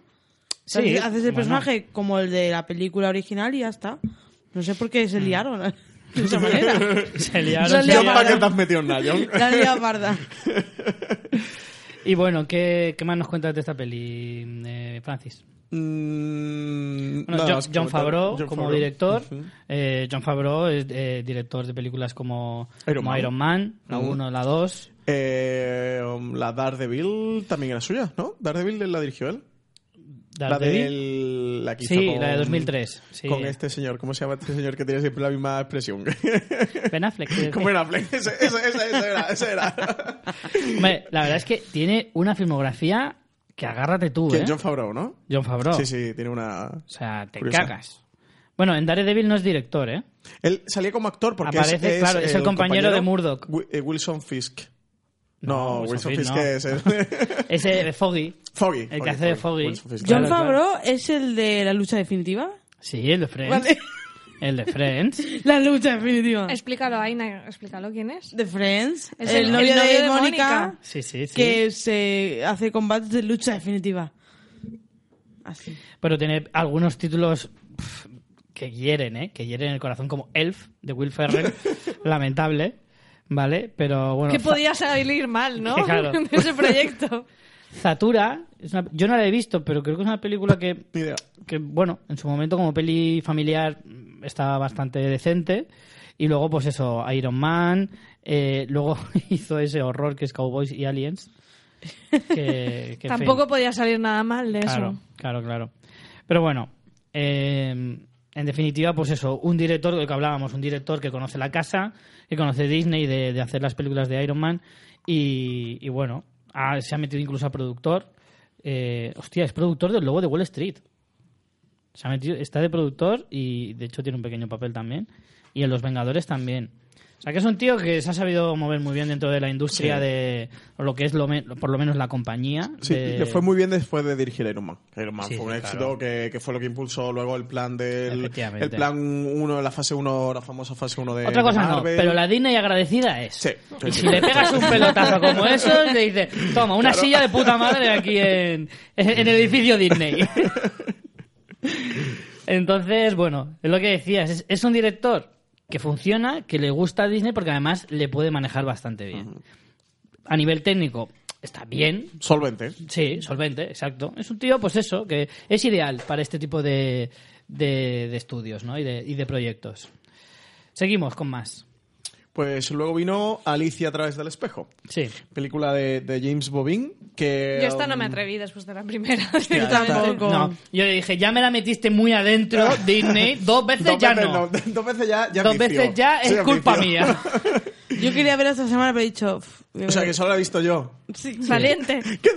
Speaker 1: Sí,
Speaker 3: Haces- haces el
Speaker 1: bueno.
Speaker 3: personaje como el de la película original y ya está. No sé por qué
Speaker 1: Mm.
Speaker 3: se liaron de esa manera.
Speaker 1: Se liaron,
Speaker 3: Se
Speaker 1: se
Speaker 3: liaron.
Speaker 4: Yo
Speaker 1: liaron.
Speaker 4: para que te has metido en Nayon.
Speaker 3: La han liado parda.
Speaker 1: Y bueno, ¿qué, qué más nos cuentas de esta peli, eh, Francis?
Speaker 4: Mm,
Speaker 1: Bueno,
Speaker 4: nada
Speaker 1: Jo-
Speaker 4: más
Speaker 1: John
Speaker 4: comentar.
Speaker 1: Favreau
Speaker 4: Jon
Speaker 1: como
Speaker 4: Favreau.
Speaker 1: director.
Speaker 4: Ujú.
Speaker 1: Eh, John Favreau es eh, director de películas como como
Speaker 4: Iron
Speaker 1: Iron Man,
Speaker 4: Man.
Speaker 1: la
Speaker 4: Ujú.
Speaker 1: 1, la 2.
Speaker 4: Eh, um, la Daredevil también era suya, ¿no? Daredevil la dirigió él. La,
Speaker 1: Daredevil.
Speaker 4: del, la que hizo
Speaker 1: Sí,
Speaker 4: con-
Speaker 1: la de 2003. Sí.
Speaker 4: Con este señor, ¿cómo se llama este señor que tiene siempre la misma expresión?
Speaker 1: Ben Affleck. que-
Speaker 4: Como Ben Affleck. Ese, ese, ese- ese era, ese era.
Speaker 1: Hombre, la verdad es que tiene una filmografía que agárrate tú,
Speaker 4: ¿Quién?
Speaker 1: ¿eh?
Speaker 4: John Favreau, ¿no?
Speaker 1: John Favreau.
Speaker 4: Sí, sí, tiene una...
Speaker 1: O sea, te
Speaker 4: Curiosa.
Speaker 1: cagas. Bueno, en Daredevil no es director, ¿eh?
Speaker 4: Él salía como actor porque
Speaker 1: Aparece,
Speaker 4: es,
Speaker 1: claro, es el compañero de Murdoch.
Speaker 4: Wi- eh, Wilson Fisk. No, Wilson, Fisk,
Speaker 1: no.
Speaker 4: es el...
Speaker 1: Ese de Foggy.
Speaker 4: Foggy.
Speaker 1: El que hace de Foggy.
Speaker 4: Wilson Fisk.
Speaker 1: Claro,
Speaker 3: John
Speaker 1: claro.
Speaker 3: Favreau es el de la lucha definitiva.
Speaker 1: Sí, el de Friends.
Speaker 3: Vale.
Speaker 1: El de Friends.
Speaker 3: La lucha definitiva.
Speaker 2: Explícalo, Aina, explícalo quién es.
Speaker 3: De Friends.
Speaker 2: Es
Speaker 3: el,
Speaker 2: el-
Speaker 3: novio
Speaker 2: el
Speaker 3: de, Mónica.
Speaker 1: Sí, sí, sí.
Speaker 3: Que se hace combates de lucha definitiva. Así.
Speaker 1: Pero tiene algunos títulos pf, que hieren, ¿eh? Que hieren el corazón, como Elf, de Will Ferrell. lamentable, ¿vale? Pero bueno...
Speaker 2: Que
Speaker 1: Za-
Speaker 2: podía salir mal, ¿no?
Speaker 1: Que claro.
Speaker 2: De ese proyecto.
Speaker 1: Zatura, es una- yo no la he visto, pero creo que es una película que,
Speaker 4: Ni idea.
Speaker 1: que, bueno, en su momento como peli familiar mm, está bastante decente. Y luego, pues eso, Iron Man. eh, luego hizo ese horror que es Cowboys y Aliens. que- que, en fin.
Speaker 2: Tampoco podía salir nada mal de
Speaker 1: Claro,
Speaker 2: eso.
Speaker 1: claro, claro. Pero bueno, eh, en definitiva, pues eso, un director, lo que hablábamos, un director que conoce la casa, que conoce Disney de, de hacer las películas de Iron Man y, y bueno, ha- se ha metido incluso a productor. Eh, hostia, es productor del logo de Wall Street. Se ha metido, está de productor y de hecho tiene un pequeño papel también. Y en Los Vengadores también. O sea que es un tío que se ha sabido mover muy bien dentro de la industria
Speaker 4: Sí.
Speaker 1: de o lo que es lo me- por lo menos la compañía.
Speaker 4: Sí,
Speaker 1: de-
Speaker 4: le fue muy bien después de dirigir Iron Man. Iron Man
Speaker 1: Sí,
Speaker 4: fue un
Speaker 1: sí, claro.
Speaker 4: éxito que, que fue lo que impulsó luego el plan del
Speaker 1: Efectivamente.
Speaker 4: el plan 1, la fase 1, la famosa fase 1 de
Speaker 1: Otra cosa
Speaker 4: de
Speaker 1: no,
Speaker 4: Marvel.
Speaker 1: pero la digna y agradecida es.
Speaker 4: Sí, sí,
Speaker 1: Y
Speaker 4: sí.
Speaker 1: si le pegas un pelotazo como eso, le dices, toma, una silla de puta madre aquí en, en el edificio Disney. Entonces, bueno, es lo que decías, es, es un director que funciona, que le gusta a Disney porque además le puede manejar bastante bien. A nivel técnico, está bien,
Speaker 4: Solvente.
Speaker 1: Sí, solvente, exacto. Es un tío, pues eso, que es ideal para este tipo de, de, de estudios ¿no? y, de, y de proyectos. Seguimos con más.
Speaker 4: Pues luego vino Alicia a través del espejo,
Speaker 1: Sí.
Speaker 4: película de, de James Bobin que
Speaker 2: Yo esta no me
Speaker 4: um,
Speaker 2: atreví después de la primera.
Speaker 3: Yo tampoco.
Speaker 1: No, yo le dije, ya me la metiste muy adentro, Disney, dos veces
Speaker 4: Dos
Speaker 1: ya
Speaker 4: veces,
Speaker 1: no.
Speaker 4: no, dos veces ya, ya
Speaker 1: dos
Speaker 4: vicio.
Speaker 1: veces ya
Speaker 4: Sí,
Speaker 1: es culpa
Speaker 4: vicio.
Speaker 1: mía.
Speaker 3: Yo quería verla esta semana, pero he dicho. "Uf, voy a
Speaker 4: O sea,
Speaker 3: ver".
Speaker 4: que solo la he visto yo.
Speaker 3: Sí.
Speaker 2: Valiente.
Speaker 4: ¡Qué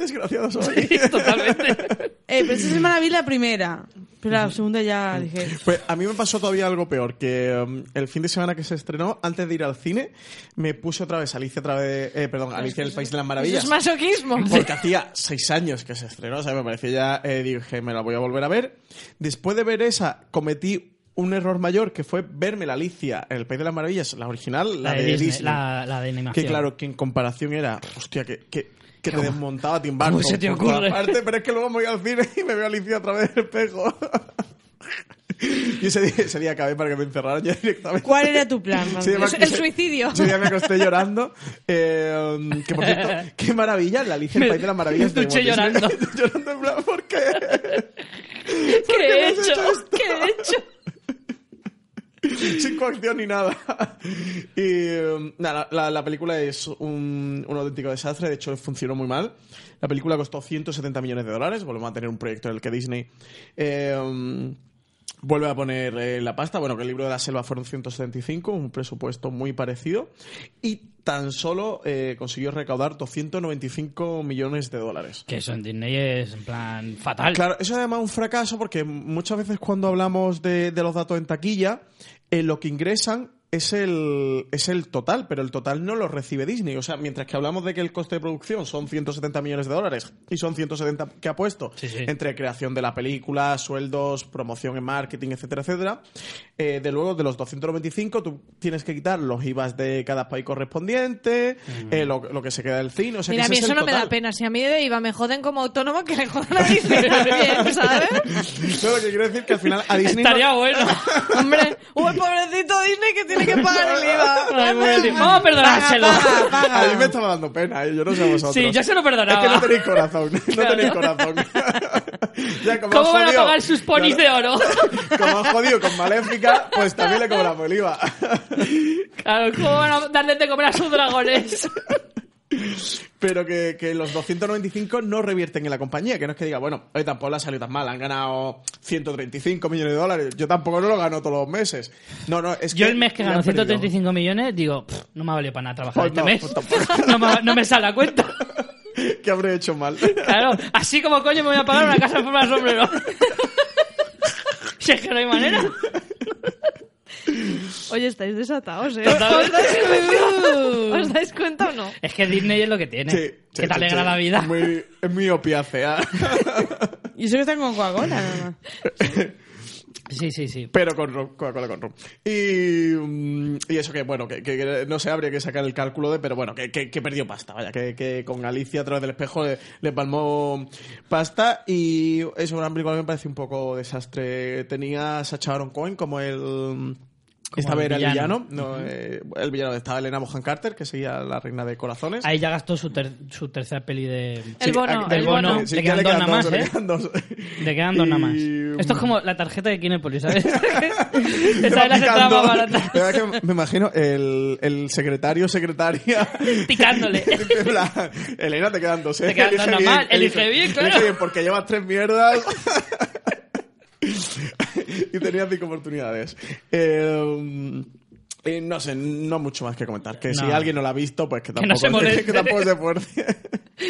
Speaker 4: desgraciado soy!
Speaker 1: Totalmente.
Speaker 3: Eh, pero esta semana vi la primera. Pero la segunda ya dije.
Speaker 4: Pues a mí me pasó todavía algo peor, que um, el fin de semana que se estrenó, antes de ir al cine, me puse otra vez Alicia otra vez, eh, perdón, Alicia en el País de las
Speaker 2: Eso
Speaker 4: Maravillas.
Speaker 2: es masoquismo.
Speaker 4: Porque hacía seis años que se estrenó, o sea, me pareció ya, eh, dije, me la voy a volver a ver. Después de ver esa, cometí un error mayor, que fue verme la Alicia en el País de las Maravillas, la original, la,
Speaker 1: La de Disney, la- la de animación.
Speaker 4: Que claro, que en comparación era, hostia, que... que que te
Speaker 1: ¿Cómo?
Speaker 4: desmontaba Tim Burton.
Speaker 1: ¿Cómo se te
Speaker 4: por todas
Speaker 1: ocurre?
Speaker 4: partes, pero es que luego me voy al cine y me veo a Alicia a través del espejo. y ese día, ese día acabé para que me encerraran ya directamente.
Speaker 3: ¿Cuál era tu plan?
Speaker 4: Sí,
Speaker 3: Manuel?
Speaker 4: además
Speaker 2: El
Speaker 4: que ese-
Speaker 2: suicidio.
Speaker 4: Ese día me acosté llorando. Eh, um, que por cierto, qué maravilla, la Alicia en el País de las Maravillas.
Speaker 1: me
Speaker 4: de
Speaker 1: duché
Speaker 4: Walt Disney.
Speaker 1: llorando.
Speaker 4: llorando en plan, ¿por qué?
Speaker 2: ¿Qué
Speaker 4: me
Speaker 2: he
Speaker 4: has hecho
Speaker 2: hecho?
Speaker 4: esto?
Speaker 2: ¿Qué he hecho?
Speaker 4: Sin coacción ni nada. Y um, nada, la, la película es un, un auténtico desastre. De hecho, funcionó muy mal. La película costó 170 millones de dólares. Volvemos a tener un proyecto en el que Disney. eh, um, Vuelve a poner eh, la pasta. Bueno, que el libro de la selva fueron 175, un presupuesto muy parecido. Y tan solo eh, consiguió recaudar 295 millones de dólares.
Speaker 1: Que eso en Disney es en plan fatal.
Speaker 4: Claro, eso además es un fracaso porque muchas veces cuando hablamos de, de los datos en taquilla, eh, lo que ingresan es el, es el total, pero el total no lo recibe Disney. O sea, mientras que hablamos de que el coste de producción son 170 millones de dólares y son 170 que ha puesto
Speaker 1: Sí, sí.
Speaker 4: entre creación de la película, sueldos, promoción en marketing, etcétera, etcétera, eh, de luego de los 295 tú tienes que quitar los IVAs de cada país correspondiente,
Speaker 1: Mm.
Speaker 4: eh, lo, lo que se queda del cine. O sea,
Speaker 2: Mira, a
Speaker 4: que
Speaker 2: mí
Speaker 4: ese es
Speaker 2: eso
Speaker 4: el
Speaker 2: no me da
Speaker 4: total.
Speaker 2: pena. Si a mí de IVA me joden como autónomo, que le jodan a Disney también, ¿sabes?
Speaker 4: No, lo que quiero decir que al final a Disney no-
Speaker 1: Estaría bueno.
Speaker 2: Hombre, uy, pobrecito Disney que tiene que pagar el IVA.
Speaker 1: Ay, voy a decir, Vamos a perdonárselo.
Speaker 4: A mí me estaba dando pena, ¿eh? yo no sé a vosotros.
Speaker 1: Sí, yo se lo
Speaker 4: Es
Speaker 1: perdonaba.
Speaker 4: que no tenéis corazón, no tenéis corazón. Ya, como
Speaker 1: ¿Cómo
Speaker 4: os
Speaker 1: van a
Speaker 4: jodió-
Speaker 1: pagar sus ponis de
Speaker 4: Claro,
Speaker 1: oro?
Speaker 4: Como os jodido con Maléfica, pues también le cobramos el IVA.
Speaker 1: Claro, ¿cómo van a darles de comer a sus dragones?
Speaker 4: Pero que, que los 295 no revierten en la compañía, que no es que diga, bueno, hoy tampoco la salió tan mal, han ganado 135 millones de dólares, yo tampoco no lo gano todos los meses. No, no, es
Speaker 1: Yo el mes que
Speaker 4: le
Speaker 1: gano
Speaker 4: han perdido.
Speaker 1: 135 millones, digo, "Pff, no me ha valido para nada trabajar
Speaker 4: Pues
Speaker 1: este
Speaker 4: no,
Speaker 1: mes.
Speaker 4: pues tampoco.
Speaker 1: no, me, no me sale la cuenta.
Speaker 4: ¿Qué habré hecho mal?
Speaker 1: Claro, así como coño me voy a pagar una casa en forma de sombrero. si es que no hay manera.
Speaker 2: Oye, estáis desatados, ¿eh?
Speaker 1: Totalmente.
Speaker 2: ¿Os dais cuenta? ¿Os dais cuenta o no?
Speaker 4: Eh.
Speaker 1: Es que Disney es lo que tiene.
Speaker 4: Sí, sí,
Speaker 1: que te
Speaker 4: sí,
Speaker 1: alegra
Speaker 4: sí.
Speaker 1: la vida.
Speaker 4: Muy, es muy opiácea.
Speaker 3: Y eso que están con Coca-Cola, nada más.
Speaker 1: Sí, sí, sí.
Speaker 4: Pero con rum, Coca-Cola con rum. Y, mm, y eso que, bueno, que, que- que no se habría que sacar el cálculo de, pero bueno, que, que, que perdió pasta, vaya, que, que con Alicia a través del espejo le, le palmó pasta y es una película que me parece un poco desastre. Tenía a Sacha Baron Cohen como el... Esta
Speaker 1: el
Speaker 4: vez era el
Speaker 1: villano.
Speaker 4: villano, no, eh, el villano estaba Elena Mohan Carter, que seguía la reina de corazones.
Speaker 1: Ahí ya gastó su, ter- su tercera peli de...
Speaker 2: El bono,
Speaker 4: aquí-
Speaker 2: el bono.
Speaker 4: Sí,
Speaker 1: Le
Speaker 4: ya
Speaker 1: quedan dos nada más,
Speaker 4: le
Speaker 1: ¿eh?
Speaker 4: quedan dos.
Speaker 1: Le quedan dos nada más.
Speaker 4: Y-
Speaker 1: Esto es como la tarjeta de Kinépolis, ¿sabes?
Speaker 4: Me
Speaker 1: Esa
Speaker 4: va
Speaker 1: es la entrada
Speaker 4: picando.
Speaker 1: más
Speaker 4: La
Speaker 1: barata.
Speaker 4: verdad que me imagino el, el secretario secretaria.
Speaker 1: Picándole.
Speaker 4: En plan, Elena, te quedan dos. ¿eh?
Speaker 1: Te quedan dos nada más. Elige bien, claro.
Speaker 4: Elige bien, porque llevas tres mierdas. y tenías cinco oportunidades. Eh, eh, no sé, no mucho más que comentar. Que si
Speaker 1: No.
Speaker 4: alguien no la ha visto, pues que
Speaker 1: Que
Speaker 4: tampoco,
Speaker 1: no se moleste.
Speaker 4: que tampoco se esfuerce.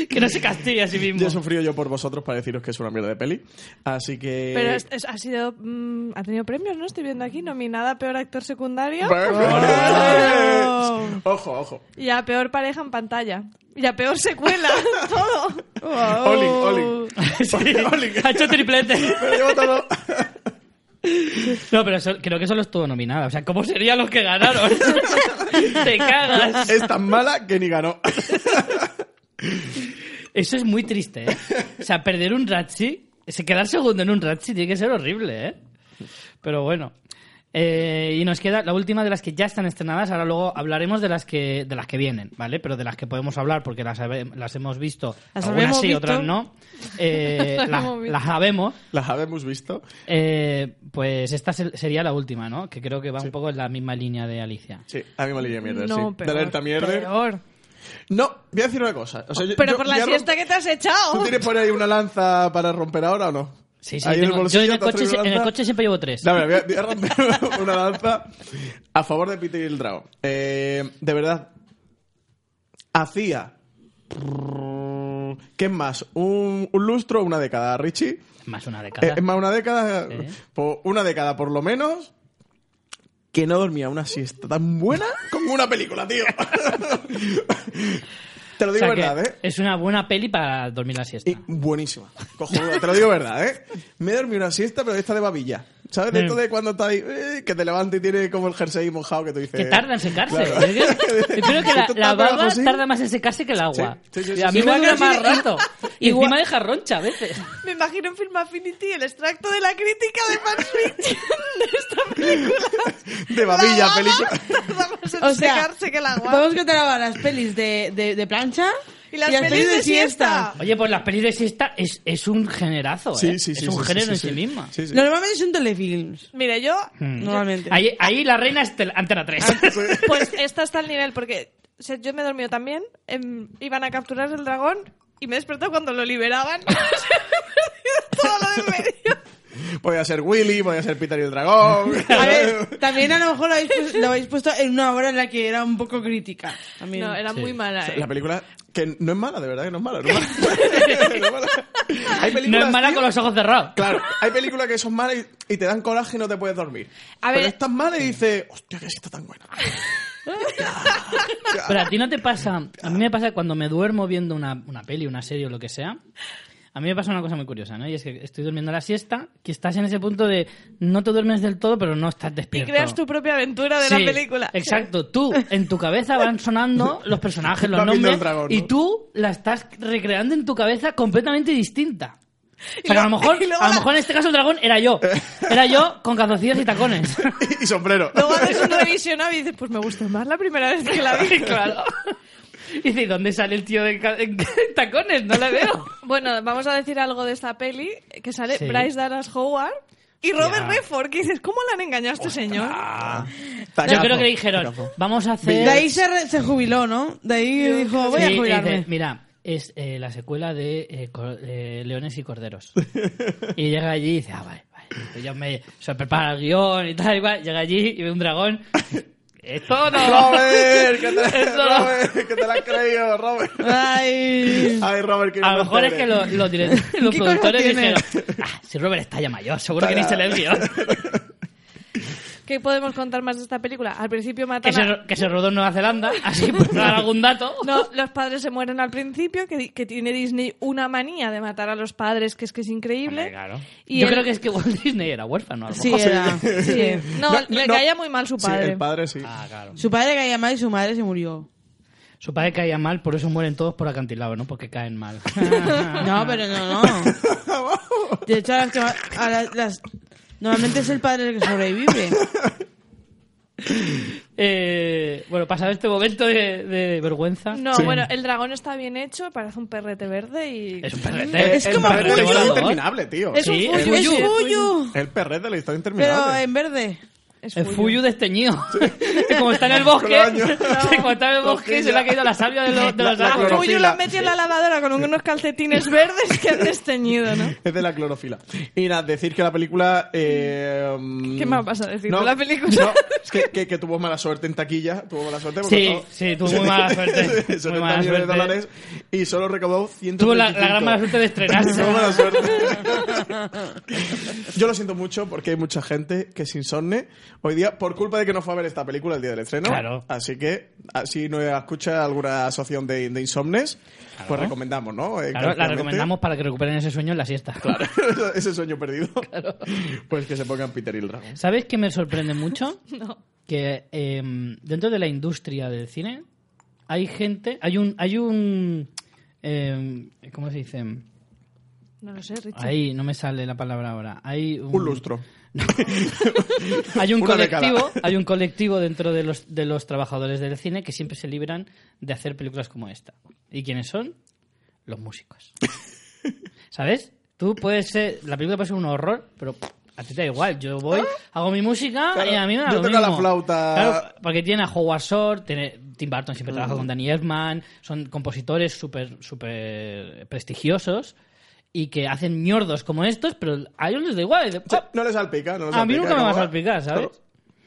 Speaker 1: que no se castigue a sí mismo.
Speaker 4: Ya he sufrido yo por vosotros para deciros que es una mierda de peli. Así que.
Speaker 2: Pero es- es- ha sido. mm, ha tenido premios, ¿no? Estoy viendo aquí. Nominada a peor actor secundario.
Speaker 1: Oh.
Speaker 4: Bueno. Ojo, ojo.
Speaker 2: Y a peor pareja en pantalla. Y a peor secuela. todo.
Speaker 1: Oh.
Speaker 4: Oli, oli.
Speaker 1: Sí, ha hecho triplete.
Speaker 4: Pero llevo todo.
Speaker 1: No, pero eso- creo que solo estuvo nominada. O sea, ¿cómo serían los que ganaron? Te cagas.
Speaker 4: Es tan mala que ni ganó.
Speaker 1: Eso es muy triste, ¿eh? O sea, perder un Ratzi, se quedar segundo en un Ratzi tiene que ser horrible, ¿eh? Pero bueno. Eh, y nos queda la última de las que ya están estrenadas. Ahora luego hablaremos de las que de las que vienen, ¿vale? Pero de las que podemos hablar porque las, habe- las hemos visto.
Speaker 3: Las
Speaker 1: algunas
Speaker 3: habemos
Speaker 1: sí,
Speaker 3: visto.
Speaker 1: otras no. Eh,
Speaker 2: Las
Speaker 1: las-
Speaker 2: hemos visto.
Speaker 1: las sabemos.
Speaker 4: Las habemos visto.
Speaker 1: Eh, pues esta se- sería la última, ¿no? Que creo que va un poco en la misma línea de Alicia.
Speaker 4: Sí, a mí me leía mierda,
Speaker 2: no,
Speaker 4: sí.
Speaker 2: peor.
Speaker 4: De alerta mierda.
Speaker 2: peor.
Speaker 4: No, voy a decir una cosa. O sea, yo-
Speaker 2: Pero
Speaker 4: yo-
Speaker 2: por la
Speaker 4: voy a rom-
Speaker 2: siesta que te has
Speaker 4: ¿Tú
Speaker 2: echado.
Speaker 4: tienes por ahí una lanza para romper ahora o no?
Speaker 1: Sí, sí,
Speaker 4: Ahí en el
Speaker 1: tengo- yo
Speaker 4: bolsillo
Speaker 1: en el,
Speaker 4: te has
Speaker 1: coche,
Speaker 4: traído
Speaker 1: se- en
Speaker 4: una
Speaker 1: el
Speaker 4: lanza.
Speaker 1: coche siempre llevo tres.
Speaker 4: No, mira, voy a, voy a romper una lanza a favor de Peter Draw. Eh, de verdad, hacía. ¿Qué es más? ¿Un, un lustro o una década, Richie?
Speaker 1: Más una
Speaker 4: Eh,
Speaker 1: década.
Speaker 4: Es más, una década,
Speaker 1: ¿Eh?
Speaker 4: por, una década por lo menos, que no dormía una siesta tan buena como una película, tío. Te lo
Speaker 1: O
Speaker 4: digo
Speaker 1: sea que
Speaker 4: verdad, ¿eh?
Speaker 1: Es una buena peli para dormir la siesta.
Speaker 4: Y buenísima. Cojonuda, te lo digo verdad, ¿eh? Me he dormido una siesta, pero esta de babilla. ¿Sabes?
Speaker 1: Mm.
Speaker 4: De esto de cuando estás ahí, eh, que te levantas y tienes como el jersey mojado que tú dices...
Speaker 1: Que tarda en secarse.
Speaker 4: Claro.
Speaker 1: Es que- Creo que la, la
Speaker 4: Esto tarda
Speaker 1: baba
Speaker 4: algo así.
Speaker 1: tarda más en secarse que el agua.
Speaker 4: Sí, sí, sí,
Speaker 1: Y a
Speaker 4: sí.
Speaker 1: mí me
Speaker 4: Igual
Speaker 1: dura
Speaker 4: que
Speaker 1: más
Speaker 4: tiene-
Speaker 1: rato. Y encima deja roncha a veces.
Speaker 2: Me imagino en Film Affinity el extracto de la crítica de Fansfiction de esta película.
Speaker 4: De babilla, película.
Speaker 2: Vamos a
Speaker 3: O sea,
Speaker 2: secarse que el agua.
Speaker 3: Podemos contar ahora las pelis de, de, de plancha
Speaker 2: Y las pelis de siesta.
Speaker 1: Oye, pues las pelis de siesta es, es un generazo, ¿eh?
Speaker 4: Sí, sí, sí.
Speaker 1: Es un
Speaker 4: sí,
Speaker 1: género
Speaker 4: sí,
Speaker 1: en
Speaker 4: sí.
Speaker 1: sí, misma.
Speaker 4: Sí, sí.
Speaker 3: Normalmente son telefilms.
Speaker 2: Mira, yo.
Speaker 4: Hmm.
Speaker 3: Normalmente.
Speaker 1: Ahí, ahí la reina es tel- Antena 3.
Speaker 2: Pues esta está al nivel, porque o sea, yo me he dormido también. em, iban a capturar el dragón y me he despertado cuando lo liberaban. O sea, he perdido todo lo del medio.
Speaker 4: Podía ser Willy, podía ser Peter y el dragón.
Speaker 3: A ver, también a lo mejor lo habéis, pu- lo habéis puesto en una hora en la que era un poco crítica. También.
Speaker 2: No, era
Speaker 1: Sí.
Speaker 2: muy mala. ¿eh?
Speaker 4: La película que no es mala, de verdad que no es mala. No es mala. No es mala. Hay
Speaker 1: No
Speaker 4: películas,
Speaker 1: es mala
Speaker 4: tío,
Speaker 1: con los ojos cerrados.
Speaker 4: Claro, hay películas que son malas y, y te dan coraje y no te puedes dormir.
Speaker 2: A
Speaker 4: Pero
Speaker 2: ver-
Speaker 4: estás mala y dices, hostia, que está tan buena.
Speaker 1: Pero a ti no te pasa. A mí me pasa cuando me duermo viendo una, una peli, una serie o lo que sea. A mí me pasa una cosa muy curiosa, ¿no? Y es que estoy durmiendo la siesta, que estás en ese punto de no te duermes del todo, pero no estás
Speaker 2: Y
Speaker 1: despierto.
Speaker 2: creas tu propia aventura de
Speaker 1: Sí,
Speaker 2: la película.
Speaker 1: Exacto, tú en tu cabeza van sonando los personajes, los
Speaker 4: Vas viendo
Speaker 1: nombres,
Speaker 4: el dragón, ¿no?
Speaker 1: y tú la estás recreando en tu cabeza completamente distinta. O sea,
Speaker 2: Y
Speaker 1: que a lo
Speaker 2: luego-
Speaker 1: mejor,
Speaker 2: y luego
Speaker 1: a lo
Speaker 2: la-
Speaker 1: mejor en este caso el dragón era yo. Era yo con calzoncillos y tacones.
Speaker 4: y sombrero.
Speaker 2: Luego haces un revisionado y dices, pues me gustó más la primera vez que la vi.
Speaker 1: claro. Y dice, ¿y dónde sale el tío de ca- en tacones? No la veo.
Speaker 2: Bueno, vamos a decir algo de esta peli, que sale
Speaker 1: Sí.
Speaker 2: Bryce Dallas Howard y Robert
Speaker 1: Ya.
Speaker 2: Redford, que dices, ¿cómo le han engañado a este señor?
Speaker 4: Ah,
Speaker 1: Yo
Speaker 4: tacazo,
Speaker 1: creo que le dijeron,
Speaker 4: tacazo.
Speaker 1: vamos a hacer...
Speaker 3: De ahí se, re- se jubiló, ¿no? De ahí dijo, voy
Speaker 1: Sí,
Speaker 3: a
Speaker 1: y
Speaker 3: jubilarme.
Speaker 1: dice, Mira, es eh, la secuela de eh, cor- eh, Leones y Corderos. y llega allí y dice, ah, vale, vale. Yo me se prepara el guión y tal, y va. Llega allí y ve un dragón. ¡Esto no!
Speaker 4: Robert, que te,
Speaker 1: Esto no.
Speaker 4: Robert, que te la has creído, Robert.
Speaker 3: Ay.
Speaker 4: Ay, Robert, que
Speaker 1: A lo mejor es que los, los, direct- los
Speaker 3: ¿Qué cosa
Speaker 1: productores
Speaker 3: tiene?
Speaker 1: dijeron, ah, si Robert está ya mayor, seguro que ni se lee el guión.
Speaker 2: ¿Qué podemos contar más de esta película? Al principio
Speaker 1: que,
Speaker 2: matan
Speaker 1: se,
Speaker 2: a...
Speaker 1: ro- que se rodó en Nueva Zelanda, así por dar algún dato.
Speaker 2: No, los padres se mueren al principio, que, di- que tiene Disney una manía de matar a los padres, que es que es increíble.
Speaker 1: Hombre, claro.
Speaker 2: Y
Speaker 1: Yo
Speaker 2: él-
Speaker 1: creo que es que Walt Disney era huérfano, a lo
Speaker 3: Sí,
Speaker 1: mejor.
Speaker 3: era.
Speaker 2: Sí. No, le caía muy mal su
Speaker 4: Sí,
Speaker 2: padre.
Speaker 4: el padre sí.
Speaker 1: Ah, claro.
Speaker 3: Su padre caía mal y su madre se murió.
Speaker 1: Su padre caía mal, por eso mueren todos por acantilado, ¿no? Porque caen mal. Ah.
Speaker 3: No, pero no, no. De hecho, a las que va- a las- las- normalmente es el padre el que sobrevive.
Speaker 1: Eh, bueno, pasado este momento de, de vergüenza.
Speaker 2: No, bueno, el dragón está bien hecho, parece un perrete verde y...
Speaker 1: Es un perrete.
Speaker 3: Es como
Speaker 4: el perret de la
Speaker 3: Robert
Speaker 4: historia
Speaker 1: volador.
Speaker 4: interminable, tío.
Speaker 3: Es
Speaker 1: Sí,
Speaker 3: un fuyu.
Speaker 1: es
Speaker 3: Es
Speaker 1: fuyu.
Speaker 3: fuyu.
Speaker 4: El perret de la historia interminable.
Speaker 3: Pero en verde.
Speaker 2: Es
Speaker 1: El
Speaker 2: fuyu.
Speaker 1: fuyu desteñido. Que como está en el bosque,
Speaker 4: Claro.
Speaker 1: que como está en el bosque se le ha caído la savia de, los de los
Speaker 4: La- la
Speaker 1: árboles.
Speaker 2: Uy, yo la
Speaker 4: Clorofila.
Speaker 2: metí en la lavadora con unos calcetines verdes que han desteñido, ¿no?
Speaker 4: Es de la clorofila. Y nada, decir que la película. eh, mm,
Speaker 2: ¿Qué más vas a decir de la película?
Speaker 4: no, es que, que- que tuvo mala suerte en taquilla. Tuvo mala suerte. porque
Speaker 1: Sí,
Speaker 4: costó
Speaker 1: sí, tuvo muy mala suerte,
Speaker 4: 70
Speaker 1: muy mala
Speaker 4: millones de
Speaker 1: suerte.
Speaker 4: dólares y solo recaudó 100
Speaker 1: Tuvo la, la gran mala suerte de estrenarse.
Speaker 4: Tuvo mala suerte. Yo lo siento mucho porque hay mucha gente que se insomne hoy día por culpa de que no fue a ver esta película el día del estreno.
Speaker 1: Claro.
Speaker 4: Así que, así nos escucha alguna asociación de, de insomnes, pues recomendamos, ¿no? Eh,
Speaker 1: Claro, la
Speaker 4: encarecidamente.
Speaker 1: recomendamos para que recuperen ese sueño en la siesta.
Speaker 4: Ese sueño perdido. Pues que se pongan Peter y el dragón.
Speaker 1: ¿Sabes qué me sorprende mucho?
Speaker 2: No.
Speaker 1: que em, dentro de la industria del cine hay gente, hay un, hay un, em, ¿cómo se dice?
Speaker 2: No lo sé, Richie.
Speaker 1: Ahí no me sale la palabra ahora. Hay un,
Speaker 4: Un lustro.
Speaker 1: Hay un
Speaker 4: Una
Speaker 1: colectivo,
Speaker 4: década.
Speaker 1: hay un colectivo dentro de los de los trabajadores del cine que siempre se libran de hacer películas como esta. ¿Y quiénes son? Los músicos. ¿Sabes? Tú puedes ser, la película puede ser un horror, pero pff, a ti te da igual. Yo voy, hago mi música
Speaker 4: Ah. Claro,
Speaker 1: y a mí me da
Speaker 4: yo
Speaker 1: lo
Speaker 4: toco la
Speaker 1: mismo.
Speaker 4: flauta.
Speaker 1: Claro, porque tiene a Howard Shore, tiene Tim Burton siempre
Speaker 4: Mm.
Speaker 1: trabaja con Danny Elfman, son compositores súper súper prestigiosos y que hacen ñordos como estos, pero a ellos les da igual. y de-
Speaker 4: Sí, no le salpica, no le
Speaker 1: Ah. a mí
Speaker 4: salpica,
Speaker 1: nunca me
Speaker 4: ¿no?
Speaker 1: va a salpicar, ¿sabes?
Speaker 4: Claro.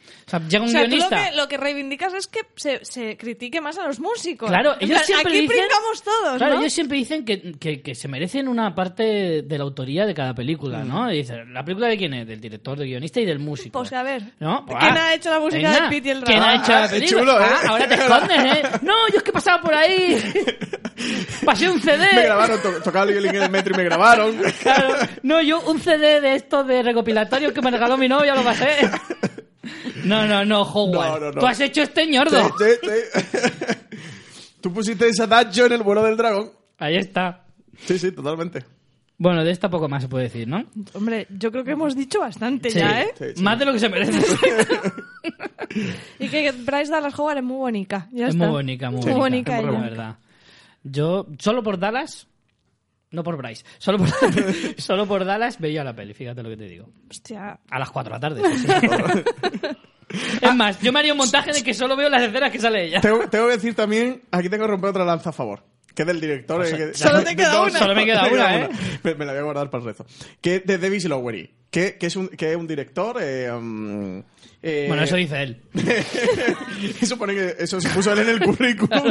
Speaker 1: O sea, llega un
Speaker 2: O sea, tú lo
Speaker 1: guionista.
Speaker 2: que, lo que reivindicas es que se, se critique más a los músicos.
Speaker 1: Claro,
Speaker 2: En
Speaker 1: ellos
Speaker 2: plan,
Speaker 1: siempre
Speaker 2: aquí
Speaker 1: dicen,
Speaker 2: pringamos todos,
Speaker 1: Claro,
Speaker 2: ¿no?
Speaker 1: ellos siempre dicen que, que- que se merecen una parte de la autoría de cada película,
Speaker 4: Mm.
Speaker 1: ¿no? Y dicen, ¿la película de quién es? Del director, del guionista y del músico.
Speaker 2: Pues a ver,
Speaker 1: ¿No?
Speaker 2: ¿quién
Speaker 1: Buah,
Speaker 2: ha hecho la música
Speaker 1: venga,
Speaker 2: de Pete y el
Speaker 1: ¿Quién
Speaker 2: Rabo?
Speaker 1: ha hecho la
Speaker 4: Ah, es
Speaker 1: película?
Speaker 4: chulo, ¿eh?
Speaker 1: Ah, ahora te escondes, ¿eh? No, yo es que pasaba por ahí. Pasé un CD.
Speaker 4: Me grabaron, to- tocaba el violín en el metro y me grabaron.
Speaker 1: Claro. No, yo un CD de estos de recopilatorio que me regaló mi novia lo pasé. No, no, no, Howard.
Speaker 4: No, no, no.
Speaker 1: Tú has hecho este ñordo.
Speaker 4: Sí, sí, sí. Tú pusiste esa dacho en el vuelo del dragón.
Speaker 1: Ahí está.
Speaker 4: Sí, sí, totalmente.
Speaker 1: Bueno, de esta poco más se puede decir, ¿no?
Speaker 2: Hombre, yo creo que hemos dicho bastante
Speaker 1: Sí.
Speaker 2: ya, ¿eh?
Speaker 4: Sí, sí.
Speaker 1: Más de lo que se merece.
Speaker 2: Y que Bryce Dallas Howard es muy bonita. Ya
Speaker 1: es
Speaker 2: está.
Speaker 1: muy bonita, muy
Speaker 2: Muy
Speaker 1: bonita.
Speaker 2: bonita
Speaker 1: la
Speaker 2: ella.
Speaker 1: verdad. Yo, solo por Dallas, no por Bryce, solo por, solo por Dallas veía la peli, fíjate lo que te digo.
Speaker 2: Hostia.
Speaker 1: A las 4 de la tarde. sí, sí. es más, yo me haría un montaje de que solo veo las escenas que sale ella.
Speaker 4: Tengo, tengo que decir también, aquí tengo que romper otra lanza a favor. Que es del director. eh, que-
Speaker 1: Pues solo te
Speaker 4: de
Speaker 1: queda
Speaker 4: todos-
Speaker 1: una. Solo me queda
Speaker 4: me
Speaker 1: una, ¿eh?
Speaker 4: Me, me la voy a guardar para el rezo. Que es de David Lowery. Que, que es un, que es un director. eh, um, eh,
Speaker 1: Bueno, eso dice él.
Speaker 4: eso pone que eso se puso él en el currículum.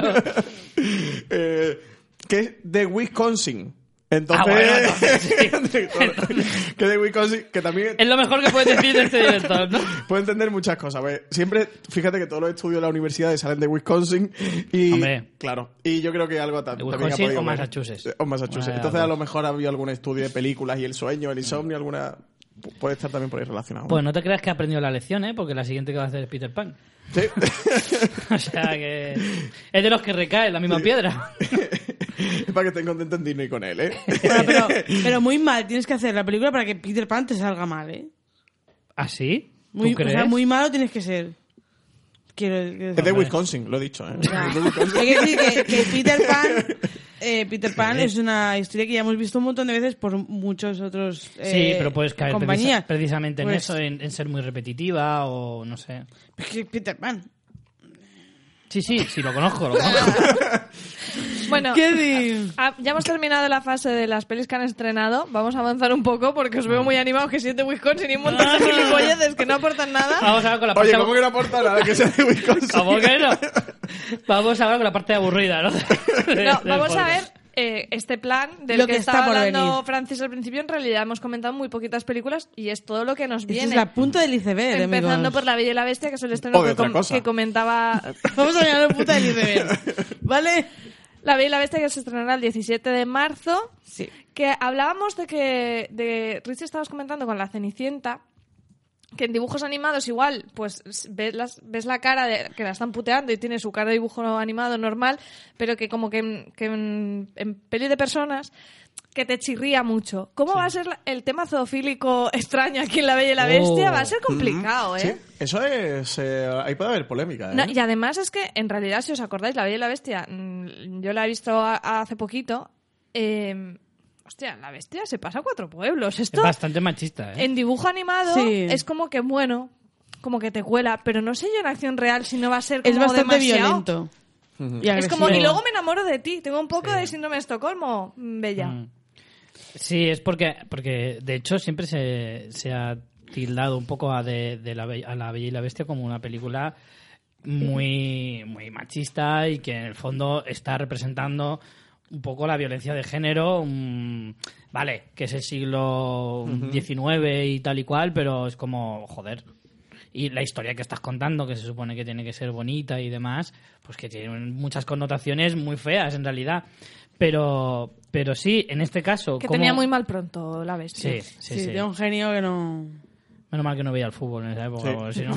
Speaker 4: Eh, que es de Wisconsin. Entonces,
Speaker 1: Ah, bueno, entonces sí.
Speaker 4: director, que es de Wisconsin, que también
Speaker 1: Es lo mejor que puedes decir de este director, ¿no?
Speaker 4: puede entender muchas cosas. ¿ves? Siempre, fíjate que todos los estudios de la universidad salen de Wisconsin y
Speaker 1: Hombre.
Speaker 4: claro. Y yo creo que algo ta-
Speaker 1: De
Speaker 4: también ha
Speaker 1: Wisconsin
Speaker 4: podido
Speaker 1: o
Speaker 4: ver.
Speaker 1: Massachusetts.
Speaker 4: Eh, O Massachusetts.
Speaker 1: Una de las
Speaker 4: Entonces a
Speaker 1: dos.
Speaker 4: lo mejor ha habido algún estudio de películas y el sueño, el insomnio, alguna pu- puede estar también por ahí relacionado. ¿no?
Speaker 1: Pues no te creas que ha aprendido la lección, ¿eh? Porque la siguiente que va a hacer es Peter Pan.
Speaker 4: Sí.
Speaker 1: O sea que es de los que recae en la misma piedra.
Speaker 4: Es para que estén contentos en Disney con él, ¿eh?
Speaker 3: Bueno, pero, pero muy mal tienes que hacer la película para que Peter Pan te salga mal, ¿eh?
Speaker 1: ¿Así? ¿Ah, ¿Tú
Speaker 3: Muy, O
Speaker 1: crees?
Speaker 3: sea, muy malo tienes que ser. Quiero quiero
Speaker 4: Es de
Speaker 3: decir.
Speaker 4: Wisconsin, lo he dicho, ¿eh?
Speaker 3: O sea, Hay que decir que, que Peter Pan, eh, Peter Pan es una historia que ya hemos visto un montón de veces por muchos otros
Speaker 1: Sí,
Speaker 3: eh,
Speaker 1: pero puedes caer precisa-
Speaker 3: compañías.
Speaker 1: precisamente en
Speaker 3: Pues-
Speaker 1: eso, en, en ser muy repetitiva o no sé.
Speaker 3: Es que Peter Pan.
Speaker 1: Sí, sí, sí, lo conozco, lo conozco.
Speaker 2: Bueno,
Speaker 3: ¿Qué di-
Speaker 2: ah, ya hemos terminado la fase de las pelis que han estrenado. Vamos a avanzar un poco porque os veo muy animados que siete Wisconsin y un montón de gilipolleces que no aportan nada.
Speaker 1: Vamos ahora con la parte
Speaker 4: Oye, ¿cómo que no aporta nada que sea de Wisconsin?
Speaker 1: ¿Cómo que no? Vamos ahora con la parte aburrida, ¿no?
Speaker 2: No, vamos a ver eh, este plan del
Speaker 3: Lo
Speaker 2: que,
Speaker 3: que está
Speaker 2: estaba
Speaker 3: por
Speaker 2: hablando
Speaker 3: venir.
Speaker 2: Francis al principio. En realidad hemos comentado muy poquitas películas y es todo lo que nos
Speaker 3: Esa
Speaker 2: viene.
Speaker 3: es la punta del iceberg,
Speaker 2: eh, Empezando
Speaker 3: amigos.
Speaker 2: por La Bella y la Bestia, que es el estreno
Speaker 4: O de
Speaker 2: que,
Speaker 4: otra
Speaker 2: com-
Speaker 4: cosa.
Speaker 2: que comentaba
Speaker 3: Vamos a mirar la punta del iceberg. ¿Vale?
Speaker 2: La Bella y la Bestia que se estrenará el 17 de marzo.
Speaker 3: Sí.
Speaker 2: Que hablábamos de que. De, Rich estabas comentando con la Cenicienta. Que en dibujos animados, igual, pues s- ves, las- ves la cara de, que la están puteando y tiene su cara de dibujo animado normal, pero que como que, en, que en, en peli de personas que te chirría mucho. ¿Cómo va a ser la- el tema zoofílico extraño aquí en La Bella y la
Speaker 1: Oh.
Speaker 2: Bestia? Va a ser complicado, ¿eh?
Speaker 4: Sí, eso es... eh, ahí puede haber polémica, ¿eh?
Speaker 2: No, y además es que, en realidad, si os acordáis, La Bella y la Bestia, mm, yo la he visto a- hace poquito. eh, hostia, la bestia se pasa a cuatro pueblos.
Speaker 1: Es
Speaker 2: Esto,
Speaker 1: bastante machista, ¿eh?
Speaker 2: en dibujo animado,
Speaker 3: Sí.
Speaker 2: es como que bueno, como que te cuela, pero no sé yo en acción real si no va a ser como
Speaker 3: Es bastante
Speaker 2: demasiado.
Speaker 3: violento. Y
Speaker 2: Es como,
Speaker 3: agresivo.
Speaker 2: y luego me enamoro de ti. Tengo un poco de síndrome de Estocolmo, mm, Bella.
Speaker 1: Mm. Sí, es porque, porque de hecho siempre se, se ha tildado un poco a, de, de la, Be- a La Bella y la Bestia como una película muy, muy machista y que en el fondo está representando un poco la violencia de género, mm, vale, que es el siglo XIX y tal y cual, pero es como, joder. Y la historia que estás contando, que se supone que tiene que ser bonita y demás, pues que tiene muchas connotaciones muy feas en realidad. Pero, pero sí, en este caso.
Speaker 2: Que
Speaker 1: como-
Speaker 2: tenía muy mal pronto la
Speaker 1: Sí,
Speaker 2: bestia.
Speaker 1: sí,
Speaker 3: Sí,
Speaker 1: sí.
Speaker 3: tiene un genio que no.
Speaker 1: Menos mal que no veía el fútbol en esa época,
Speaker 4: Sí.
Speaker 1: porque si no-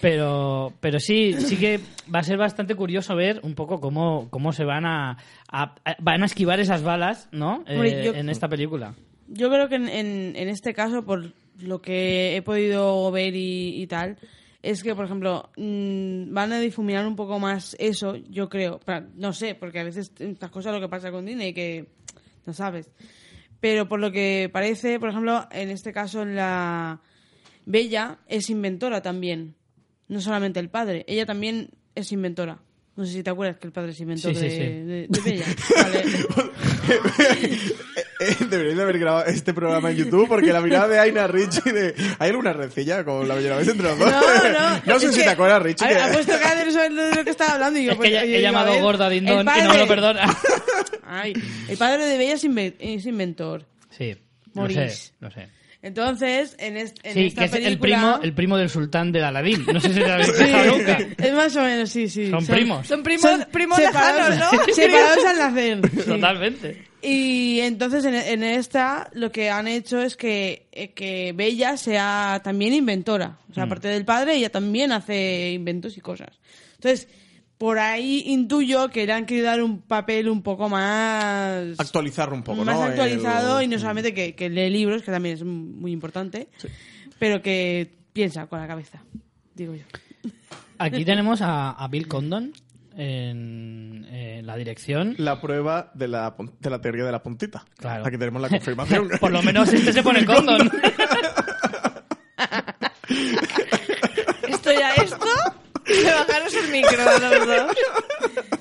Speaker 1: Pero, pero sí, sí que va a ser bastante curioso ver un poco cómo, cómo se van a, a- a- van a esquivar esas balas, ¿no? Eh,
Speaker 3: Hombre, yo-
Speaker 1: En esta película.
Speaker 3: Yo creo que en, en- en este caso, por lo que he podido ver y, y tal, es que, por ejemplo, mm, van a difuminar un poco más eso, yo creo. Pa- no sé, porque a veces estas cosas lo que pasa con Disney que no sabes. Pero por lo que parece, por ejemplo, en este caso la Bella es inventora también. No solamente el padre, ella también es inventora. No sé si te acuerdas que el padre es inventor
Speaker 1: Sí, sí,
Speaker 3: de,
Speaker 1: sí.
Speaker 3: de- de Bella. Vale.
Speaker 4: Eh, deberíais de haber grabado este programa en YouTube porque la mirada de Aina Richie de... ¿Hay alguna rencilla con la bellona vez entre los dos?
Speaker 3: No, no.
Speaker 4: sé
Speaker 3: es
Speaker 4: si
Speaker 3: que-
Speaker 4: te acuerdas, Richie.
Speaker 3: A ver,
Speaker 4: que-
Speaker 3: Ha puesto cara de no saber de lo que estaba hablando. Y yo,
Speaker 1: Es que
Speaker 3: pues,
Speaker 1: ya-
Speaker 3: yo
Speaker 1: he
Speaker 3: digo, a
Speaker 1: llamado
Speaker 3: ver,
Speaker 1: gordo a
Speaker 3: el
Speaker 1: Dindón y no me
Speaker 3: padre-
Speaker 1: lo perdona.
Speaker 3: Ay, el padre de Bella es, inven- es inventor.
Speaker 1: Sí, lo sé,
Speaker 3: Morís.
Speaker 1: lo sé.
Speaker 3: Entonces, en, es- en
Speaker 1: sí,
Speaker 3: esta
Speaker 1: que es el
Speaker 3: película...
Speaker 1: primo, el primo del sultán del Aladín. No sé si te habéis fijado
Speaker 3: Sí,
Speaker 1: nunca.
Speaker 3: es más o menos, sí, sí.
Speaker 1: Son primos.
Speaker 2: Son primos,
Speaker 3: son
Speaker 2: primos
Speaker 3: separados-
Speaker 2: lejanos, ¿no?
Speaker 3: Separados al nacer. sí.
Speaker 1: Totalmente.
Speaker 3: Y entonces en, en esta lo que han hecho es que, eh, que Bella sea también inventora.
Speaker 4: Mm.
Speaker 3: O sea, aparte del padre, ella también hace inventos y cosas. Entonces, por ahí intuyo que le han querido dar un papel un poco más...
Speaker 4: Actualizarlo un poco,
Speaker 3: más
Speaker 4: ¿no?
Speaker 3: actualizado
Speaker 4: El-
Speaker 3: y no solamente que, que lee libros, que también es muy importante, pero que piensa con la cabeza, digo yo.
Speaker 1: Aquí tenemos a, a Bill Condon en, en la dirección.
Speaker 4: La prueba de la, pon- de la teoría de la puntita.
Speaker 1: Claro.
Speaker 4: Aquí tenemos la confirmación.
Speaker 1: Por lo menos este se pone Condon.
Speaker 2: Esto ya, esto. Se bajaros el micro a los dos.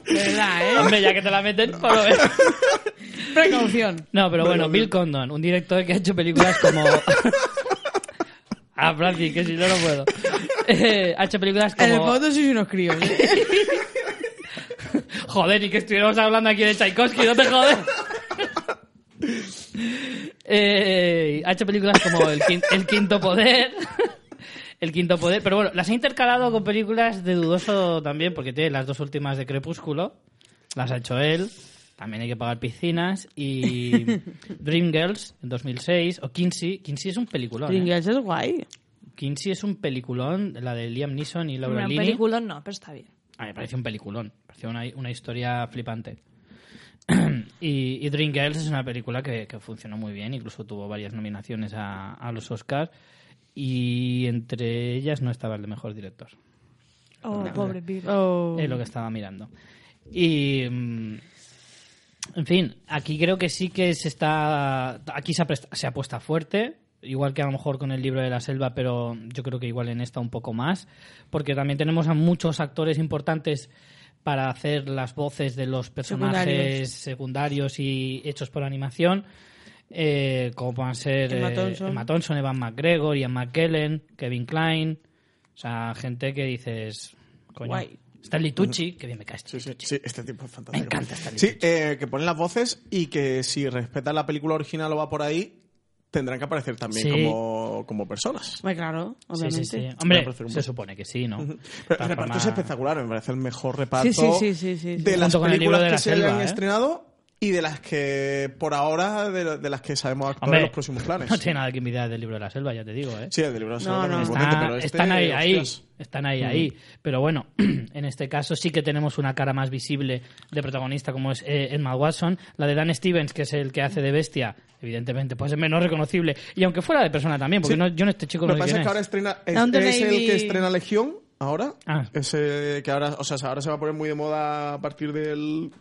Speaker 3: De verdad, ¿eh?
Speaker 1: Hombre, ya que te la meten, por lo menos.
Speaker 3: Precaución.
Speaker 1: No, pero bueno, Bill Condon, un director que ha hecho películas como. ah, Francis, que si no, no puedo. Eh, ha hecho películas
Speaker 3: En el
Speaker 1: como.
Speaker 3: fondo sois unos críos. ¿eh?
Speaker 1: Joder, y que estuviéramos hablando aquí de Tchaikovsky, no te jodes. Eh, ha hecho películas como El, Quin- El Quinto Poder. El Quinto Poder, pero bueno, las ha intercalado con películas de dudoso también, porque tiene las dos últimas de Crepúsculo. Las ha hecho él. También hay que pagar piscinas. Y Dream Girls en 2006. O Kinsey. Kinsey es un peliculón. ¿eh?
Speaker 3: Pringles es guay.
Speaker 1: Kinsey es un peliculón, la de Liam Neeson y Laura
Speaker 2: Una
Speaker 1: Linney.
Speaker 2: película no, pero está bien.
Speaker 1: A mí me pareció un peliculón. Me pareció una, una historia flipante. y, y Dream Girls es una película que, que funcionó muy bien. Incluso tuvo varias nominaciones a, a los Oscars. Y entre ellas no estaba el de mejor director.
Speaker 2: Oh, pobre Bill.
Speaker 3: Oh.
Speaker 1: Es lo que estaba mirando. Y. mm, En fin, aquí creo que sí que se está. Aquí se, apresta- se apuesta fuerte. Igual que a lo mejor con el libro de la selva, pero yo creo que igual en esta un poco más. Porque también tenemos a muchos actores importantes para hacer las voces de los personajes secundarios, y hechos por animación. eh, como van a ser
Speaker 3: Emma
Speaker 1: eh,
Speaker 3: Thompson.
Speaker 1: Emma Thompson, Evan McGregor, Ian McKellen, Kevin Klein. O sea, gente que dices. Coño.
Speaker 3: Guay.
Speaker 1: Stanley Tucci, que bien me cae.
Speaker 4: Sí,
Speaker 1: Stanley
Speaker 4: sí,
Speaker 1: Tucci.
Speaker 4: sí, este tipo es fantástico.
Speaker 1: Me encanta esta
Speaker 4: Sí, eh, que ponen las voces y que si respetan la película original o va por ahí, tendrán que aparecer también
Speaker 1: Sí.
Speaker 4: como, como personas.
Speaker 3: Hombre, claro,
Speaker 1: Sí,
Speaker 3: obviamente.
Speaker 1: sí, sí.
Speaker 4: Me
Speaker 1: Hombre,
Speaker 4: parece un
Speaker 1: se
Speaker 4: buen-
Speaker 1: supone que sí, ¿no? De
Speaker 4: Pero
Speaker 1: todas
Speaker 4: el reparto
Speaker 1: formas,
Speaker 4: es espectacular, me parece el mejor reparto
Speaker 3: Sí, sí, sí, sí, sí, sí.
Speaker 4: de las
Speaker 1: Junto con el libro
Speaker 4: películas
Speaker 1: de
Speaker 4: que
Speaker 1: la
Speaker 4: se
Speaker 1: selva,
Speaker 4: han
Speaker 1: ¿eh?
Speaker 4: estrenado y de las que por ahora, de, de las que sabemos actuar
Speaker 1: Hombre,
Speaker 4: en los próximos planes.
Speaker 1: No tiene nada que envidiar del libro de la selva, ya te digo, ¿eh?
Speaker 4: Pues Sí, el libro de la selva
Speaker 3: No,
Speaker 4: también
Speaker 3: no.
Speaker 4: es
Speaker 1: Está-
Speaker 4: potente, pero este,
Speaker 1: están ahí, ahí.
Speaker 4: hostias.
Speaker 1: Están ahí, ahí. Pero bueno, en este caso sí que tenemos una cara más visible de protagonista, como es eh, Emma Watson. La de Dan Stevens, que es el que hace de bestia, evidentemente, pues es menos reconocible. Y aunque fuera de persona también, porque
Speaker 4: Sí.
Speaker 1: no, yo no este chico
Speaker 4: Lo
Speaker 1: no
Speaker 4: que
Speaker 1: sé
Speaker 4: pasa es
Speaker 1: quién
Speaker 4: que ahora estrena, es,
Speaker 3: Downton
Speaker 4: es el
Speaker 3: Abbey.
Speaker 4: que estrena Legión ahora.
Speaker 1: Ah.
Speaker 4: Ese que ahora, o sea, ahora se va a poner muy de moda a partir del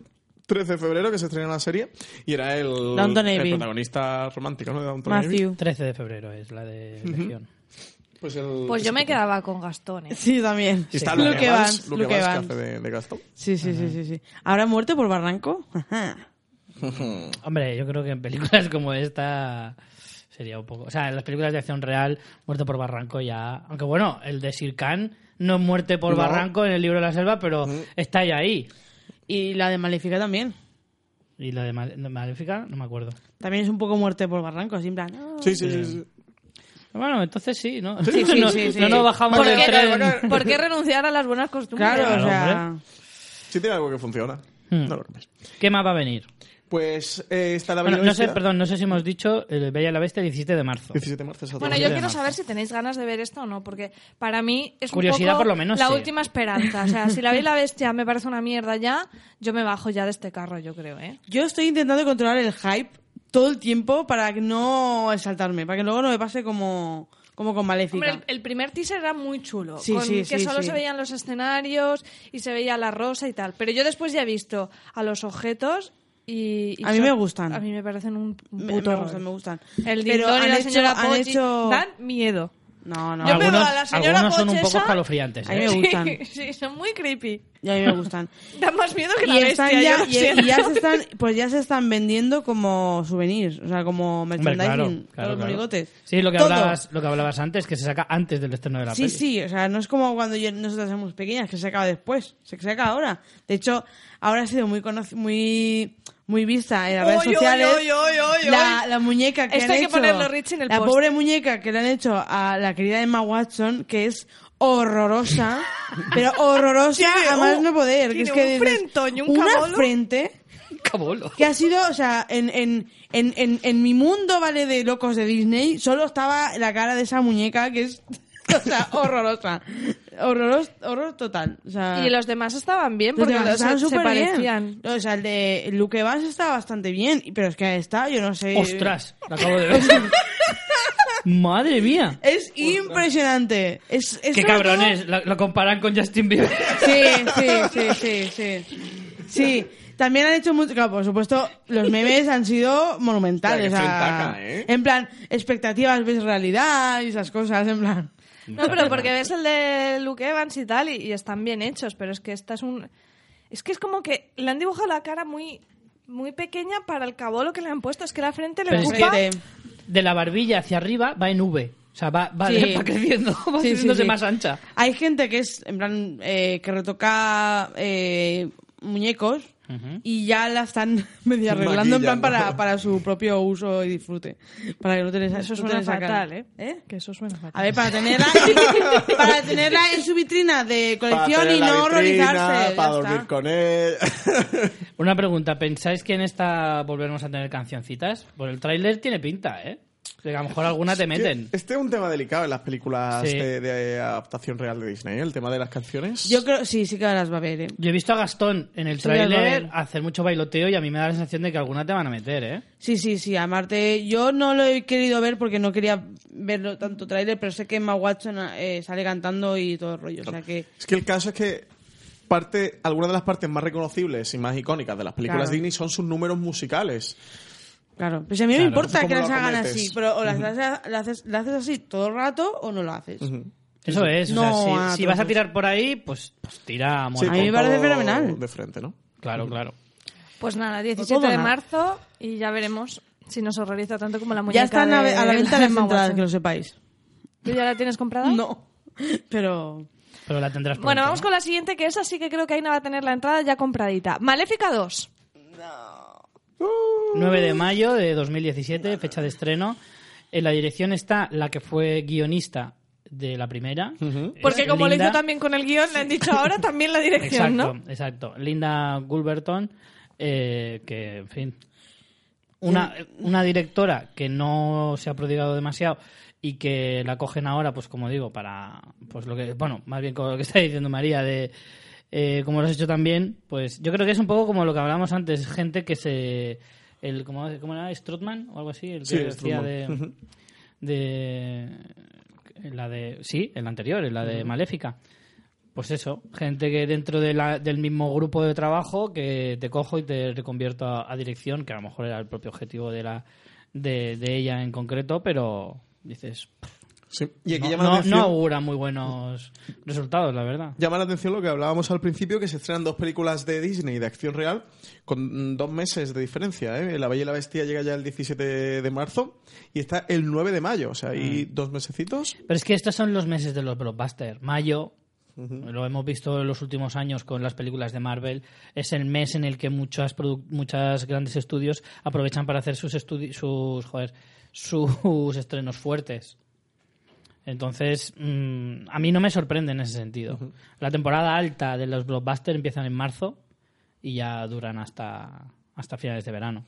Speaker 4: 13 de febrero que se estrena la serie y era el,
Speaker 3: Downton
Speaker 4: el
Speaker 3: Abbey.
Speaker 4: protagonista romántico, ¿no? De Downton Abbey.
Speaker 3: Matthew.
Speaker 1: 13 de febrero es la de Legión.
Speaker 4: Pues, el-
Speaker 2: Pues yo
Speaker 4: ese-
Speaker 2: me quedaba con Gastón. ¿eh?
Speaker 3: Sí, también.
Speaker 4: Y está
Speaker 1: Sí.
Speaker 4: Luke,
Speaker 3: Luke
Speaker 4: Evans,
Speaker 3: Evans,
Speaker 4: Luke
Speaker 3: Luke
Speaker 4: Evans,
Speaker 3: Evans.
Speaker 4: que hace de, de Gastón.
Speaker 3: Sí, sí, sí, sí, sí. ¿Habrá muerto por Barranco? Ajá.
Speaker 1: Hombre, yo creo que en películas como esta sería un poco. O sea, en las películas de acción real, muerte por barranco ya. Aunque bueno, el de Sir Khan no es muerte por
Speaker 4: No.
Speaker 1: barranco en el libro de la selva, pero
Speaker 3: Mm.
Speaker 1: está ya ahí.
Speaker 3: Y la de Maléfica también.
Speaker 1: Y la de Ma- de Maléfica, no me acuerdo.
Speaker 3: También es un poco muerte por Barranco, así en plan... ah.
Speaker 4: Sí, sí, sí. sí.
Speaker 1: Bueno, entonces sí, ¿no?
Speaker 3: Sí, sí,
Speaker 1: no,
Speaker 3: sí, sí.
Speaker 1: no nos bajamos
Speaker 2: ¿Por
Speaker 1: del tren.
Speaker 2: qué, por qué renunciar a las buenas costumbres?
Speaker 1: Claro,
Speaker 3: Claro, o sea...
Speaker 4: Sí tiene algo que funciona.
Speaker 1: Hmm.
Speaker 4: No lo cambies.
Speaker 1: ¿Qué más va a venir?
Speaker 4: Pues eh, está la
Speaker 1: Bueno,
Speaker 4: Bella
Speaker 1: no sé,
Speaker 4: Bestia.
Speaker 1: perdón, no sé si hemos dicho el Bella y la Bestia 17 de marzo.
Speaker 4: 17 de marzo. exacto.
Speaker 2: Bueno,
Speaker 1: Sí,
Speaker 2: yo
Speaker 1: de
Speaker 2: quiero
Speaker 1: marzo.
Speaker 2: saber si tenéis ganas de ver esto o no, porque para mí es
Speaker 1: Curiosidad,
Speaker 2: un poco
Speaker 1: por lo menos,
Speaker 2: la
Speaker 1: sí.
Speaker 2: última esperanza. O sea, si la veis la bestia me parece una mierda ya, yo me bajo ya de este carro, yo creo, ¿eh?
Speaker 3: Yo estoy intentando controlar el hype todo el tiempo para que no exaltarme, para que luego no me pase como, como con Maléfica.
Speaker 2: Hombre, el, el primer teaser era muy chulo,
Speaker 3: Sí,
Speaker 2: con
Speaker 3: sí,
Speaker 2: que
Speaker 3: sí,
Speaker 2: solo
Speaker 3: sí.
Speaker 2: se veían los escenarios y se veía la rosa y tal. Pero yo después ya he visto a los objetos y... y
Speaker 3: A mí
Speaker 2: son-
Speaker 3: me gustan.
Speaker 2: A mí me parecen un puto
Speaker 3: me, me
Speaker 2: horror.
Speaker 3: gustan, me gustan.
Speaker 2: El
Speaker 3: Pero
Speaker 2: dindón y
Speaker 3: han
Speaker 2: la
Speaker 3: hecho-
Speaker 2: señora
Speaker 3: han
Speaker 2: Pochi
Speaker 3: hecho-
Speaker 2: dan miedo.
Speaker 3: No, no.
Speaker 2: Yo me veo a
Speaker 1: algunos
Speaker 2: la señora
Speaker 1: algunos son un
Speaker 2: Pochesa-
Speaker 1: poco escalofriantes.
Speaker 3: A mí
Speaker 1: ¿eh?
Speaker 3: me
Speaker 2: Sí,
Speaker 3: gustan.
Speaker 2: sí, son muy creepy.
Speaker 3: Y a mí me gustan.
Speaker 2: Da más miedo que la
Speaker 3: y están
Speaker 2: bestia,
Speaker 3: ya,
Speaker 2: yo lo
Speaker 3: y-
Speaker 2: siento.
Speaker 3: y ya se están, pues ya se están vendiendo como souvenirs, o sea, como
Speaker 1: Hombre,
Speaker 3: merchandising,
Speaker 1: claro,
Speaker 3: todos
Speaker 1: claro,
Speaker 3: los
Speaker 1: claro.
Speaker 3: monigotes.
Speaker 1: Sí, lo que,
Speaker 3: Todo.
Speaker 1: hablabas, lo que hablabas antes, que se saca antes del estreno de la
Speaker 3: Sí,
Speaker 1: peli.
Speaker 3: sí, o sea, no es como cuando yo- nosotras éramos pequeñas, que se acaba después, se saca ahora. De hecho, ahora ha sido muy conoc- muy muy vista en las redes
Speaker 2: Oy, oy,
Speaker 3: sociales.
Speaker 2: oy, oy, oy,
Speaker 3: la,
Speaker 2: oy.
Speaker 3: la muñeca que
Speaker 2: Esto
Speaker 3: han
Speaker 2: hay que
Speaker 3: hecho,
Speaker 2: ponerlo, Richie, en el
Speaker 3: La
Speaker 2: post.
Speaker 3: pobre muñeca que le han hecho a la querida Emma Watson, que es horrorosa, pero horrorosa
Speaker 2: Tiene
Speaker 3: a más
Speaker 2: un-
Speaker 3: no poder. que
Speaker 2: tiene
Speaker 3: es que
Speaker 2: un
Speaker 3: dices,
Speaker 2: frentón y un
Speaker 3: una
Speaker 2: cabolo".
Speaker 3: frente
Speaker 1: Cabolo.
Speaker 3: que ha sido, o sea, en, en, en, en, en mi mundo, ¿vale? De locos de Disney, solo estaba la cara de esa muñeca que es, o sea, horrorosa. Horroros, horror total. O sea,
Speaker 2: Y los demás estaban bien
Speaker 3: los
Speaker 2: porque
Speaker 3: demás
Speaker 2: los- se,
Speaker 3: estaban
Speaker 2: se
Speaker 3: súper bien.
Speaker 2: parecían.
Speaker 3: O sea, el de Luke Evans está bastante bien, pero es que está, yo no sé.
Speaker 1: ¡Ostras! Lo acabo de ver. ¡Madre mía!
Speaker 3: Es impresionante. Es, es
Speaker 1: ¡Qué
Speaker 3: sobre todo-
Speaker 1: cabrones! Lo, lo comparan con Justin Bieber.
Speaker 3: Sí, sí, sí, sí, sí. Sí, también han hecho mucho. Claro, por supuesto, los memes han sido monumentales.
Speaker 4: Hostia, qué
Speaker 3: o sea,
Speaker 4: frentaca, ¿eh?
Speaker 3: En plan, expectativas ves realidad y esas cosas, en plan.
Speaker 2: No, pero porque ves el de Luke Evans y tal, y, y están bien hechos, pero es que esta es un... Es que es como que le han dibujado la cara muy muy pequeña para el cabolo que le han puesto. Es que la frente le
Speaker 1: Pero es
Speaker 2: ocupa...
Speaker 3: que-
Speaker 1: De la barbilla hacia arriba va en V. O sea, va, va,
Speaker 3: Sí.
Speaker 1: va creciendo, va
Speaker 3: Sí, sí,
Speaker 1: haciéndose
Speaker 3: sí.
Speaker 1: más ancha.
Speaker 3: Hay gente que es, en plan, eh, que retoca eh, muñecos y ya la están medio arreglando, en plan, para,
Speaker 4: Maquillando.
Speaker 3: para su propio uso y disfrute. Para que no tenés
Speaker 2: Eso suena fatal, ¿eh? Que eso suena fatal.
Speaker 3: A ver, para tenerla, para tenerla en su vitrina de colección
Speaker 4: tener
Speaker 3: y
Speaker 4: la
Speaker 3: no
Speaker 4: vitrina,
Speaker 3: horrorizarse. ya
Speaker 4: Para dormir
Speaker 3: está.
Speaker 4: con él.
Speaker 1: Una pregunta, ¿pensáis que en esta volveremos a tener cancioncitas? Pues el tráiler tiene pinta, ¿eh? Que a lo mejor alguna te meten.
Speaker 4: Este es un tema delicado en las películas
Speaker 1: Sí.
Speaker 4: de, de eh, adaptación real de Disney, ¿eh? el tema de las canciones.
Speaker 3: Yo creo, sí, sí que las va a ver, ¿eh?
Speaker 1: Yo he visto a Gastón en el
Speaker 3: Sí, las va a
Speaker 1: tráiler
Speaker 3: ver.
Speaker 1: hacer mucho bailoteo y a mí me da la sensación de que alguna te van a meter, ¿eh?
Speaker 3: Sí, sí, sí, amarte. Yo no lo he querido ver porque no quería verlo tanto trailer, pero sé que Emma Watson eh, sale cantando y todo el rollo. O sea que.
Speaker 4: Es que el caso es que parte, algunas de las partes más reconocibles y más icónicas de las películas
Speaker 3: Claro.
Speaker 4: Disney son sus números musicales.
Speaker 3: Claro. Pues a mí
Speaker 1: Claro.
Speaker 3: me importa
Speaker 4: ¿Cómo
Speaker 3: que
Speaker 4: lo
Speaker 3: las hagan
Speaker 4: acometes?
Speaker 3: así, pero o las, haces- las haces, las haces así todo el rato o no lo haces.
Speaker 1: Eso es, o sea,
Speaker 3: No,
Speaker 1: si-
Speaker 3: a
Speaker 1: si, vas a
Speaker 3: trozos.
Speaker 1: tirar por ahí, pues, pues tira a
Speaker 4: Sí,
Speaker 1: muerte.
Speaker 3: A mí me
Speaker 4: con
Speaker 3: parece
Speaker 4: todo
Speaker 3: fenomenal.
Speaker 4: De frente, ¿no?
Speaker 1: Claro, claro.
Speaker 2: Pues nada,
Speaker 3: No
Speaker 2: 17
Speaker 3: puedo
Speaker 2: de
Speaker 3: nada.
Speaker 2: marzo y ya veremos si nos horroriza tanto como la muñeca
Speaker 3: Ya están a,
Speaker 2: de-
Speaker 3: a la venta
Speaker 2: de
Speaker 3: las
Speaker 2: Emma
Speaker 3: entradas,
Speaker 2: Watson. ¿Ah?
Speaker 3: que lo sepáis.
Speaker 2: ¿Tú ya la tienes comprada?
Speaker 3: No. Pero.
Speaker 1: Pero la tendrás
Speaker 2: Bueno,
Speaker 1: pronto,
Speaker 2: vamos
Speaker 1: ¿no?
Speaker 2: con la siguiente, que esa sí que creo que Aina va a tener la entrada ya compradita. Maléfica 2.
Speaker 1: 9 de mayo de 2017, fecha de estreno. En la dirección está la que fue guionista de la primera. es
Speaker 2: Porque como lo
Speaker 1: Linda-
Speaker 2: hizo también con el guión, le han dicho ahora también la dirección,
Speaker 1: Exacto,
Speaker 2: ¿no?
Speaker 1: exacto. Linda Gulberton, eh, que, en fin, una, una directora que no se ha prodigado demasiado y que la cogen ahora, pues como digo, para, pues lo que, bueno, más bien con lo que está diciendo María de, eh, como lo has hecho también, pues yo creo que es un poco como lo que hablábamos antes, gente que se, el, ¿cómo, cómo era? ¿Strutman o algo así? El que
Speaker 4: Sí,
Speaker 1: decía
Speaker 4: Strutman.
Speaker 1: de-
Speaker 4: Ujú.
Speaker 1: de la de sí en la anterior en la de Maléfica pues eso gente que dentro de la- del mismo grupo de trabajo que te cojo y te reconvierto a, a dirección que a lo mejor era el propio objetivo de la de, de ella en concreto pero dices
Speaker 4: Sí. Y aquí
Speaker 1: no,
Speaker 4: llama la
Speaker 1: no-
Speaker 4: atención-
Speaker 1: no
Speaker 3: uh.
Speaker 1: augura muy buenos resultados la verdad
Speaker 4: Llama la atención lo que hablábamos al principio, que se estrenan dos películas de Disney de acción real con mm, dos meses de diferencia. ¿eh? La Bella y la Bestia llega ya el 17 de marzo y está el 9 de mayo, o sea, hay
Speaker 3: Mm.
Speaker 4: dos mesecitos.
Speaker 1: Pero es que estos son los meses de los blockbusters. Mayo, lo hemos visto en los últimos años con las películas de Marvel, es el mes en el que muchas, produ- muchas grandes estudios aprovechan para hacer sus, estudi- sus, joder, sus estrenos fuertes. Entonces, mm, a mí no me sorprende en ese sentido. La temporada alta de los blockbusters empiezan en marzo y ya duran hasta, hasta finales de verano.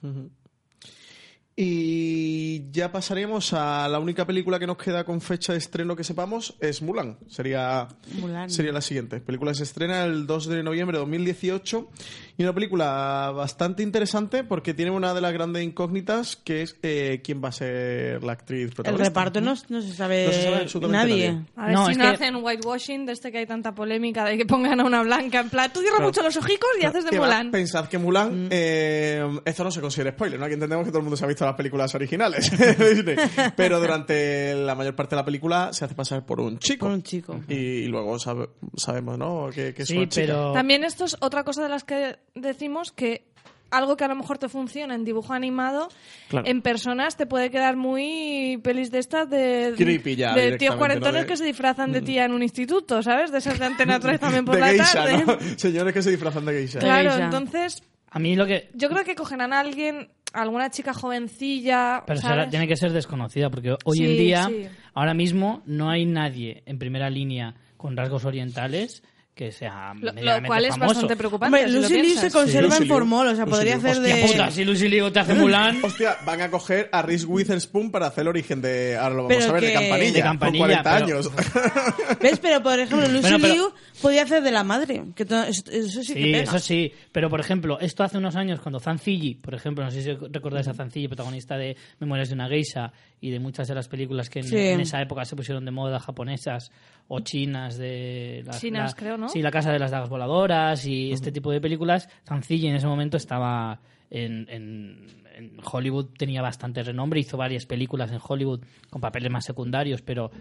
Speaker 4: Y ya pasaremos a la única película que nos queda con fecha de estreno que sepamos, es Mulan. Sería,
Speaker 3: Mulan.
Speaker 4: sería la siguiente. Película que se estrena el 2 de noviembre de 2018 y una película bastante interesante porque tiene una de las grandes incógnitas que es eh, quién va a ser la actriz
Speaker 3: El
Speaker 4: protagonista.
Speaker 3: reparto no, no se sabe,
Speaker 4: No se sabe absolutamente nadie.
Speaker 2: A ver
Speaker 1: No,
Speaker 2: si
Speaker 1: es
Speaker 2: no
Speaker 1: que-
Speaker 2: hacen whitewashing de este que hay tanta polémica de que pongan a una blanca en plan, tú cierras mucho los ojicos y haces de
Speaker 4: Que va,
Speaker 2: Mulan.
Speaker 4: Pensad que Mulan, eh, esto no se considera spoiler, ¿no? Aquí entendemos que todo el mundo se ha visto la las películas originales de Disney. Pero durante la mayor parte de la película se hace pasar por un chico.
Speaker 3: Por un
Speaker 2: Mm.
Speaker 3: chico.
Speaker 4: Y, luego sabe- sabemos, ¿no? Que, que es
Speaker 1: Sí,
Speaker 4: una chica.
Speaker 1: pero.
Speaker 2: También esto es otra cosa de las que decimos que algo que a lo mejor te funciona en dibujo animado,
Speaker 4: Claro.
Speaker 2: en personas te puede quedar muy pelis de estas de,
Speaker 4: Creepy
Speaker 2: de
Speaker 4: ya, directamente,
Speaker 2: tíos
Speaker 4: ¿no?
Speaker 2: cuarentones
Speaker 4: De-
Speaker 2: que se disfrazan de tía en un instituto, ¿sabes? De esas de Antena 3 también por
Speaker 4: de
Speaker 2: la
Speaker 4: geisha,
Speaker 2: tarde.
Speaker 4: ¿no? Señores que se disfrazan de geisha.
Speaker 2: Claro,
Speaker 3: Geisha.
Speaker 2: entonces
Speaker 1: A mí lo que.
Speaker 2: yo creo que cogerán a alguien, a alguna chica jovencilla,
Speaker 1: Pero será-
Speaker 2: ¿sabes?
Speaker 1: tiene que ser desconocida, porque hoy
Speaker 2: Sí,
Speaker 1: en día,
Speaker 2: sí.
Speaker 1: ahora mismo, no hay nadie en primera línea con rasgos orientales que sea.
Speaker 2: Lo, lo
Speaker 1: medianamente
Speaker 2: cual es
Speaker 1: famoso.
Speaker 2: bastante preocupante.
Speaker 3: Hombre,
Speaker 2: si lo
Speaker 3: Lucy Liu se
Speaker 2: piensas.
Speaker 3: conserva
Speaker 4: Lucy
Speaker 3: en
Speaker 4: Liu.
Speaker 3: formol, o sea,
Speaker 4: Lucy
Speaker 3: podría
Speaker 4: Liu.
Speaker 3: hacer
Speaker 1: Hostia
Speaker 3: de...
Speaker 1: puta, si Lucy Liu te hace Mulan.
Speaker 4: Hostia, van a coger a Reese Witherspoon para hacer el origen de. Ahora lo vamos
Speaker 3: Pero
Speaker 4: a ver, de
Speaker 3: que-
Speaker 4: campanilla.
Speaker 1: De
Speaker 4: con
Speaker 1: Campanilla,
Speaker 4: 40
Speaker 1: pero-
Speaker 4: años.
Speaker 3: ¿Ves? Pero, por ejemplo, Lucy
Speaker 1: Bueno, pero-
Speaker 3: Liu podía hacer de la madre. Que to- eso, eso sí que
Speaker 1: Sí,
Speaker 3: pega.
Speaker 1: eso sí. Pero, por ejemplo, esto hace unos años cuando Zancilli, por ejemplo, no sé si recordáis a Zancilli, protagonista de Memorias de una geisha y de muchas de las películas que en,
Speaker 3: Sí.
Speaker 1: en esa época se pusieron de moda, japonesas o chinas de... la-
Speaker 2: Chinas,
Speaker 1: la-
Speaker 2: creo, ¿no?
Speaker 1: Sí, La Casa de las Dagas Voladoras y este tipo de películas. Zancilli en ese momento estaba en... en- en Hollywood tenía bastante renombre, hizo varias películas en Hollywood con papeles más secundarios, pero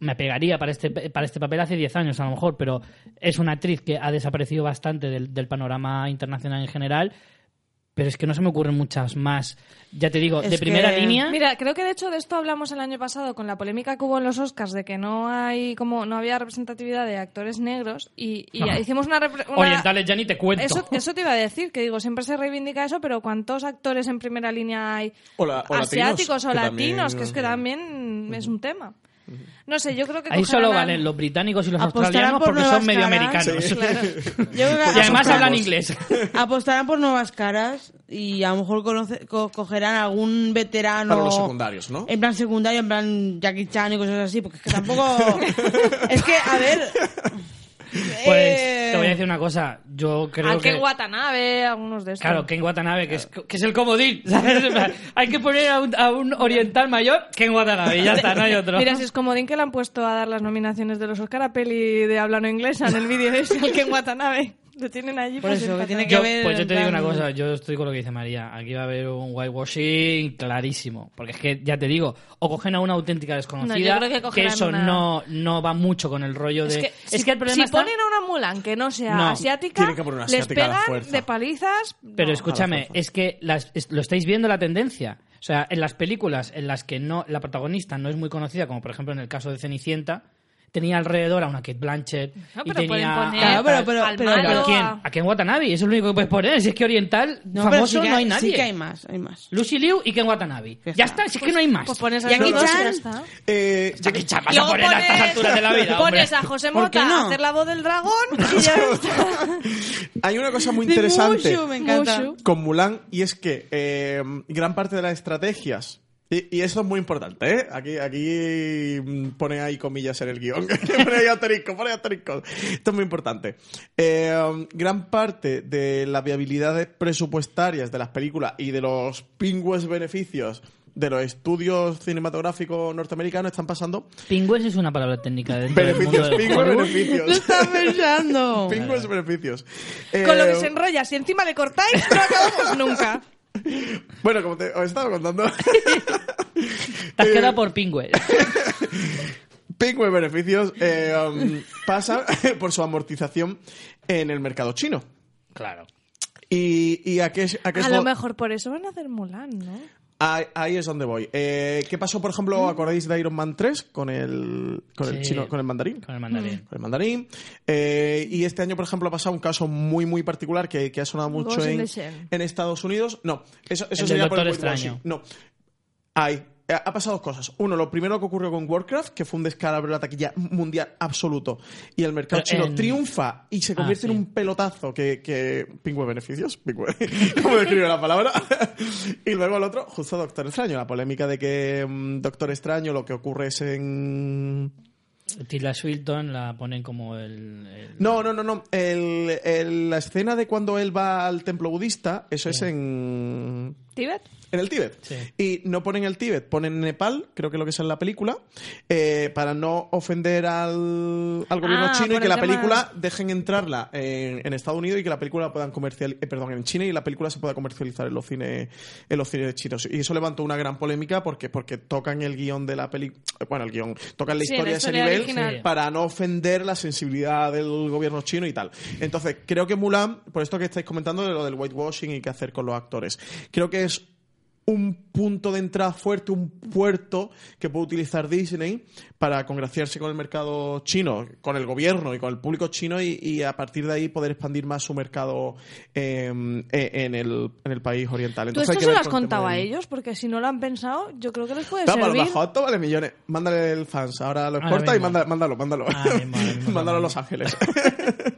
Speaker 1: me pegaría para este, para este papel hace 10 años a lo mejor, pero es una actriz que ha desaparecido bastante del, del panorama internacional en general, pero es que no se me ocurren muchas más. Ya te digo,
Speaker 3: Es
Speaker 1: de primera
Speaker 3: que-
Speaker 1: línea...
Speaker 2: Mira, creo que de hecho de esto hablamos el año pasado con la polémica que hubo en los Oscars de que no hay como no había representatividad de actores negros y, y
Speaker 1: Ajá.
Speaker 2: hicimos una, repre- una-
Speaker 1: Orientales ya ni te cuento.
Speaker 2: Eso, eso te iba a decir, que digo, siempre se reivindica eso, pero ¿cuántos actores en primera línea hay
Speaker 4: O la- o
Speaker 2: asiáticos
Speaker 4: latinos,
Speaker 2: o
Speaker 4: que
Speaker 2: latinos?
Speaker 4: también-
Speaker 2: que es que también es un tema. No sé, yo creo que
Speaker 1: Ahí
Speaker 2: cogerán
Speaker 1: solo
Speaker 2: a-
Speaker 1: valen los británicos y los
Speaker 3: Apostarán
Speaker 1: australianos
Speaker 3: por
Speaker 1: porque son
Speaker 3: nuevas
Speaker 1: medio
Speaker 3: caras.
Speaker 1: americanos.
Speaker 4: Sí.
Speaker 3: Yo creo que
Speaker 1: Y además
Speaker 3: apostarán-
Speaker 1: hablan inglés.
Speaker 3: Apostarán por nuevas caras y a lo mejor conoce- co- cogerán algún veterano.
Speaker 4: Para los secundarios, ¿no?
Speaker 3: En plan secundario, en plan Jackie Chan y cosas así, porque es que tampoco. es que, a ver.
Speaker 1: Pues
Speaker 3: eh,
Speaker 1: te voy a decir una cosa, yo creo
Speaker 2: a
Speaker 1: que...
Speaker 2: Ken Watanabe, algunos de estos.
Speaker 1: Claro, Ken Watanabe, que es, que es el comodín. ¿sabes? hay que poner a un, a un oriental mayor Ken Watanabe, y ya está, no hay otro.
Speaker 2: Mira, si es comodín que le han puesto a dar las nominaciones de los Oscar a peli de habla no inglesa en el vídeo de ese, al Ken Watanabe. Lo tienen allí.
Speaker 3: Por
Speaker 2: para
Speaker 3: eso, que
Speaker 2: empatar.
Speaker 3: tiene que
Speaker 1: Yo-
Speaker 3: ver,
Speaker 1: pues yo
Speaker 3: en
Speaker 1: te digo
Speaker 3: plan-
Speaker 1: una cosa, yo estoy con lo que dice María. Aquí va a haber un whitewashing clarísimo. Porque es que, ya te digo, o cogen a una auténtica desconocida,
Speaker 2: No, yo creo que
Speaker 1: que,
Speaker 2: cogerán
Speaker 1: eso
Speaker 2: una-
Speaker 1: no, no va mucho con el rollo de...
Speaker 2: Es que, si,
Speaker 1: el problema
Speaker 2: si
Speaker 1: está-
Speaker 2: ponen a una Mulan que no sea
Speaker 1: No,
Speaker 2: asiática,
Speaker 4: tienen que poner una
Speaker 2: les
Speaker 4: asiática a la
Speaker 2: pegan
Speaker 4: fuerza.
Speaker 2: de palizas.
Speaker 1: Pero
Speaker 2: no.
Speaker 1: escúchame, es que las- es- lo estáis viendo la tendencia. O sea, en las películas en las que no la protagonista no es muy conocida, como por ejemplo en el caso de Cenicienta, tenía alrededor a una Kate Blanchett
Speaker 2: No,
Speaker 1: y
Speaker 2: pero pueden
Speaker 1: tenía
Speaker 2: poner
Speaker 1: a-
Speaker 3: Claro, pero- pero-
Speaker 2: al
Speaker 3: pero-
Speaker 1: ¿Pero
Speaker 2: malo,
Speaker 1: a quién?
Speaker 2: a-
Speaker 1: ¿A Ken Watanabe? Eso es lo único que puedes poner. Si es que oriental,
Speaker 3: No, pero
Speaker 1: famoso,
Speaker 3: sí que
Speaker 1: no hay nadie.
Speaker 3: Sí que hay más, hay más.
Speaker 1: Lucy Liu y Ken Watanabe.
Speaker 3: Ya
Speaker 1: Ya
Speaker 3: está.
Speaker 1: está, si es que no hay más.
Speaker 2: Pues pones a
Speaker 3: Jackie
Speaker 2: esos dos y
Speaker 3: Chan.
Speaker 2: ya está.
Speaker 4: Eh, ya que-
Speaker 1: Jackie Chan vas a poner a estas alturas de la vida, hombre.
Speaker 2: pones a José
Speaker 3: ¿Por
Speaker 2: Mota
Speaker 3: qué no?
Speaker 2: a hacer la voz del dragón y ya está.
Speaker 4: Hay una cosa muy
Speaker 3: De
Speaker 4: interesante.
Speaker 3: Mushu, me encanta.
Speaker 2: Mushu.
Speaker 4: con Mulan y es que eh, gran parte de las estrategias y, y eso es muy importante, ¿eh? Aquí, aquí mm, pone ahí comillas en el guión. pone ahí asterisco, pone ahí asterisco. Esto es muy importante. Eh, gran parte de las viabilidades presupuestarias de las películas y de los pingües beneficios de los estudios cinematográficos norteamericanos están pasando.
Speaker 1: Pingües es una palabra técnica dentro del mundo
Speaker 4: Beneficios,
Speaker 1: del
Speaker 4: pingües,
Speaker 1: Hollywood.
Speaker 3: Lo
Speaker 4: beneficios.
Speaker 3: estás pensando.
Speaker 4: Pingües, beneficios.
Speaker 2: Con lo que
Speaker 4: Eh,
Speaker 2: se enrolla, si encima le cortáis, no acabamos nunca.
Speaker 4: Bueno, como te os estaba contando.
Speaker 1: Te has
Speaker 4: eh.
Speaker 1: quedado por pingües.
Speaker 4: Pingüe Beneficios eh, um, pasa por su amortización en el mercado chino.
Speaker 1: Claro.
Speaker 4: Y, y a qué, es- a qué es
Speaker 2: A lo
Speaker 4: lo-
Speaker 2: mejor por eso van a hacer Mulan, ¿no?
Speaker 4: Ahí, ahí es donde voy. Eh, ¿Qué pasó, por ejemplo, acordáis de Iron Man 3 con el, con el
Speaker 1: Sí.
Speaker 4: chino, con el mandarín?
Speaker 1: Con el mandarín.
Speaker 4: Con el mandarín. Eh, y este año, por ejemplo, ha pasado un caso muy, muy particular que, que ha sonado mucho
Speaker 2: Ghost in
Speaker 4: en,
Speaker 2: the Shell.
Speaker 4: en Estados Unidos. No, eso, eso
Speaker 1: del
Speaker 4: sería por el
Speaker 1: Doctor
Speaker 4: whitewashing.
Speaker 1: Extraño.
Speaker 4: No. Hay. eh, Ha pasado dos cosas. Uno, lo primero que ocurrió con Warcraft, que fue un descalabro de la taquilla mundial absoluto. Y el mercado
Speaker 1: Pero
Speaker 4: chino
Speaker 1: en- Ah,
Speaker 4: triunfa y se convierte
Speaker 1: sí.
Speaker 4: en un pelotazo que, que pingüe beneficios, pingüe, como describe la palabra. y luego el otro, justo Doctor Extraño, la polémica de que mm, Doctor Extraño lo que ocurre es en...
Speaker 1: Tilda Swilton la ponen como el... el-
Speaker 4: No, no, no, no. El- el- la escena de cuando él va al templo budista, eso es en...
Speaker 2: ¿Tíbet?
Speaker 4: En el Tíbet.
Speaker 1: Sí.
Speaker 4: Y no ponen el Tíbet, ponen Nepal, creo que es lo que es en la película, eh, para no ofender al, al gobierno
Speaker 2: Ah,
Speaker 4: chino y
Speaker 2: por
Speaker 4: que
Speaker 2: el
Speaker 4: la
Speaker 2: tema
Speaker 4: película dejen entrarla en, en Estados Unidos y que la película la puedan comercializar, perdón, en China y la película se pueda comercializar en los cines en los cines chinos. Y eso levantó una gran polémica porque porque tocan el guión de la película, bueno, el guión, tocan la
Speaker 2: Sí, la
Speaker 4: historia a ese
Speaker 2: historia
Speaker 4: nivel
Speaker 2: original.
Speaker 1: Sí.
Speaker 4: para no ofender la sensibilidad del gobierno chino y tal. Entonces, creo que Mulan, por esto que estáis comentando de lo del whitewashing y qué hacer con los actores, creo que es un punto de entrada fuerte, un puerto que puede utilizar Disney para congraciarse con el mercado chino, con el gobierno y con el público chino y, y a partir de ahí poder expandir más su mercado eh, eh, en, el, en el país oriental.
Speaker 2: ¿Tú
Speaker 4: Entonces,
Speaker 2: esto
Speaker 4: hay que
Speaker 2: se
Speaker 4: ver
Speaker 2: lo has
Speaker 4: con el tema
Speaker 2: contado a
Speaker 4: del-
Speaker 2: ellos? Porque si no lo han pensado, yo creo que les puede
Speaker 4: Toma,
Speaker 2: servir.
Speaker 4: lo bajo, esto vale millones. Mándale el fans. Ahora lo
Speaker 1: Ahora
Speaker 4: exporta y
Speaker 1: mismo. Ah,
Speaker 4: manda- mándalo, mándalo.
Speaker 1: Ahora mismo, ahora mismo,
Speaker 4: mándalo
Speaker 1: ahora
Speaker 4: a Los Ángeles.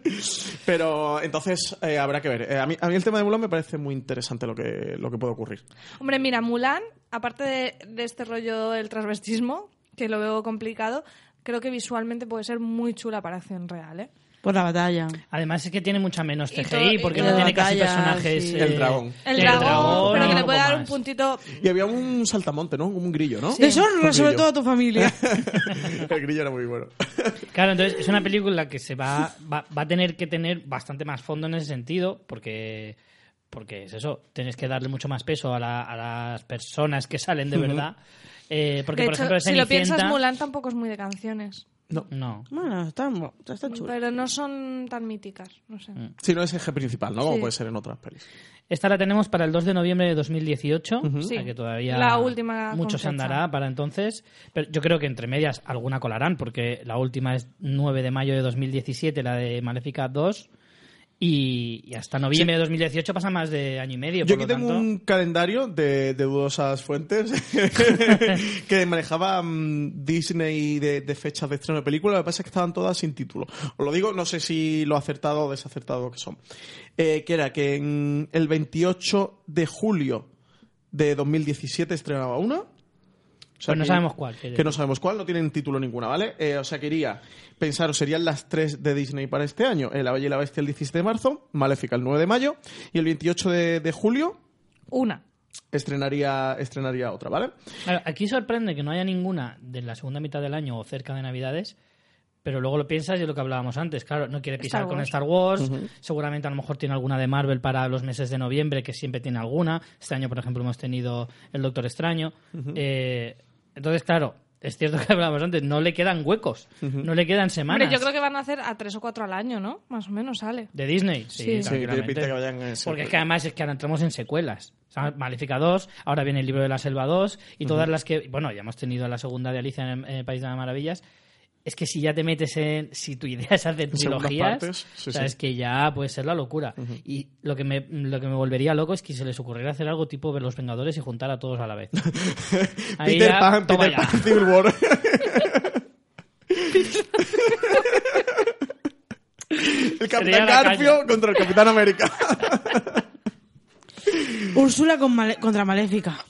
Speaker 4: Pero entonces eh, habrá que ver. Eh, a, mí, a mí el tema de Mulan me parece muy interesante lo que, lo que puede ocurrir.
Speaker 2: Hombre, mira, Mulan, aparte de, de este rollo del transvestismo, que lo veo complicado, creo que visualmente puede ser muy chula para acción real, ¿eh?
Speaker 3: Por la batalla.
Speaker 1: Además es que tiene mucha menos
Speaker 2: Y
Speaker 1: TGI
Speaker 2: todo- y
Speaker 1: porque
Speaker 2: todo
Speaker 1: no tiene casi
Speaker 3: batalla,
Speaker 1: personajes... eh,
Speaker 3: sí.
Speaker 4: El dragón.
Speaker 2: El,
Speaker 1: el
Speaker 2: dragón,
Speaker 1: dragón
Speaker 2: pero
Speaker 1: y
Speaker 2: que le
Speaker 1: poco
Speaker 2: puede dar un
Speaker 1: más.
Speaker 2: puntito...
Speaker 4: Y había un saltamonte, ¿no? Un grillo, ¿no?
Speaker 2: Sí.
Speaker 3: Deshonra sobre
Speaker 4: Porque yo-
Speaker 3: todo a tu familia.
Speaker 4: el grillo era muy bueno.
Speaker 1: Claro, entonces es una película que se va, va, va a tener que tener bastante más fondo en ese sentido, porque, porque es eso, tienes que darle mucho más peso a, la- a las personas que salen de verdad. Eh, porque,
Speaker 2: de
Speaker 1: por
Speaker 2: hecho,
Speaker 1: ejemplo,
Speaker 2: si lo
Speaker 1: Cenicienta-
Speaker 2: piensas, Mulan tampoco es muy de canciones.
Speaker 1: No.
Speaker 3: bueno, está, mo- está chulo.
Speaker 2: Pero no son tan míticas, no sé.
Speaker 1: Mm.
Speaker 4: Si no es eje principal, ¿no? Como
Speaker 2: Sí.
Speaker 4: puede ser en otras pelis.
Speaker 1: Esta la tenemos para el 2 de noviembre de 2018, o sea
Speaker 2: Sí.
Speaker 1: que todavía
Speaker 2: La última
Speaker 1: mucho
Speaker 2: con
Speaker 1: se
Speaker 2: fecha.
Speaker 1: andará para entonces. Pero yo creo que entre medias alguna colarán, porque la última es 9 de mayo de 2017, la de Maléfica 2. Y, y hasta noviembre de 2018 pasa más de año y medio.
Speaker 4: Yo
Speaker 1: por
Speaker 4: aquí
Speaker 1: lo
Speaker 4: tengo
Speaker 1: tanto.
Speaker 4: un calendario de, de dudosas fuentes que manejaba mm, Disney de, de fechas de estreno de películas. Lo que pasa es que estaban todas sin título. Os lo digo, no sé si lo acertado o desacertado que son. Eh, que era que en el 28 de julio de 2017 estrenaba una. O sea
Speaker 1: Pues no
Speaker 4: que-
Speaker 1: sabemos cuál, que-
Speaker 4: Que no sabemos cuál, no tienen título ninguna, ¿vale? Eh, o sea, quería pensaros, serían las tres de Disney para este año. Eh, La Bella y la Bestia el 17 de marzo, Maléfica el 9 de mayo y el 28 de, de julio
Speaker 2: Una.
Speaker 4: estrenaría, estrenaría otra, ¿vale?
Speaker 1: Claro, aquí sorprende que no haya ninguna de la segunda mitad del año o cerca de Navidades, pero luego lo piensas y es lo que hablábamos antes. Claro, no quiere pisar
Speaker 2: Star
Speaker 1: con
Speaker 2: Wars.
Speaker 1: Star Wars, seguramente a lo mejor tiene alguna de Marvel para los meses de noviembre, que siempre tiene alguna. Este año, por ejemplo, hemos tenido El Doctor Extraño. Eh, entonces, claro, es cierto que hablábamos antes, no le quedan huecos, no le quedan semanas.
Speaker 2: Hombre, yo creo que van a hacer a tres o cuatro al año, ¿no? Más o menos sale.
Speaker 1: De Disney, sí,
Speaker 2: Sí. Sí,
Speaker 4: tiene
Speaker 1: tranquilamente.
Speaker 4: pinta que vayan a ese-
Speaker 1: Porque es que además es que ahora entramos en secuelas. O sea, Maléfica 2, ahora viene el libro de la selva 2 y todas las que... Bueno, ya hemos tenido la segunda de Alicia en el, en el País de las Maravillas. Es que si ya te metes en... Si tu idea es hacer
Speaker 4: segundas
Speaker 1: trilogías,
Speaker 4: partes, sí,
Speaker 1: o sea,
Speaker 4: sí.
Speaker 1: es que ya puede ser la locura. Y lo que, me, lo que me volvería loco es que se les ocurriera hacer algo tipo ver Los Vengadores y juntar a todos a la vez. Ahí
Speaker 4: Peter
Speaker 1: ya,
Speaker 4: Pan,
Speaker 1: toma
Speaker 4: Peter
Speaker 1: ya.
Speaker 4: Pan, Civil War. El
Speaker 1: Sería
Speaker 4: Capitán
Speaker 1: la
Speaker 4: Garfio
Speaker 1: caña.
Speaker 4: contra el Capitán América.
Speaker 3: Úrsula con male- contra Maléfica.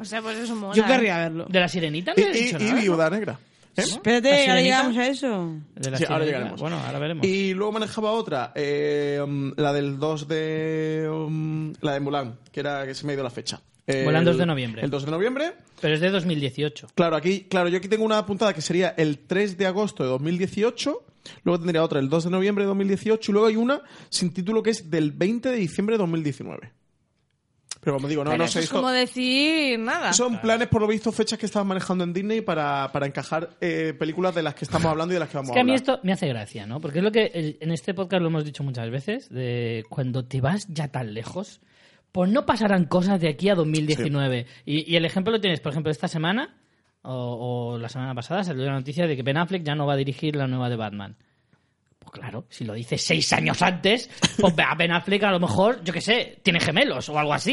Speaker 2: O sea, pues eso mola.
Speaker 3: Yo
Speaker 2: ¿eh?
Speaker 3: querría verlo.
Speaker 1: De la sirenita
Speaker 4: y,
Speaker 1: no he dicho
Speaker 4: y- y
Speaker 1: nada, ¿no?
Speaker 4: Viuda Negra. ¿eh?
Speaker 1: ¿La
Speaker 3: Espérate, ahora
Speaker 1: sirenita?
Speaker 3: llegamos a eso.
Speaker 1: De la
Speaker 4: Sí, ahora
Speaker 1: Sirenita.
Speaker 4: llegaremos.
Speaker 1: Bueno, ahora veremos.
Speaker 4: Y luego manejaba otra, eh, um, la del 2 de. um, la de Mulan, que era que se me ha ido la fecha. Eh,
Speaker 1: Mulan 2
Speaker 4: el-
Speaker 1: de noviembre.
Speaker 4: El 2 de noviembre.
Speaker 1: Pero es de 2018.
Speaker 4: Claro, aquí, claro, yo aquí tengo una apuntada que sería el 3 de agosto de 2018. Luego tendría otra el 2 de noviembre de 2018. Y luego hay una sin título que es del 20 de diciembre de 2019. Pero como digo, no,
Speaker 2: Pero
Speaker 4: no
Speaker 2: eso
Speaker 4: sé.
Speaker 2: es
Speaker 4: esto-
Speaker 2: como decir nada.
Speaker 4: son planes, por lo visto, fechas que estaban manejando en Disney para, para encajar eh, películas de las que estamos hablando y de las que vamos
Speaker 1: Es que
Speaker 4: a
Speaker 1: a mí
Speaker 4: hablar.
Speaker 1: esto me hace gracia, ¿no? Porque es lo que el- en este podcast lo hemos dicho muchas veces, de cuando te vas ya tan lejos, pues no pasarán cosas de aquí a 2019. Y, y el ejemplo lo tienes, por ejemplo, esta semana o, o la semana pasada salió la noticia de que Ben Affleck ya no va a dirigir la nueva de Batman. Pues claro, si lo dices seis años antes, pues a Ben Affleck a lo mejor, yo qué sé, tiene gemelos o algo así.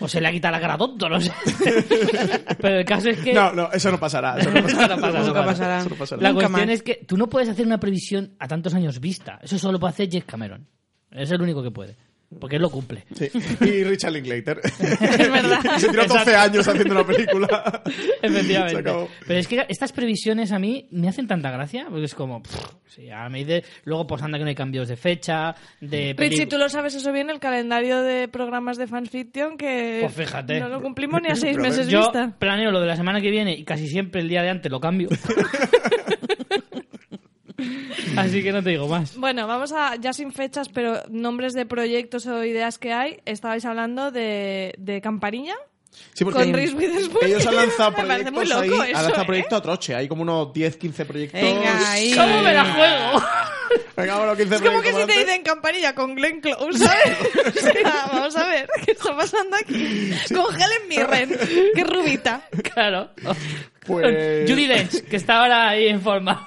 Speaker 1: O se le ha quitado la cara tonto, no sé. Pero el caso es que...
Speaker 4: No, no, eso no pasará. Eso no pasará.
Speaker 1: Eso no pasa, eso
Speaker 4: Nunca
Speaker 1: no
Speaker 3: pasa.
Speaker 4: Eso no pasará.
Speaker 1: La
Speaker 3: Nunca
Speaker 1: cuestión
Speaker 3: más.
Speaker 1: es que tú no puedes hacer una previsión a tantos años vista. Eso solo puede hacer James Cameron. Es el único que puede. porque él lo cumple.
Speaker 4: Sí. Y Richard Linklater.
Speaker 2: Es verdad.
Speaker 4: Se tiró 12
Speaker 1: Exacto.
Speaker 4: años haciendo una película. Se
Speaker 1: Efectivamente.
Speaker 4: acabó.
Speaker 1: Pero es que estas previsiones a mí me hacen tanta gracia, porque es como, pff, sí, ahora me dice, luego pues anda que no hay cambios de fecha, de... peli-
Speaker 2: Richie, tú lo sabes eso bien, el calendario de programas de fanfiction que
Speaker 1: Pues fíjate.
Speaker 2: no lo cumplimos ni a seis
Speaker 4: Pero a ver,
Speaker 2: meses
Speaker 1: Yo
Speaker 2: vista.
Speaker 1: planeo lo de la semana que viene y casi siempre el día de antes lo cambio. Así que no te digo más.
Speaker 2: Bueno, vamos a, ya sin fechas, pero nombres de proyectos o ideas que hay. Estabais hablando de, de Campariña.
Speaker 4: Sí, porque
Speaker 2: Con Reese Witherspoon.
Speaker 4: ellos han lanzado
Speaker 2: Me parece
Speaker 4: proyectos
Speaker 2: muy loco
Speaker 4: ahí,
Speaker 2: eso,
Speaker 4: han lanzado
Speaker 2: ¿eh?
Speaker 4: proyectos a troche. Hay como unos 10, 15 proyectos.
Speaker 3: Venga, ahí.
Speaker 1: ¿Cómo me la juego?
Speaker 4: Venga, vámonos, 15
Speaker 2: Es como que
Speaker 4: proyectos
Speaker 2: si te
Speaker 4: adelante.
Speaker 2: dicen Campanilla con Glenn Close, ¿sabes? O sea, vamos a ver, ¿qué está pasando aquí? Con Helen Mirren, qué rubita.
Speaker 1: Claro.
Speaker 4: Pues-
Speaker 1: Judy Dench, que está ahora ahí en forma.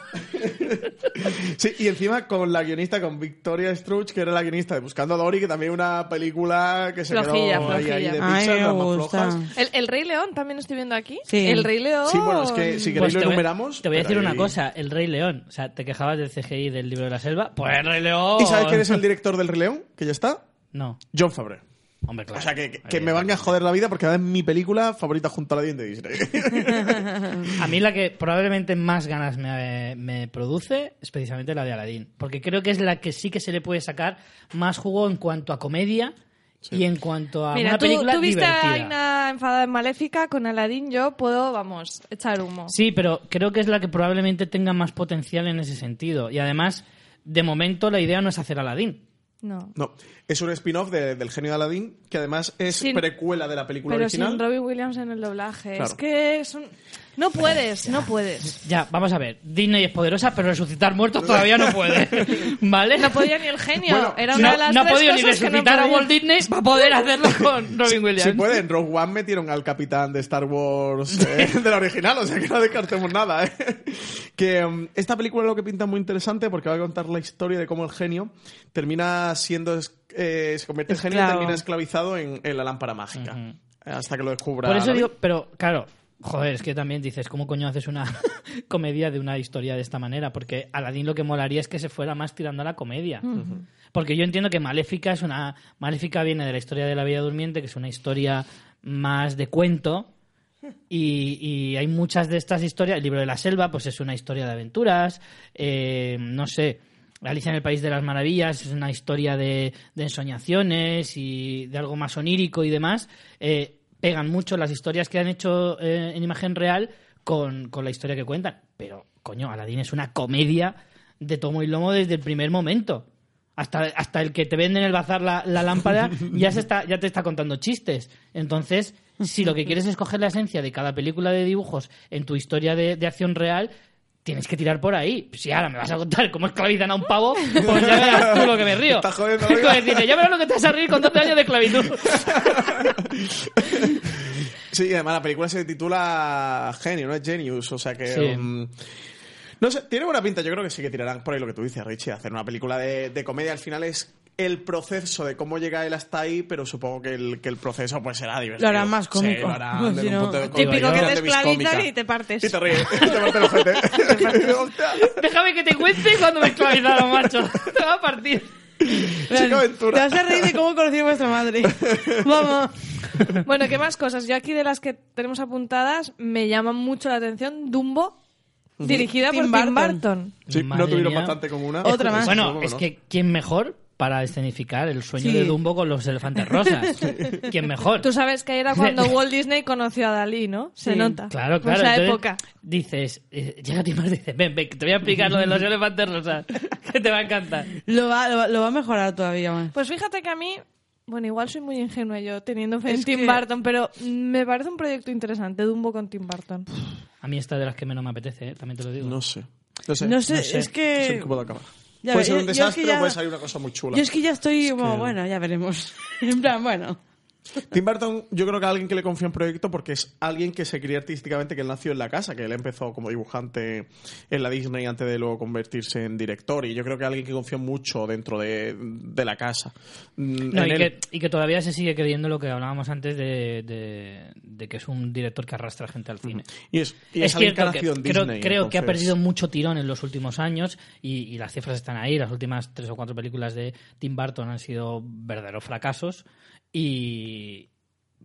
Speaker 4: Sí, y encima con la guionista, con Victoria Struch, que era la guionista de Buscando a Dory, que también una película que se
Speaker 2: Flojilla,
Speaker 4: quedó ahí, ahí
Speaker 2: flojilla.
Speaker 4: de
Speaker 3: Ay,
Speaker 4: Pixar,
Speaker 3: me
Speaker 4: las más
Speaker 3: gusta.
Speaker 4: flojas.
Speaker 2: El, el Rey León también estoy viendo aquí.
Speaker 3: Sí.
Speaker 2: El Rey León.
Speaker 4: Sí, bueno, es que si
Speaker 1: Pues
Speaker 4: queréis
Speaker 1: te
Speaker 4: lo
Speaker 1: voy-
Speaker 4: enumeramos.
Speaker 1: Te voy a
Speaker 4: pero
Speaker 1: decir
Speaker 4: ahí-
Speaker 1: una cosa, el Rey León. O sea, te quejabas del CGI del libro de la selva. Pues Rey León.
Speaker 4: ¿Y
Speaker 2: Oh.
Speaker 4: sabes quién es el director del Rey León? Que ya está.
Speaker 1: No.
Speaker 4: John Favre.
Speaker 1: Hombre, claro.
Speaker 4: O sea, que, que- que me van a joder la vida porque ahora es mi película favorita junto a la de de Disney.
Speaker 1: A mí la que probablemente más ganas me, me produce es precisamente la de Aladdin. Porque creo que es la que sí que se le puede sacar más jugo en cuanto a comedia y en cuanto a
Speaker 2: Mira,
Speaker 1: una
Speaker 2: tú,
Speaker 1: película
Speaker 2: tú viste
Speaker 1: divertida.
Speaker 2: a Aina enfadada en Maléfica, con Aladdin yo puedo, vamos, echar humo.
Speaker 1: Sí, pero creo que es la que probablemente tenga más potencial en ese sentido. Y además, de momento la idea no es hacer Aladdin.
Speaker 2: No.
Speaker 4: no, es un spin-off de- del genio de Aladdin, que además es
Speaker 2: Sin-
Speaker 4: precuela de la película
Speaker 2: Pero sin
Speaker 4: original.
Speaker 2: Robbie Williams en el doblaje.
Speaker 4: Claro.
Speaker 2: Es que son... no puedes, no puedes.
Speaker 1: Ya, vamos a ver. Disney es poderosa, pero resucitar muertos todavía no puede. ¿Vale?
Speaker 2: No podía ni el genio.
Speaker 4: Bueno,
Speaker 2: Era
Speaker 4: sí.
Speaker 2: una
Speaker 1: No-
Speaker 2: de las
Speaker 1: no ha
Speaker 2: tres
Speaker 1: podido ni
Speaker 2: cosas que no
Speaker 1: resucitar a
Speaker 2: podía.
Speaker 1: Walt Disney para poder hacerlo con Robin Williams.
Speaker 4: Si puede, en Rogue One metieron al capitán de Star Wars eh, de la original, o sea que no descartemos nada. eh. Que um, esta película lo que pinta muy interesante porque va a contar la historia de cómo el genio termina siendo, es- eh, se convierte en genio y
Speaker 3: Esclavo.
Speaker 4: termina esclavizado en, en la lámpara mágica. Hasta que lo descubra.
Speaker 1: Por eso
Speaker 4: Aladdin.
Speaker 1: digo, pero claro, joder, es que también dices, ¿cómo coño haces una comedia de una historia de esta manera? Porque Aladdin lo que molaría es que se fuera más tirando a la comedia. Porque yo entiendo que Maléfica es una. Maléfica viene de la historia de la Bella Durmiente, que es una historia más de cuento. Y, y hay muchas de estas historias. El libro de la selva, pues es una historia de aventuras. eh, no sé. Alicia en el País de las Maravillas es una historia de, de ensoñaciones y de algo más onírico y demás. Eh, pegan mucho las historias que han hecho eh, en imagen real con, con la historia que cuentan. Pero, coño, Aladdin es una comedia de tomo y lomo desde el primer momento. Hasta, hasta el que te vende en el bazar la, la lámpara ya, se está, ya te está contando chistes. Entonces, si lo que quieres es coger la esencia de cada película de dibujos en tu historia de, de acción real, tienes que tirar por ahí. Si ahora me vas a contar cómo esclavizan a un pavo, pues ya verás tú lo que me río.
Speaker 4: Está jodiendo, oiga.
Speaker 1: Pues dice, ya verás lo que te vas a reír con 12 años de esclavitud.
Speaker 4: Sí, y además la película se titula Genio, no es Genius, o sea que...
Speaker 1: Sí.
Speaker 4: um, no sé, tiene buena pinta, yo creo que sí que tirarán por ahí lo que tú dices, Richie, hacer una película de, de comedia al final es el proceso de cómo llega él hasta ahí, pero supongo que el, que el proceso pues será divertido.
Speaker 3: Lo harán más cómico.
Speaker 4: Sí, lo harán
Speaker 3: Pues
Speaker 4: desde
Speaker 3: si
Speaker 4: un
Speaker 3: no-
Speaker 4: punto de-
Speaker 1: Típico que
Speaker 4: de
Speaker 1: te
Speaker 4: vista
Speaker 2: esclavizan
Speaker 4: cómica.
Speaker 2: y te partes.
Speaker 4: Y te ríes, y te partes el ojete. Hostia,
Speaker 1: Déjame que te cuente cuando me esclavizaron, macho. Te va a partir.
Speaker 4: chica
Speaker 3: Te
Speaker 4: aventura.
Speaker 3: vas a reír de cómo conocí a vuestra madre. Vamos.
Speaker 2: Bueno, ¿qué más cosas? Yo aquí de las que tenemos apuntadas me llama mucho la atención Dumbo, dirigida
Speaker 3: Tim
Speaker 2: por Tim
Speaker 3: Burton.
Speaker 2: Barton.
Speaker 4: Sí, no
Speaker 1: Madre
Speaker 4: tuvieron
Speaker 1: mía.
Speaker 4: bastante con una.
Speaker 3: Otra más.
Speaker 1: Bueno,
Speaker 4: Supongo
Speaker 1: es
Speaker 4: no.
Speaker 1: que ¿quién mejor para escenificar el sueño
Speaker 3: Sí.
Speaker 1: de Dumbo con los elefantes rosas? ¿Quién mejor?
Speaker 2: Tú sabes que era cuando Walt Disney conoció a Dalí, ¿no? Se
Speaker 3: Sí.
Speaker 2: nota.
Speaker 1: Claro,
Speaker 2: Por
Speaker 1: claro.
Speaker 2: Esa
Speaker 1: entonces
Speaker 2: época.
Speaker 1: Dices, eh, llega Tim Burton y dice, ven, ven, que te voy a explicar lo de los elefantes rosas, que te va a encantar.
Speaker 3: Lo va, lo, va- lo va a mejorar todavía más.
Speaker 2: Pues fíjate que a mí, bueno, igual soy muy ingenua yo teniendo fe en
Speaker 3: Es
Speaker 2: Tim
Speaker 3: que-
Speaker 2: Burton, pero me parece un proyecto interesante, Dumbo con Tim Burton.
Speaker 1: A mí esta de las que menos me apetece, ¿eh? también te lo digo.
Speaker 4: No sé. No sé.
Speaker 3: No sé,
Speaker 1: sé.
Speaker 3: es
Speaker 4: No sé
Speaker 3: que...
Speaker 4: cómo puede acabar.
Speaker 3: Ya
Speaker 4: puede
Speaker 3: ve-
Speaker 4: ser
Speaker 3: yo-
Speaker 4: un
Speaker 3: yo es que
Speaker 4: desastre
Speaker 3: ya-
Speaker 4: o puede salir una cosa muy chula.
Speaker 3: Yo es que ya estoy como, bueno, ya veremos. en plan, bueno.
Speaker 4: Tim Burton, yo creo que alguien que le confía en proyecto porque es alguien que se cría artísticamente, que él nació en la casa, que él empezó como dibujante en la Disney antes de luego convertirse en director. Y yo creo que alguien que confía mucho dentro de, de la casa. Mm,
Speaker 1: No,
Speaker 4: en
Speaker 1: y,
Speaker 4: él.
Speaker 1: que, y que todavía se sigue creyendo lo que hablábamos antes de, de- de que es un director que arrastra gente al cine.
Speaker 4: Y es, y es,
Speaker 1: es
Speaker 4: alguien que ha
Speaker 1: cierto que
Speaker 4: nacido en
Speaker 1: creo,
Speaker 4: Disney,
Speaker 1: creo que ha
Speaker 4: entonces-
Speaker 1: perdido mucho tirón en los últimos años y, y las cifras están ahí. Las últimas tres o cuatro películas de Tim Burton han sido verdaderos fracasos y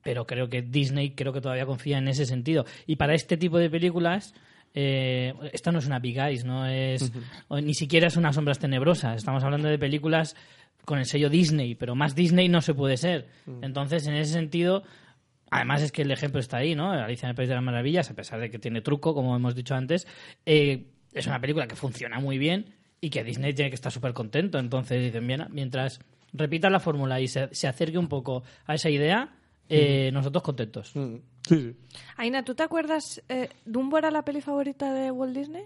Speaker 1: pero creo que Disney creo que todavía confía en ese sentido. Y para este tipo de películas eh, esta no es una Big Eyes, no es o ni siquiera es unas sombras tenebrosas. Estamos hablando de películas con el sello Disney, pero más Disney no se puede ser.
Speaker 4: Mm.
Speaker 1: Entonces, en ese sentido, Además es que el ejemplo está ahí, ¿no? Alicia en el País de las Maravillas, a pesar de que tiene truco, como hemos dicho antes, eh, es una película que funciona muy bien y que Disney tiene que estar súper contento. Entonces dicen, bien, mientras repita la fórmula y se, se acerque un poco a esa idea, eh, nosotros contentos.
Speaker 4: Mm, Sí, sí.
Speaker 2: Aina, ¿tú te acuerdas? eh, ¿Dumbo era la peli favorita de Walt Disney?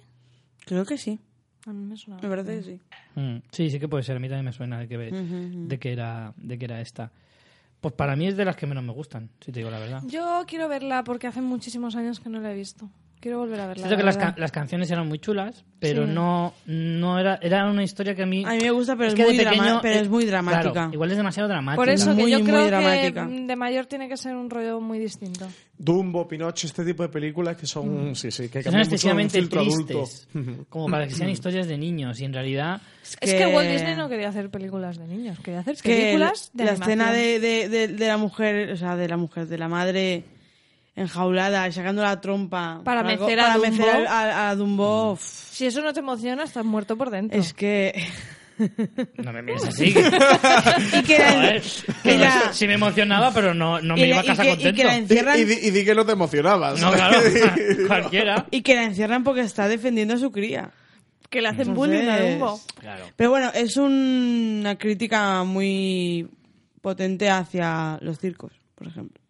Speaker 3: Creo que sí.
Speaker 2: A mí me sonaba.
Speaker 3: Me parece que sí.
Speaker 1: Mm, Sí, sí que puede ser. A mí también me suena de que,
Speaker 3: Mm.
Speaker 1: de que, era, de que era esta. Pues para mí es de las que menos me gustan, si te digo la verdad.
Speaker 2: Yo quiero verla porque hace muchísimos años que no la he visto. Quiero volver a verla.
Speaker 1: Siento que
Speaker 2: la
Speaker 1: las,
Speaker 2: verdad.
Speaker 1: ca- las canciones eran muy chulas, pero
Speaker 2: Sí.
Speaker 1: no, no era, era una historia que a mí...
Speaker 3: A mí me gusta, pero es,
Speaker 1: que
Speaker 3: muy,
Speaker 1: de
Speaker 3: drama-
Speaker 1: pequeño,
Speaker 3: pero
Speaker 1: eh,
Speaker 3: es muy
Speaker 1: claro,
Speaker 3: dramática.
Speaker 1: igual es demasiado dramática.
Speaker 2: Por eso
Speaker 3: Muy,
Speaker 2: que yo
Speaker 3: muy
Speaker 2: creo
Speaker 3: dramática.
Speaker 2: que mm, de mayor tiene que ser un rollo muy distinto.
Speaker 4: Dumbo, Pinocho, este tipo de películas que son, sí, sí, que
Speaker 1: Mm. Que son
Speaker 4: cambian mucho de un
Speaker 1: excesivamente
Speaker 4: filtro adulto.
Speaker 1: tristes, como para que sean historias de niños y en realidad
Speaker 2: Es que Walt Disney no quería hacer películas de niños, quería hacer
Speaker 3: Es que
Speaker 2: películas de
Speaker 3: la
Speaker 2: animación.
Speaker 3: escena de, de- de- de la mujer, o sea, de la mujer, de la madre enjaulada y sacando la trompa
Speaker 2: Para
Speaker 3: co-
Speaker 2: mecer a
Speaker 3: para
Speaker 2: Dumbo.
Speaker 3: mecer a- a Dumbo,
Speaker 1: Mm.
Speaker 3: uf,
Speaker 2: Si eso no te emociona, estás muerto por dentro.
Speaker 3: es que
Speaker 1: no me mires así. que-
Speaker 3: y que la-
Speaker 1: joder, que
Speaker 3: y la-
Speaker 1: sí me emocionaba, pero no, no
Speaker 3: y
Speaker 1: me
Speaker 3: la-
Speaker 1: iba a
Speaker 3: y
Speaker 1: casa
Speaker 3: que- y que
Speaker 1: contento.
Speaker 3: la
Speaker 4: Y,
Speaker 3: encierran
Speaker 4: y di- y di que no te emocionabas.
Speaker 1: No, claro, cualquiera.
Speaker 3: y que la encierran porque está defendiendo a su cría.
Speaker 2: que le hacen
Speaker 3: Entonces-
Speaker 2: bullying a Dumbo.
Speaker 1: Claro.
Speaker 3: Pero bueno, es un- una crítica muy potente hacia los circos, por ejemplo.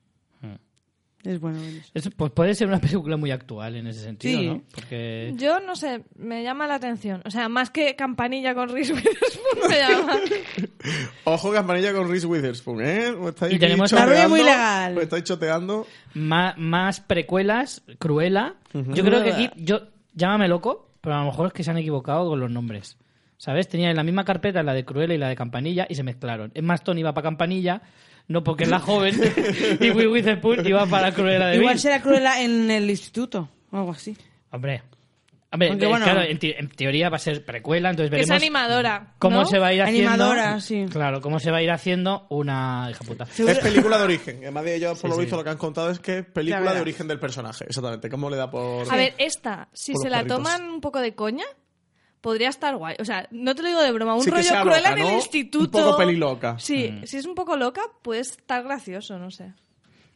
Speaker 1: Mm.
Speaker 3: Es bueno. ver eso.
Speaker 1: Es- pues puede ser una película muy actual en ese sentido,
Speaker 3: Sí.
Speaker 1: ¿no? Porque
Speaker 2: Yo no sé, me llama la atención. O sea, más que campanilla con Reese Witherspoon me llama.
Speaker 4: Ojo Campanilla con Reese Witherspoon, ¿eh? Os estáis
Speaker 1: Y
Speaker 4: aquí
Speaker 1: tenemos-
Speaker 3: La rubia muy
Speaker 4: choteando,
Speaker 3: legal.
Speaker 4: os estáis choteando.
Speaker 1: más, más precuelas, Cruella. Yo creo que aquí, yo, llámame loco, pero a lo mejor es que se han equivocado con los nombres. ¿Sabes? Tenían en la misma carpeta la de Cruella y la de Campanilla y se mezclaron. Es más, Tony iba para Campanilla, no porque es la joven, y Wee Witherspoon iba para Cruella de
Speaker 3: Igual
Speaker 1: Vil.
Speaker 3: será Cruella en el instituto o algo así.
Speaker 1: Hombre, hombre,
Speaker 3: Aunque
Speaker 1: eh,
Speaker 3: bueno.
Speaker 1: claro, en, te- en teoría va a ser precuela, entonces
Speaker 2: que es
Speaker 1: veremos
Speaker 2: animadora.
Speaker 1: cómo
Speaker 2: ¿no?
Speaker 1: se va a ir haciendo...
Speaker 3: Animadora, sí.
Speaker 1: Claro, cómo se va a ir haciendo una... Hija puta.
Speaker 4: Es película de origen. Además de ello, por lo
Speaker 1: sí.
Speaker 4: visto, lo que han contado es que es película
Speaker 3: Ya verás.
Speaker 4: de origen del personaje. Exactamente. ¿Cómo le da por...?
Speaker 2: A ver, esta, si
Speaker 4: Por
Speaker 2: se
Speaker 4: los
Speaker 2: la
Speaker 4: perritos.
Speaker 2: toman un poco de coña, podría estar guay. O sea, no te lo digo de broma, un
Speaker 4: Sí que
Speaker 2: rollo
Speaker 4: sea
Speaker 2: cruel
Speaker 4: loca,
Speaker 2: en
Speaker 4: ¿no?
Speaker 2: el
Speaker 4: Un
Speaker 2: instituto.
Speaker 4: poco peliloca.
Speaker 2: Sí,
Speaker 1: Mm.
Speaker 2: si es un poco loca, puede estar gracioso, no sé.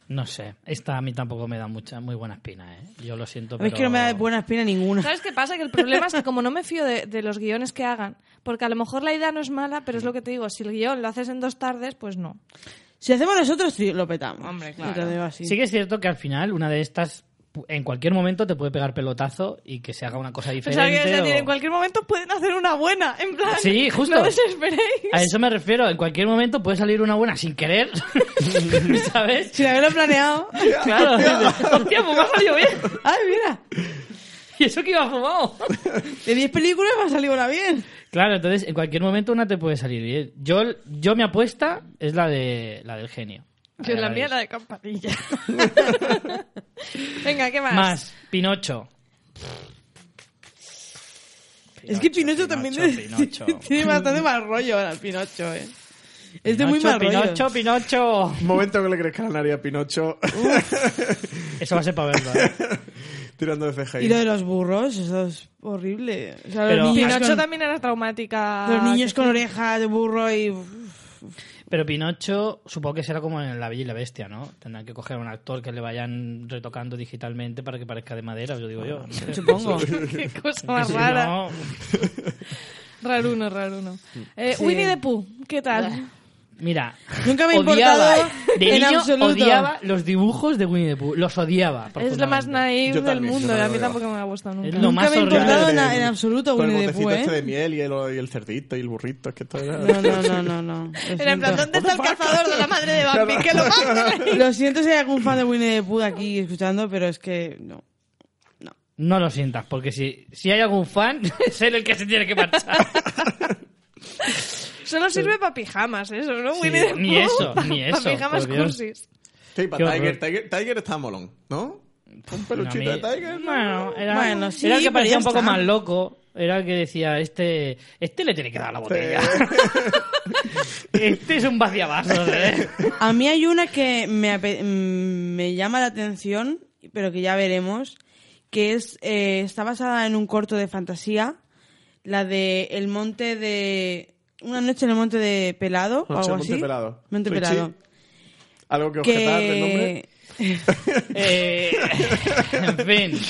Speaker 1: No sé, esta a mí tampoco me da mucha, muy buena espina, ¿eh? Yo lo siento,
Speaker 3: A mí
Speaker 1: pero...
Speaker 3: es que no me da buena espina ninguna.
Speaker 2: ¿Sabes qué pasa? Que el problema es que como no me fío de, de los guiones que hagan, porque a lo mejor la idea no es mala, pero es lo que te digo, si el guión lo haces en dos tardes, pues no.
Speaker 3: Si hacemos nosotros, sí, lo petamos.
Speaker 2: Hombre, claro.
Speaker 3: Y te lo digo así.
Speaker 1: Sí que es cierto que al final una de estas pu- en cualquier momento te puede pegar pelotazo y que se haga una cosa
Speaker 2: Pensaba que
Speaker 1: diferente.
Speaker 2: ibas a decir,
Speaker 1: o-
Speaker 2: en cualquier momento pueden hacer una buena, en plan,
Speaker 1: Sí, justo.
Speaker 2: no desesperéis.
Speaker 1: A eso me refiero, en cualquier momento puede salir una buena sin querer, ¿sabes?
Speaker 3: Sin haberlo planeado.
Speaker 1: Claro, dices, hostia, pues me ha salido bien.
Speaker 3: Ay, mira.
Speaker 1: Y eso que iba fumado.
Speaker 3: De 10 películas me ha salido una bien.
Speaker 1: Claro, entonces en cualquier momento una te puede salir bien. Yo, yo mi apuesta es la de la del genio.
Speaker 2: Yo
Speaker 1: Ahí la
Speaker 2: la mía
Speaker 1: veis.
Speaker 2: la de campanilla. Venga, ¿qué más?
Speaker 1: Más, Pinocho.
Speaker 3: es que Pinocho, también
Speaker 1: Pinocho.
Speaker 3: tiene bastante mal rollo ahora, Pinocho, eh. Es de muy
Speaker 1: Pinocho,
Speaker 3: mal rollo.
Speaker 1: Pinocho, Pinocho.
Speaker 4: Momento que le crezca la nariz a Pinocho
Speaker 1: Eso va a ser para verlo. ¿eh?
Speaker 4: tirando de CGI.
Speaker 3: Y lo de los burros, eso es horrible. O sea,
Speaker 1: Pero-
Speaker 3: los niños,
Speaker 2: Pinocho
Speaker 3: con,
Speaker 2: también Ah, era traumática.
Speaker 3: los niños con orejas de burro y...
Speaker 1: Pero Pinocho, supongo que será como en La Bella y la Bestia, ¿no? Tendrán que coger a un actor que le vayan retocando digitalmente para que parezca de madera, yo digo yo.
Speaker 3: Supongo.
Speaker 2: Qué cosa
Speaker 1: Que
Speaker 2: más
Speaker 1: si
Speaker 2: rara.
Speaker 1: no,
Speaker 2: Raruno, raruno. Eh,
Speaker 3: Sí.
Speaker 2: Winnie the Pooh, ¿qué tal?
Speaker 1: Mira,
Speaker 3: Nunca me ha
Speaker 1: odiaba,
Speaker 3: importado
Speaker 1: de
Speaker 3: en
Speaker 1: niño
Speaker 3: absoluto.
Speaker 1: odiaba los dibujos de Winnie the Pooh, los odiaba.
Speaker 2: Es lo más
Speaker 1: profundamente.
Speaker 2: naif
Speaker 4: Yo
Speaker 2: del
Speaker 4: también, yo
Speaker 2: mundo, y
Speaker 4: también
Speaker 2: a
Speaker 4: lo
Speaker 2: mí
Speaker 4: digo.
Speaker 2: tampoco me ha gustado nunca.
Speaker 1: Es lo más
Speaker 3: Nunca me ha
Speaker 1: horrible.
Speaker 3: importado
Speaker 4: del-
Speaker 3: na- en absoluto
Speaker 4: con el
Speaker 3: Winnie the
Speaker 4: botecito
Speaker 3: Pooh,
Speaker 4: este
Speaker 3: ¿eh?
Speaker 4: de miel y el, y el cerdito y el burrito. Es que todo
Speaker 1: este
Speaker 4: era-
Speaker 3: No, no, no, no, no. Lo
Speaker 2: Era en plan, ¿dónde
Speaker 3: siento.
Speaker 2: está el cazador de la madre de Bambi? ¡Que lo mate!
Speaker 3: Lo siento si hay algún fan de Winnie the Pooh aquí escuchando, pero es que no.
Speaker 1: No lo sientas, porque si, si hay algún fan, es él el que se tiene que marchar.
Speaker 2: Solo sirve para pijamas, eso, ¿no?
Speaker 1: Sí,
Speaker 2: Winnie the
Speaker 1: ni
Speaker 2: Pooh,
Speaker 1: eso,
Speaker 2: pa-
Speaker 1: ni
Speaker 2: pa
Speaker 1: eso,
Speaker 2: pijamas
Speaker 1: por Dios.
Speaker 2: cursis.
Speaker 4: Sí, pa'
Speaker 1: Qué horror.
Speaker 4: Tiger, Tiger, Tiger está molón, ¿no? Un peluchito
Speaker 1: No, a
Speaker 4: de
Speaker 1: mí-
Speaker 4: Tiger. ¿no?
Speaker 1: Bueno, era,
Speaker 3: Bueno, sí,
Speaker 1: era el que
Speaker 3: pero
Speaker 1: parecía
Speaker 3: ya
Speaker 1: un poco
Speaker 3: está.
Speaker 1: más loco. Era el que decía, este, este le tiene que dar la botella. este es un vaciavasos, ¿eh?
Speaker 3: A mí hay una que me, ape- mm, me llama la atención, pero que ya veremos, que es eh, está basada en un corto de fantasía, la de El monte de... Una noche en el monte de Pelado, o
Speaker 4: Noche en
Speaker 3: algo
Speaker 4: el Monte
Speaker 3: así.
Speaker 4: Pelado.
Speaker 3: Monte
Speaker 4: Richie,
Speaker 3: Pelado.
Speaker 4: Algo que objetar del nombre.
Speaker 3: Que...
Speaker 1: Eh, en fin.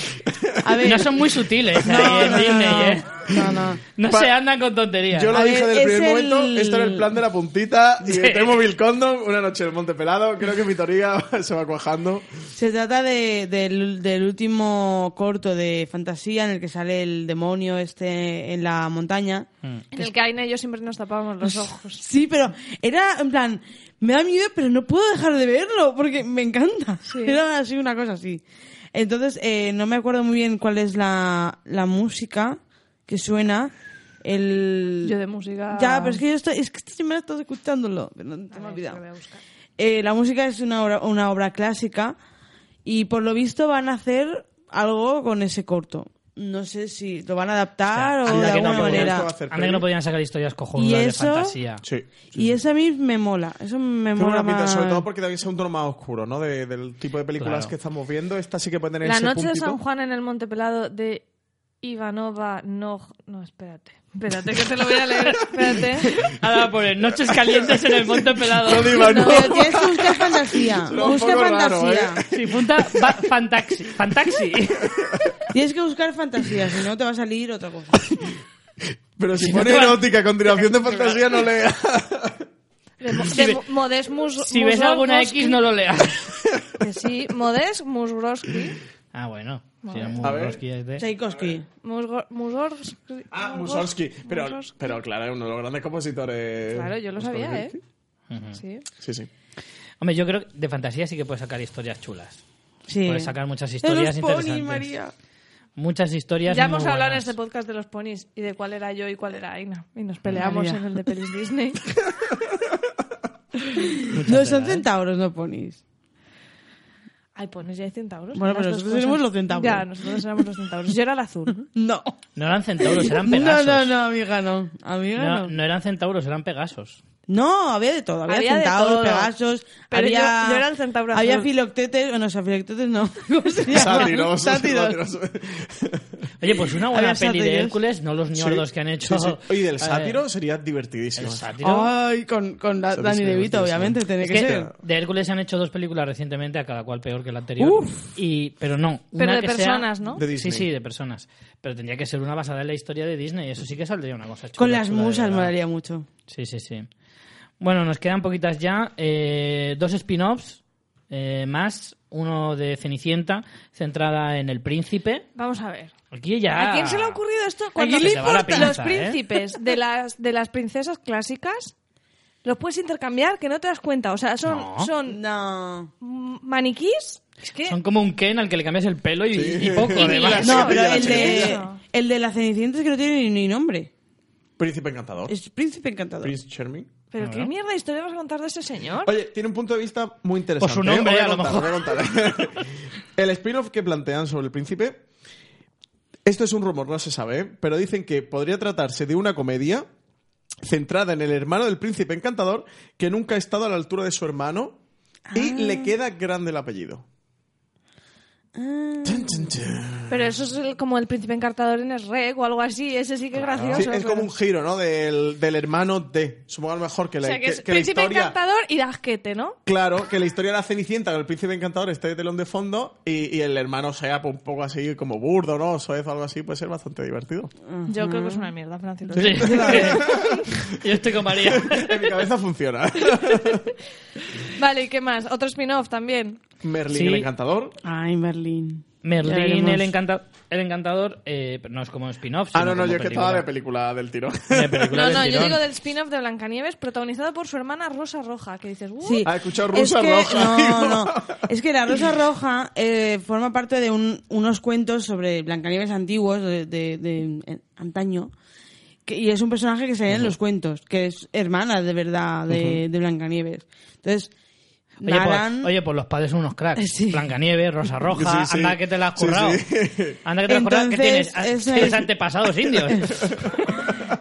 Speaker 3: A ver,
Speaker 1: No son muy sutiles ahí
Speaker 3: no,
Speaker 1: en
Speaker 3: no, no,
Speaker 1: Disney,
Speaker 3: no.
Speaker 1: ¿eh?
Speaker 3: No, no.
Speaker 1: No
Speaker 4: Pa-
Speaker 1: se andan con tonterías.
Speaker 4: Yo
Speaker 3: A
Speaker 4: lo
Speaker 3: ver,
Speaker 4: dije del
Speaker 3: es
Speaker 4: primer
Speaker 3: el-
Speaker 4: momento, este era el plan de la puntita y el tema Bill Condon, una noche en el Monte Pelado, creo que mi teoría se va cuajando.
Speaker 3: Se trata de- del, del último corto de fantasía en el que sale el demonio este en la montaña.
Speaker 2: En el que Aina y yo siempre nos tapábamos los ojos.
Speaker 3: Sí, pero era en plan, me da miedo, pero no puedo dejar de verlo porque me encanta. Era así una cosa así. Entonces, eh, no me acuerdo muy bien cuál es la, la música que suena. El...
Speaker 2: Yo de música...
Speaker 3: Ya, pero es que yo estoy, es que esta semana estás escuchándolo, pero no, te
Speaker 2: A
Speaker 3: me ha
Speaker 2: ver,
Speaker 3: olvidado.
Speaker 2: lo voy a buscar.
Speaker 3: Eh, la música es una obra, una obra clásica y por lo visto van a hacer algo con ese corto. No sé si lo van a adaptar o
Speaker 1: Anda
Speaker 3: de
Speaker 1: que no
Speaker 3: alguna
Speaker 1: podían.
Speaker 3: manera.
Speaker 4: Esto va a hacer
Speaker 1: Anda que no podían sacar historias
Speaker 3: ¿Y
Speaker 1: cojonudas de
Speaker 3: eso?
Speaker 1: fantasía.
Speaker 4: Sí.
Speaker 3: Y esa a mí me mola, eso me
Speaker 4: ¿eh? Tiene
Speaker 3: mola
Speaker 4: una pinta,
Speaker 3: más.
Speaker 4: sobre todo porque también es un tono más oscuro, ¿no? De- del tipo de películas
Speaker 1: Claro.
Speaker 4: que estamos viendo. Esta sí que puede tener
Speaker 2: La
Speaker 4: ese
Speaker 2: noche de
Speaker 4: puntito.
Speaker 2: San Juan en el Monte Pelado de Ivanova No... No, espérate. Espérate, que te lo voy a leer. Espérate.
Speaker 1: Ahora por el noches calientes en el monte pelado.
Speaker 4: No diga no.
Speaker 3: Pero tienes que buscar fantasía,
Speaker 4: Suena un
Speaker 3: busca
Speaker 4: poco raro,
Speaker 3: fantasía.
Speaker 4: ¿eh?
Speaker 1: Sí, punta, va- fantaxi, fantaxi.
Speaker 3: Tienes que buscar fantasía, si no te va a salir otra cosa.
Speaker 4: Pero si
Speaker 1: no
Speaker 4: pone
Speaker 1: te va-
Speaker 4: erótica a continuación de fantasía, no lea.
Speaker 2: De, mo-
Speaker 1: Si
Speaker 2: de
Speaker 1: ve-
Speaker 2: Mo- Modest Mus-
Speaker 1: Si ves alguna
Speaker 2: Mussorgsky.
Speaker 1: X, no lo leas.
Speaker 2: Que sí, Modest Musgrowski.
Speaker 1: Ah, bueno. Si era
Speaker 4: A ver.
Speaker 1: Murrowski es de-
Speaker 3: Tchaikovsky.
Speaker 2: Musgo- Mussorgsky.
Speaker 4: Ah,
Speaker 2: Musgos-
Speaker 4: Mussorgsky. Pero,
Speaker 2: Mussorgsky.
Speaker 4: pero claro, es uno de los grandes compositores.
Speaker 2: Claro, yo lo sabía, ¿eh?
Speaker 4: Mussorgsky.
Speaker 2: Sí.
Speaker 4: Sí, sí.
Speaker 1: Hombre, yo creo que de fantasía sí que puedes sacar historias chulas.
Speaker 3: Sí.
Speaker 1: Puedes sacar muchas historias
Speaker 3: De los ponis,
Speaker 1: interesantes.
Speaker 3: María.
Speaker 1: Muchas historias
Speaker 2: Ya
Speaker 1: muy
Speaker 2: hemos hablado en
Speaker 1: buenas.
Speaker 2: este podcast de los ponis y de cuál era yo y cuál era Aina. Y nos peleamos
Speaker 3: María.
Speaker 2: en el de Pelis Disney.
Speaker 3: No, son centauros, no ponis.
Speaker 2: Hay ponis y hay centauros.
Speaker 3: Bueno,
Speaker 2: Las
Speaker 3: pero
Speaker 2: dos
Speaker 3: nosotros
Speaker 2: cosas.
Speaker 3: éramos los centauros.
Speaker 2: Ya, nosotros éramos los centauros. Yo era el azul.
Speaker 3: No.
Speaker 1: No eran centauros, eran
Speaker 3: No,
Speaker 1: pegasos.
Speaker 3: no, no, amiga, no. Amiga,
Speaker 1: No,
Speaker 3: no.
Speaker 1: no eran centauros, eran pegasos.
Speaker 3: No, había de todo. Había,
Speaker 2: Había de
Speaker 3: centauros,
Speaker 2: todo.
Speaker 3: pegasos.
Speaker 2: Pero
Speaker 3: había,
Speaker 2: yo- yo era el centauro
Speaker 3: Había
Speaker 2: azul.
Speaker 3: filoctetes. Bueno, o sea, filoctetes no. ¿Cómo se llaman?
Speaker 4: Sátiros.
Speaker 3: Sátiros.
Speaker 4: sátiros.
Speaker 1: Oye, pues una buena
Speaker 3: Había
Speaker 1: peli de
Speaker 3: sátiros.
Speaker 1: Hércules, no los ñordos
Speaker 4: Sí,
Speaker 1: que han hecho.
Speaker 4: sí, sí. Oye,
Speaker 1: Eh,
Speaker 4: del sátiro sería
Speaker 1: el
Speaker 4: divertidísimo.
Speaker 1: sátiro.
Speaker 3: Ay, con, con da-
Speaker 4: Sátiros,
Speaker 3: Dani
Speaker 4: sátiros,
Speaker 3: DeVito,
Speaker 4: sátiros.
Speaker 3: obviamente, tiene
Speaker 1: Es
Speaker 3: que
Speaker 1: que
Speaker 3: ser.
Speaker 1: de Hércules se han hecho dos películas recientemente, a cada cual peor que la anterior. Y, pero no.
Speaker 2: Pero
Speaker 1: una
Speaker 2: de
Speaker 1: que
Speaker 2: personas,
Speaker 1: sea-
Speaker 2: ¿no?
Speaker 4: De Disney.
Speaker 1: Sí, sí, de personas. Pero tendría que ser una basada en la historia de Disney. Eso sí que saldría una cosa chula.
Speaker 3: Con las
Speaker 1: chula, de
Speaker 3: musas
Speaker 1: verdad.
Speaker 3: molaría mucho.
Speaker 1: Sí, sí, sí. Bueno, nos quedan poquitas ya. Eh, dos spin-offs eh, más. Uno de Cenicienta, centrada en el príncipe.
Speaker 2: Vamos a ver.
Speaker 1: Aquí ya.
Speaker 2: ¿A quién se le ha ocurrido esto? Cuando
Speaker 1: quién le importa?
Speaker 2: los
Speaker 1: Se va la pinza, ¿eh?
Speaker 2: príncipes de las de las princesas clásicas los puedes intercambiar que no te das cuenta. O sea, son,
Speaker 1: No.
Speaker 2: son
Speaker 3: No.
Speaker 2: mm, maniquís. Es que
Speaker 1: Son como un Ken al que le cambias el pelo y, y poco,
Speaker 2: Y
Speaker 1: además.
Speaker 2: miras.
Speaker 3: No,
Speaker 4: Sí,
Speaker 3: pero
Speaker 4: la
Speaker 3: el de,
Speaker 2: chiquitita.
Speaker 3: el de la Cenicienta es que no tiene ni, ni nombre.
Speaker 4: Príncipe encantador.
Speaker 3: Es Príncipe Encantador.
Speaker 4: Prince Charming.
Speaker 2: ¿Pero
Speaker 1: No,
Speaker 2: qué
Speaker 1: no.
Speaker 2: mierda de historia vas a contar de ese señor?
Speaker 4: Oye, tiene un punto de vista muy interesante.
Speaker 1: Por su nombre,
Speaker 4: ¿eh?
Speaker 1: a lo
Speaker 4: Os voy contar, os voy a contar. el spin-off que plantean sobre el príncipe. Esto es un rumor, no se sabe, ¿eh? pero dicen que podría tratarse de una comedia centrada en el hermano del príncipe encantador que nunca ha
Speaker 2: Ah.
Speaker 4: estado a la altura de su hermano y le queda grande el apellido.
Speaker 2: Ah.
Speaker 4: Chun, chun, chun.
Speaker 2: Pero eso es el- como el príncipe encartador en el rec o algo así. Ese sí que es gracioso.
Speaker 4: Sí, es como un giro, ¿no? Del, del hermano de. Supongo a lo mejor que
Speaker 2: pero- O
Speaker 4: la,
Speaker 2: sea, que
Speaker 4: que-
Speaker 2: es
Speaker 4: que la
Speaker 2: príncipe
Speaker 4: historia.
Speaker 2: encantador y dasquete, ¿no?
Speaker 4: Claro, que la historia de la Cenicienta con el príncipe encantador esté de telón de fondo y, y el hermano sea pues, un poco así como burdo, ¿no? O soez o algo así, puede ser bastante divertido.
Speaker 2: Yo creo que es una mierda, Francisco.
Speaker 1: Sí. Yo estoy con María.
Speaker 4: En mi cabeza funciona.
Speaker 2: Vale, ¿y qué más? Otro spin-off también.
Speaker 4: Merlin
Speaker 1: Sí.
Speaker 4: el encantador.
Speaker 3: Ay, Merlín. Ya
Speaker 1: Merlín,
Speaker 3: veremos.
Speaker 1: el, encanta- el encantador, eh, pero no es como spin-off.
Speaker 4: Ah,
Speaker 1: sino
Speaker 4: no, no,
Speaker 1: como
Speaker 4: yo es que estaba de película del tiro.
Speaker 1: De película
Speaker 2: No,
Speaker 1: del
Speaker 2: no, yo
Speaker 1: tirón.
Speaker 2: digo del spin-off de Blancanieves, protagonizado por su hermana Rosa Roja, que dices, "What?".
Speaker 3: Sí.
Speaker 4: Ha escuchado
Speaker 3: Es
Speaker 4: Rosa
Speaker 3: que-
Speaker 4: Roja, digo.
Speaker 3: No, no. Es que la Rosa Roja eh, forma parte de un- unos cuentos sobre Blancanieves antiguos, de, de- de, eh, antaño. que- y es un personaje que se ve en los cuentos, que es hermana de verdad de, de Blancanieves. Entonces,
Speaker 1: Oye,
Speaker 3: narran-
Speaker 1: pues, oye, pues los padres son unos cracks.
Speaker 3: Sí.
Speaker 1: Blancanieves, Rosa Roja,
Speaker 4: Sí, sí.
Speaker 1: anda que te la has
Speaker 4: Sí,
Speaker 1: currado.
Speaker 4: sí.
Speaker 1: Anda que te la has currado, que
Speaker 3: Entonces,
Speaker 1: tienes, Ah,
Speaker 3: es una-
Speaker 1: tienes antepasados indios.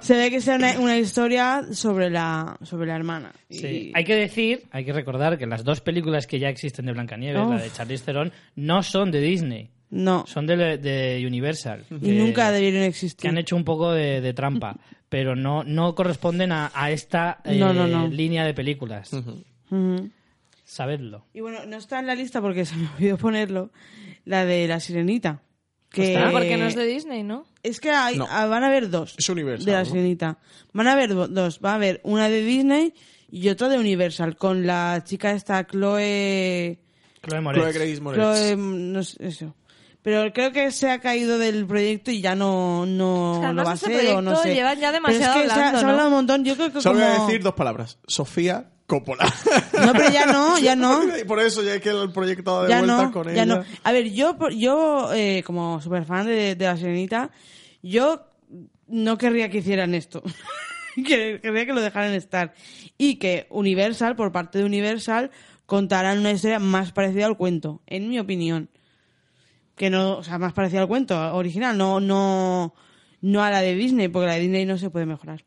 Speaker 3: se ve que sea una, una historia sobre la, sobre la hermana.
Speaker 1: Sí.
Speaker 3: Y-
Speaker 1: Hay que decir, hay que recordar que las dos películas que ya existen de Blancanieves, la
Speaker 3: Uf.
Speaker 1: de Charlize Theron, no son de Disney,
Speaker 3: no.
Speaker 1: son de, de Universal.
Speaker 3: Y
Speaker 1: que-
Speaker 3: nunca debieron
Speaker 1: que
Speaker 3: existir.
Speaker 1: han hecho un poco de, de trampa, pero no, no corresponden a, a esta eh,
Speaker 3: No, no, no.
Speaker 1: línea de películas.
Speaker 3: Ujú.
Speaker 1: Sabedlo.
Speaker 3: Y bueno, no está en la lista porque se me olvidó ponerlo, la de la sirenita. Que...
Speaker 2: Ah, porque no es de Disney, ¿no?
Speaker 3: Es que hay-
Speaker 4: No.
Speaker 3: ah, van a haber dos.
Speaker 4: Es Universal,
Speaker 3: De la
Speaker 4: ¿no?
Speaker 3: sirenita. Van a haber do- dos. Va a haber una de Disney y otra de Universal. Con la chica esta, Chloe.
Speaker 1: Chloe Moretz.
Speaker 4: Chloe Grace Moretz.
Speaker 3: Chloe. mm, No sé, eso. Pero creo que se ha caído del proyecto y ya no, no
Speaker 2: Es que
Speaker 3: lo
Speaker 2: además
Speaker 3: va a
Speaker 2: ese
Speaker 3: ser o no
Speaker 2: proyecto
Speaker 3: sé.
Speaker 2: llevan ya
Speaker 3: Pero
Speaker 2: demasiado
Speaker 3: es que se ha- se,
Speaker 2: hablando,
Speaker 3: ha
Speaker 2: ¿no?
Speaker 3: hablado un montón. Yo creo que
Speaker 4: Solo voy a
Speaker 3: como-
Speaker 4: decir dos palabras. Sofía Coppola.
Speaker 3: No, pero ya no, ya no.
Speaker 4: Y por eso ya hay que el proyecto de
Speaker 3: ya
Speaker 4: vuelta
Speaker 3: no,
Speaker 4: con
Speaker 3: ya
Speaker 4: ella.
Speaker 3: no. A ver, yo, por- yo eh, como super fan de, de La Sirenita, yo no querría que hicieran esto. Que- querría que lo dejaran estar. Y que Universal, por parte de Universal, contaran una historia más parecida al cuento, en mi opinión. Que no, o sea, más parecida al cuento original, no, no, no a la de Disney, porque la de Disney no se puede mejorar.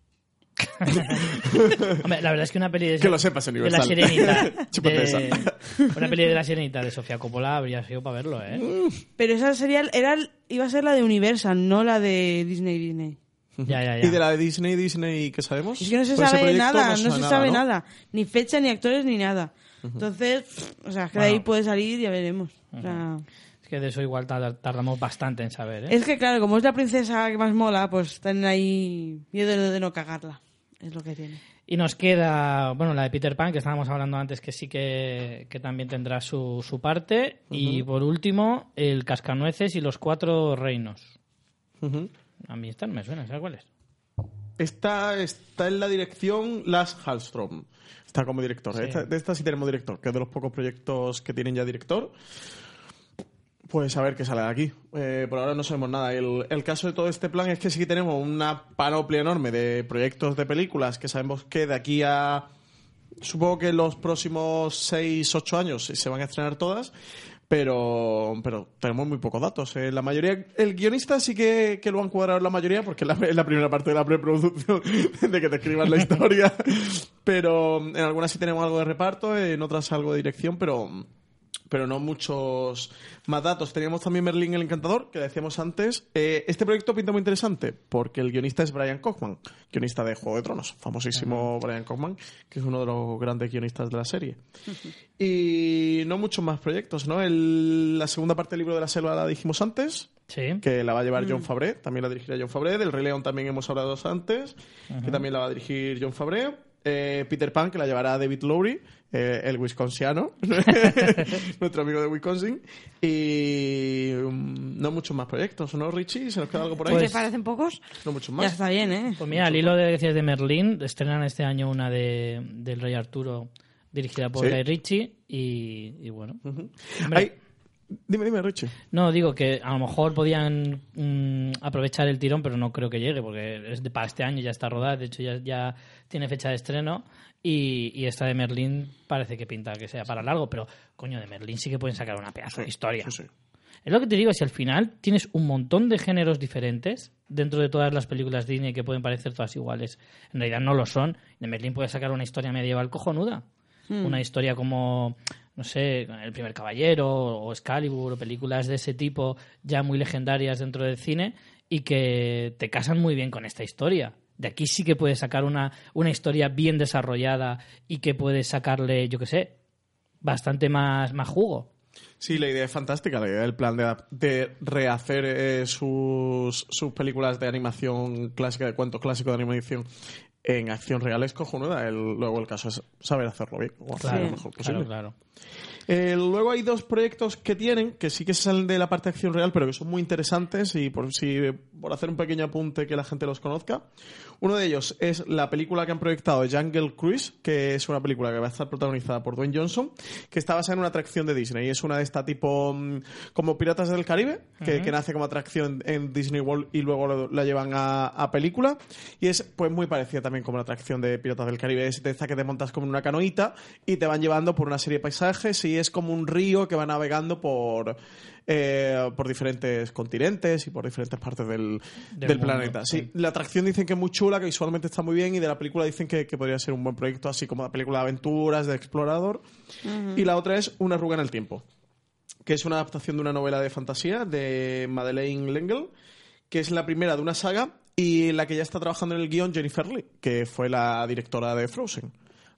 Speaker 1: Hombre, la verdad es que una peli de,
Speaker 4: Que lo sepas,
Speaker 1: de la
Speaker 4: Universal.
Speaker 1: Sirenita.
Speaker 4: Chúpate
Speaker 1: de-
Speaker 4: esa.
Speaker 1: una peli de la Sirenita de Sofía Coppola habría sido para verlo,
Speaker 4: Mm.
Speaker 1: ¿eh?
Speaker 3: Pero esa sería, era, iba a ser la de Universal, no la de Disney Disney.
Speaker 1: Ya, ya, ya.
Speaker 4: ¿Y de la de Disney, Disney, qué sabemos?
Speaker 3: Es que no se
Speaker 4: Por ese
Speaker 3: sabe
Speaker 4: proyecto
Speaker 3: nada, no,
Speaker 4: se
Speaker 3: se
Speaker 4: sabe
Speaker 3: sabe
Speaker 4: ¿no?
Speaker 3: nada. Ni fecha, ni actores, ni nada. Entonces, pff, o sea, que de ahí
Speaker 1: Bueno.
Speaker 3: puede salir y ya veremos. O sea,
Speaker 1: Es que de eso igual tar- tardamos bastante en saber, ¿eh?
Speaker 3: es que claro, como es la princesa que más mola, pues están ahí miedo de, de no cagarla. Es lo que tiene.
Speaker 1: Y nos queda, bueno, la de Peter Pan, que estábamos hablando antes, que sí que, que también tendrá su, su parte. Y por último, el Cascanueces y los Cuatro Reinos.
Speaker 4: Ujú.
Speaker 1: A mí esta no me suena, ¿sabes cuál es?
Speaker 4: Está, está en la dirección Lars Hallström. Está como director.
Speaker 1: Sí.
Speaker 4: Esta- de esta sí tenemos director, que es de los pocos proyectos que tienen ya director. Pues a ver qué sale de aquí. Eh, por ahora no sabemos nada. El, el caso de todo este plan es que sí que tenemos una panoplia enorme de proyectos de películas que sabemos que de aquí a. Supongo que en los próximos 6, 8 años se van a estrenar todas, pero, pero tenemos muy pocos datos. eh. La mayoría, el guionista sí que, que lo han cuadrado la mayoría, porque es la, es la primera parte de la preproducción de que te escriban la historia. Pero en algunas sí tenemos algo de reparto, en otras algo de dirección, pero pero no muchos más datos. Teníamos también Merlín el Encantador, que decíamos antes. Eh, este proyecto pinta muy interesante porque el guionista es Brian Kaufman, guionista de Juego de Tronos, famosísimo Brian Kaufman, que es uno de los grandes guionistas de la serie. Y no muchos más proyectos, ¿no? El- la segunda parte del libro de la selva la dijimos antes,
Speaker 1: Sí.
Speaker 4: que la va a llevar
Speaker 3: Mm.
Speaker 4: John Fabré, también la dirigirá John Fabré. Del Rey León también hemos hablado antes, que también la va a dirigir John Fabré. Eh, Peter Pan, que la llevará David Lowry, eh, el wisconsiano, nuestro amigo de Wisconsin. Y mm, no muchos más proyectos, ¿no, Richie? ¿Se nos queda algo por ahí?
Speaker 1: Pues-
Speaker 2: ¿Te parecen pocos?
Speaker 4: no muchos
Speaker 3: Ya
Speaker 4: más.
Speaker 3: está bien, ¿eh?
Speaker 1: Pues mira, al hilo de decías de Merlín, estrenan este año una de, del Rey Arturo, dirigida por
Speaker 4: Sí.
Speaker 1: Guy Ritchie, y, y bueno. Hombre,
Speaker 4: Ahí- Dime, dime, Richie.
Speaker 1: No, digo que a lo mejor podían mm, aprovechar el tirón, pero no creo que llegue, porque es de, para este año ya está rodada, de hecho ya, ya tiene fecha de estreno, y, y esta de Merlín parece que pinta que sea para largo, pero coño, de Merlín sí que pueden sacar una pedazo de historia.
Speaker 4: Sí, sí.
Speaker 1: Es lo que te digo, si al final tienes un montón de géneros diferentes dentro de todas las películas Disney que pueden parecer todas iguales, en
Speaker 4: Mm.
Speaker 3: Mm.
Speaker 1: realidad no lo son, de Merlín puedes sacar una historia medieval cojonuda. Una historia como no sé, El primer caballero o Excalibur o películas de ese tipo ya muy legendarias dentro del cine y que te casan muy bien con esta historia. De aquí sí que puedes sacar una, una historia bien desarrollada y que puedes sacarle, yo qué sé, bastante más, más jugo.
Speaker 4: Sí, la idea es fantástica, la idea del plan de, adap- de rehacer eh, sus, sus películas de animación clásica, de cuentos clásicos de animación en acción real es cojonuda. El- luego el caso es saber hacerlo bien o hacerlo
Speaker 1: Claro,
Speaker 4: lo mejor
Speaker 1: claro,
Speaker 4: posible.
Speaker 1: claro.
Speaker 4: Eh, luego hay dos proyectos que tienen, que sí que salen de la parte de acción real, pero que son muy interesantes y por, si, por hacer un pequeño apunte que la gente los conozca. Uno de ellos es la película que han proyectado Jungle Cruise, que es una película que va a estar protagonizada por Dwayne Johnson, que está basada en una atracción de Disney. Es una de esta tipo mm, como Piratas del Caribe, que, que nace como atracción en Disney World y luego lo- la llevan a, a película. Y es pues muy parecida también como la atracción de Piratas del Caribe. Es de esta que te montas como en una canoita y te van llevando por una serie de paisajes y es como un río que va navegando por, eh, por diferentes continentes y por diferentes partes del,
Speaker 1: Del
Speaker 4: del
Speaker 1: mundo,
Speaker 4: planeta. Sí, la atracción dicen que es muy chula, que visualmente está muy bien y de la película dicen que, que podría ser un buen proyecto, así como la película de aventuras, de explorador. Y la otra es Una arruga en el tiempo, que es una adaptación de una novela de fantasía de Madeleine Lengel, que es la primera de una saga y en la que ya está trabajando en el guión Jennifer Lee, que fue la directora de Frozen.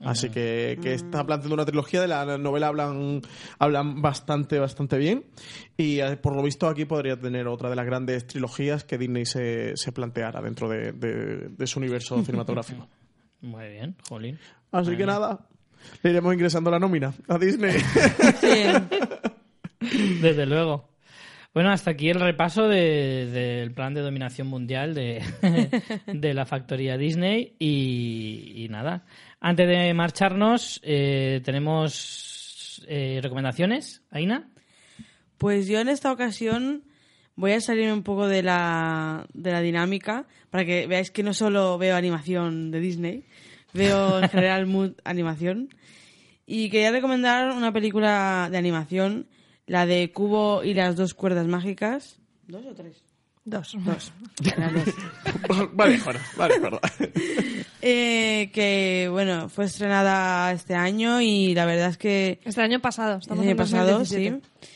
Speaker 4: Así que, que está planteando una trilogía de la novela, hablan, hablan bastante, bastante bien. Y eh, por lo visto aquí podría tener otra de las grandes trilogías que Disney se, se planteara dentro de, de- de su universo cinematográfico.
Speaker 1: Muy bien, Jolín.
Speaker 4: Así que nada, le iremos ingresando la nómina a Disney.
Speaker 1: Desde luego. Bueno, hasta aquí el repaso de- del plan de dominación mundial de, de la factoría Disney. Y, y nada, antes de marcharnos, eh, tenemos eh, recomendaciones, Aina.
Speaker 3: Pues yo en esta ocasión voy a salirme un poco de la, de la dinámica para que veáis que no solo veo animación de Disney, veo en general mu- animación. Y quería recomendar una película de animación, la de Cubo y las dos cuerdas mágicas. ¿Dos o tres?
Speaker 2: Dos.
Speaker 3: Las dos.
Speaker 4: vale, bueno, vale, perdón.
Speaker 3: Eh, que bueno, fue estrenada este año y la verdad es que
Speaker 2: Este año pasado. Estamos en
Speaker 3: el año pasado,
Speaker 2: 2017.
Speaker 3: sí.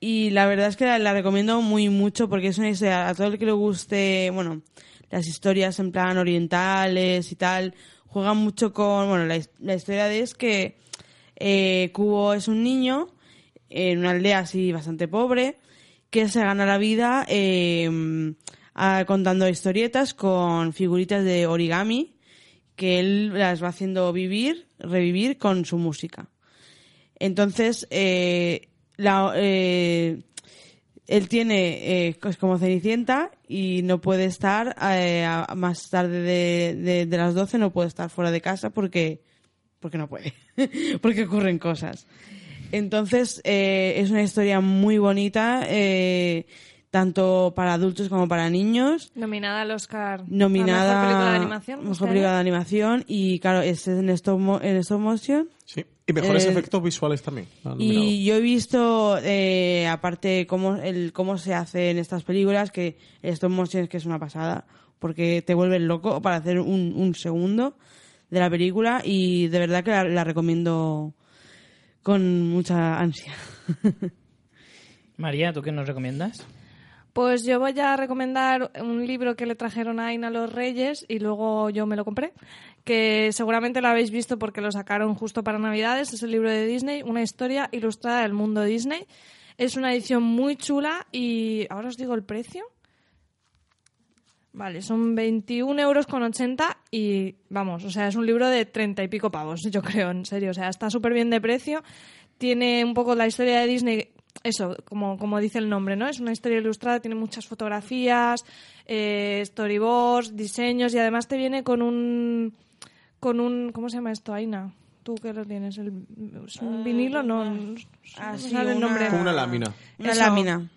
Speaker 3: Y la verdad es que la, la recomiendo muy mucho porque es una historia, a todo el que le guste, bueno, las historias en plan orientales y tal, juegan mucho con, bueno, la, his- la historia de es que eh, Kubo es un niño eh, en una aldea así bastante pobre que se gana la vida eh, a- contando historietas con figuritas de origami que él las va haciendo vivir, revivir con su música. Entonces, eh, la- eh, él tiene, eh, es como Cenicienta y no puede estar eh, a- más tarde de, de- de las 12, no puede estar fuera de casa porque, porque no puede, porque ocurren cosas. Entonces, eh, es una historia muy bonita, eh, tanto para adultos como para niños
Speaker 2: Nominada al Oscar. a
Speaker 3: nominada
Speaker 2: Mejor película de animación.
Speaker 3: mejor
Speaker 2: este
Speaker 3: película
Speaker 2: año.
Speaker 3: de animación y claro es en stop, mo- en stop motion
Speaker 4: Sí, y mejores
Speaker 3: Eh,
Speaker 4: efectos visuales también. Ah, han nominado.
Speaker 3: y yo he visto eh, aparte cómo el cómo se hace en estas películas que el stop motion es que es una pasada porque te vuelves loco para hacer un, un segundo de la película y de verdad que la, la recomiendo con mucha ansia
Speaker 1: María, ¿tú qué nos recomiendas?
Speaker 2: Pues yo voy a recomendar un libro que le trajeron a Aina los Reyes y luego yo me lo compré, que seguramente lo habéis visto porque lo sacaron justo para Navidades. Es el libro de Disney, una historia ilustrada del mundo Disney. Es una edición muy chula y ahora os digo el precio. Vale, son 21 euros con 80 y vamos, o sea, es un libro de 30 y pico pavos, yo creo, en serio. O sea, está súper bien de precio. Tiene un poco la historia de Disney, eso, como, como dice el nombre, ¿no? Es una historia ilustrada, tiene muchas fotografías, eh, storyboards, diseños y además te viene con un. con un ¿Cómo se llama esto, Aina? ¿Tú qué lo tienes? ¿El, es un vinilo? No, no
Speaker 3: Así,
Speaker 2: sale el
Speaker 3: una-
Speaker 2: nombre.
Speaker 4: Como una lámina.
Speaker 3: una
Speaker 2: Eso.
Speaker 3: lámina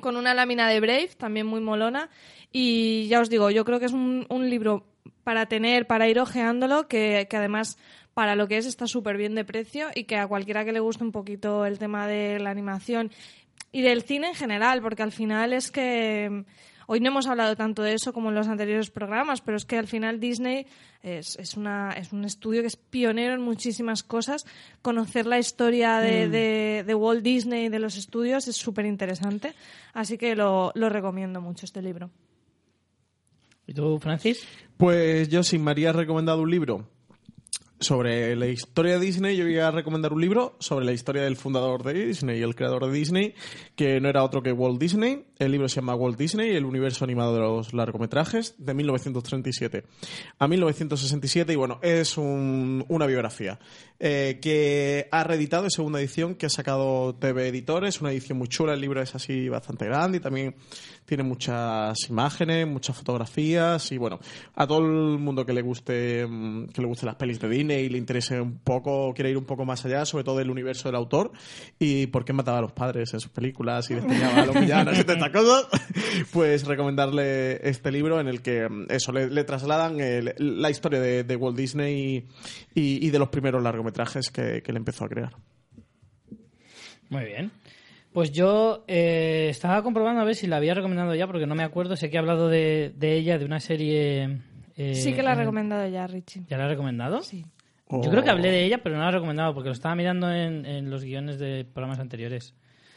Speaker 2: con una lámina de Brave, también muy molona. Y ya os digo, yo creo que es un, un libro para tener, para ir ojeándolo, que, que además para lo que es está súper bien de precio y que a cualquiera que le guste un poquito el tema de la animación y del cine en general, porque al final es que mm, Hoy no hemos hablado tanto de eso como en los anteriores programas, pero es que al final Disney es, es una, es un estudio que es pionero en muchísimas cosas. Conocer la historia
Speaker 1: Mm.
Speaker 2: de, de- de Walt Disney y de los estudios es súper interesante, así que lo, lo recomiendo mucho este libro.
Speaker 1: ¿Y tú, Francis?
Speaker 4: Pues yo, si María ha recomendado un libro sobre la historia de Disney, yo voy a recomendar un libro sobre la historia del fundador de Disney y el creador de Disney, que no era otro que Walt Disney. El libro se llama Walt Disney, el universo animado de los largometrajes, de 1937 a 1967, y bueno, es un- una biografía eh, que ha reeditado en segunda edición, que ha sacado TV Editores, una edición muy chula, el libro es así bastante grande y también tiene muchas imágenes, muchas fotografías y bueno, a todo el mundo que le guste mm, que le guste las pelis de Disney y le interese un poco, quiere ir un poco más allá, sobre todo del universo del autor y por qué mataba a los padres en sus películas y despeñaba a los villanos y todas estas cosas, pues recomendarle este libro en el que mm, eso le, le trasladan el- la historia de, de Walt Disney y, y- y de los primeros largometrajes que, que le empezó a crear.
Speaker 1: Muy bien. Pues yo eh, estaba comprobando a ver si la había recomendado ya, porque no me acuerdo. Sé que he hablado de, de ella, de una serie. eh,
Speaker 2: sí que la he
Speaker 1: en-
Speaker 2: recomendado ya, Richie.
Speaker 1: ¿Ya la he recomendado?
Speaker 2: Sí.
Speaker 1: Yo creo que hablé de ella, pero no la he recomendado, porque lo estaba mirando en, en los guiones de programas anteriores.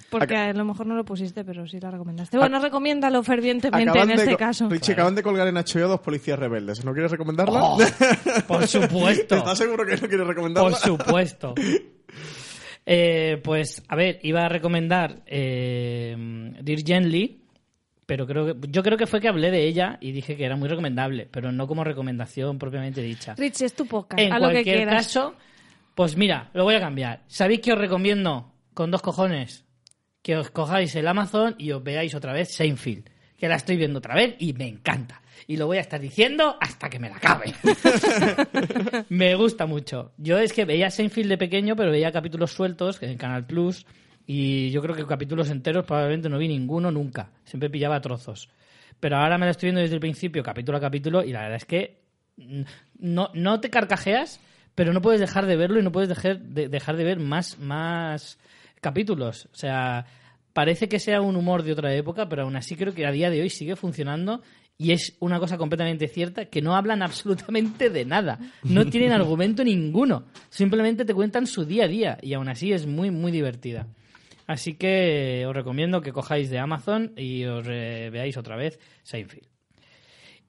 Speaker 2: Porque a lo mejor no lo pusiste, pero sí la recomendaste. Bueno, recomiéndalo fervientemente
Speaker 4: Acaban
Speaker 2: en
Speaker 4: de
Speaker 2: este
Speaker 4: co-
Speaker 2: caso.
Speaker 4: Richie, acaban de colgar en HBO dos policías rebeldes. ¿No quieres recomendarla?
Speaker 1: Por supuesto.
Speaker 4: ¿Estás seguro que no quieres recomendarla?
Speaker 1: Por supuesto. Eh, pues, a ver, iba a recomendar eh, Dear Gently, pero creo que, yo creo que fue que hablé de ella y dije que era muy recomendable, pero no como recomendación propiamente dicha.
Speaker 2: Richie, es tu poca.
Speaker 1: En
Speaker 2: a lo que
Speaker 1: cualquier
Speaker 2: quieras.
Speaker 1: caso, pues mira, lo voy a cambiar. ¿Sabéis que os recomiendo con dos cojones? Que os cojáis el Amazon y os veáis otra vez Seinfeld. Que la estoy viendo otra vez y me encanta. Y lo voy a estar diciendo hasta que me la acabe. me gusta mucho. Yo es que veía Seinfeld de pequeño, pero veía capítulos sueltos en Canal Plus. Y yo creo que capítulos enteros probablemente no vi ninguno nunca. Siempre pillaba trozos. Pero ahora me la estoy viendo desde el principio, capítulo a capítulo, y la verdad es que mm, no, no te carcajeas, pero no puedes dejar de verlo y no puedes dejar de, dejar de ver más, más capítulos. O sea, parece que sea un humor de otra época, pero aún así creo que a día de hoy sigue funcionando y es una cosa completamente cierta que no hablan absolutamente de nada. No tienen argumento ninguno. Simplemente te cuentan su día a día y aún así es muy, muy divertida. Así que os recomiendo que cojáis de Amazon y os eh, veáis otra vez Seinfeld.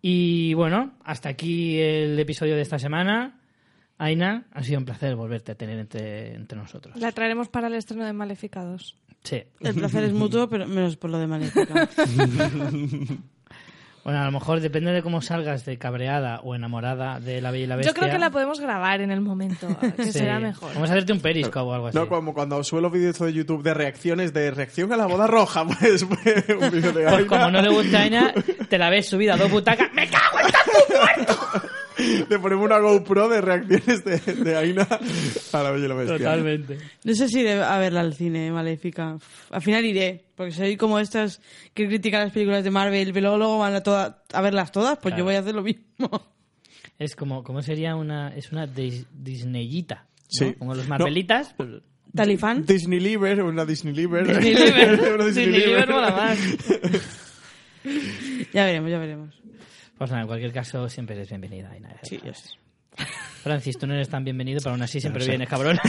Speaker 1: Y bueno, hasta aquí el episodio de esta semana. Aina, ha sido un placer volverte a tener entre, entre nosotros.
Speaker 2: La traeremos para el estreno de Maléfica 2.
Speaker 1: Sí.
Speaker 3: El placer es mutuo, pero menos por lo de Maléfica.
Speaker 1: Bueno, a lo mejor depende de cómo salgas de cabreada o enamorada de la Bella y la Bestia.
Speaker 2: Yo creo que la podemos grabar en el momento, que
Speaker 1: Sí.
Speaker 2: será mejor.
Speaker 1: Vamos a hacerte un perisco o algo así.
Speaker 4: No, como cuando subo los vídeos de YouTube de reacciones de reacción a la boda roja, pues un vídeo de
Speaker 1: Pues
Speaker 4: Aina.
Speaker 1: como no le gusta a Aina, te la ves subida a dos butacas. ¡Me cago en tanto!
Speaker 4: Le ponemos una GoPro de reacciones de, de Aina a la Bella y la Bestia.
Speaker 1: Totalmente.
Speaker 3: No sé si iré a verla al cine, Maléfica. Al final iré, porque soy como estas que critican las películas de Marvel, pero luego van a, toda- a verlas todas, pues
Speaker 1: Claro.
Speaker 3: yo voy a hacer lo mismo.
Speaker 1: Es como, ¿cómo sería una? Es una dis- Disneyita. ¿no?
Speaker 4: Sí.
Speaker 1: Como los Marvelitas. pero-
Speaker 3: ¿Talifán?
Speaker 4: Disney Liver, una Disney Liver. Una Disney
Speaker 1: Disneyliver
Speaker 4: Liver.
Speaker 1: mola más.
Speaker 3: Ya veremos, ya veremos.
Speaker 1: Pues nada, en cualquier caso, siempre eres bienvenida. Aina, de
Speaker 3: Sí,
Speaker 1: verdad.
Speaker 3: ya sé.
Speaker 1: Francis, tú no eres tan bienvenido, pero aún así siempre
Speaker 4: lo sé.
Speaker 1: vienes, cabrón.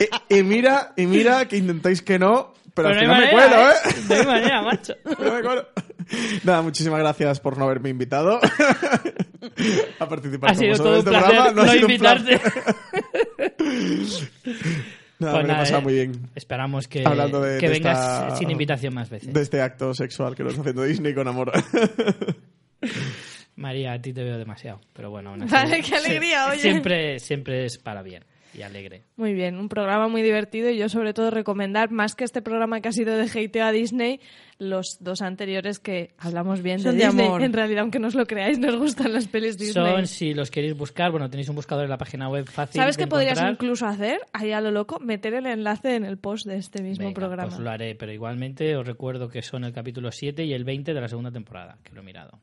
Speaker 4: Eh, y, y mira, y mira que intentáis que no, pero, al
Speaker 1: no hay
Speaker 4: final me
Speaker 1: manera,
Speaker 4: cuelo, ¿eh?
Speaker 1: No hay manera, macho.
Speaker 4: Pero me cuelo. Nada, muchísimas gracias por no haberme invitado a participar
Speaker 1: Ha
Speaker 4: con
Speaker 1: sido todo un
Speaker 4: vosotros en este
Speaker 1: placer
Speaker 4: programa.
Speaker 1: no,
Speaker 4: ha sido un placer.
Speaker 1: invitarte. Pues
Speaker 4: Nada, me lo he
Speaker 1: nada,
Speaker 4: pasado
Speaker 1: eh,
Speaker 4: muy bien.
Speaker 1: Esperamos que,
Speaker 4: Hablando de-
Speaker 1: que
Speaker 4: de
Speaker 1: vengas
Speaker 4: esta-
Speaker 1: sin invitación más veces.
Speaker 4: De este acto sexual que nos está haciendo Disney con amor.
Speaker 1: María, a ti te veo demasiado, pero bueno, aún así,
Speaker 2: Vale, qué alegría, oye.
Speaker 1: siempre, siempre es para bien y alegre.
Speaker 2: Muy bien, un programa muy divertido y yo sobre todo recomendar, más que este programa que ha sido de hateo a Disney, los dos anteriores que hablamos bien
Speaker 3: Son
Speaker 2: de
Speaker 3: de
Speaker 2: Disney.
Speaker 3: amor.
Speaker 2: En realidad, aunque no os lo creáis, nos gustan las pelis Disney.
Speaker 1: Son, si los queréis buscar, bueno, tenéis un buscador en la página web fácil.
Speaker 2: ¿Sabes
Speaker 1: de
Speaker 2: qué podrías
Speaker 1: encontrar.
Speaker 2: incluso hacer? Ahí a lo loco, meter el enlace en el post de este mismo
Speaker 1: Venga,
Speaker 2: programa.
Speaker 1: Pues lo haré, pero igualmente os recuerdo que son el capítulo 7 y el 20 de la segunda temporada, que lo he mirado.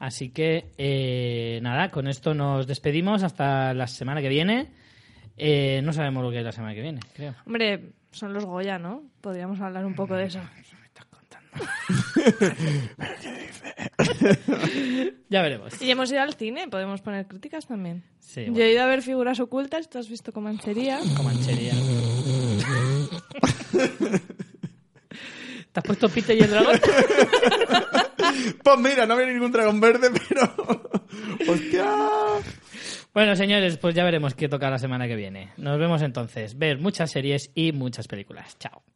Speaker 1: Así que, eh, nada, con esto nos despedimos hasta la semana que viene. Eh, no sabemos lo que es la semana que viene, creo.
Speaker 2: Hombre, son los Goya, ¿no? Podríamos hablar un poco de eso.
Speaker 1: ¿Qué me estás contando? Ya veremos.
Speaker 2: Y hemos ido al cine, podemos poner críticas también.
Speaker 1: Sí,
Speaker 2: Yo
Speaker 1: bueno,
Speaker 2: he ido a ver figuras ocultas, tú has visto Comanchería.
Speaker 1: Comanchería. ¿Te has puesto Peter y el dragón?
Speaker 4: Pues mira, no había ningún dragón verde, pero. ¡Hostia!
Speaker 1: Bueno, señores, pues ya veremos qué toca la semana que viene. Nos vemos entonces. Ver muchas series y muchas películas. Chao.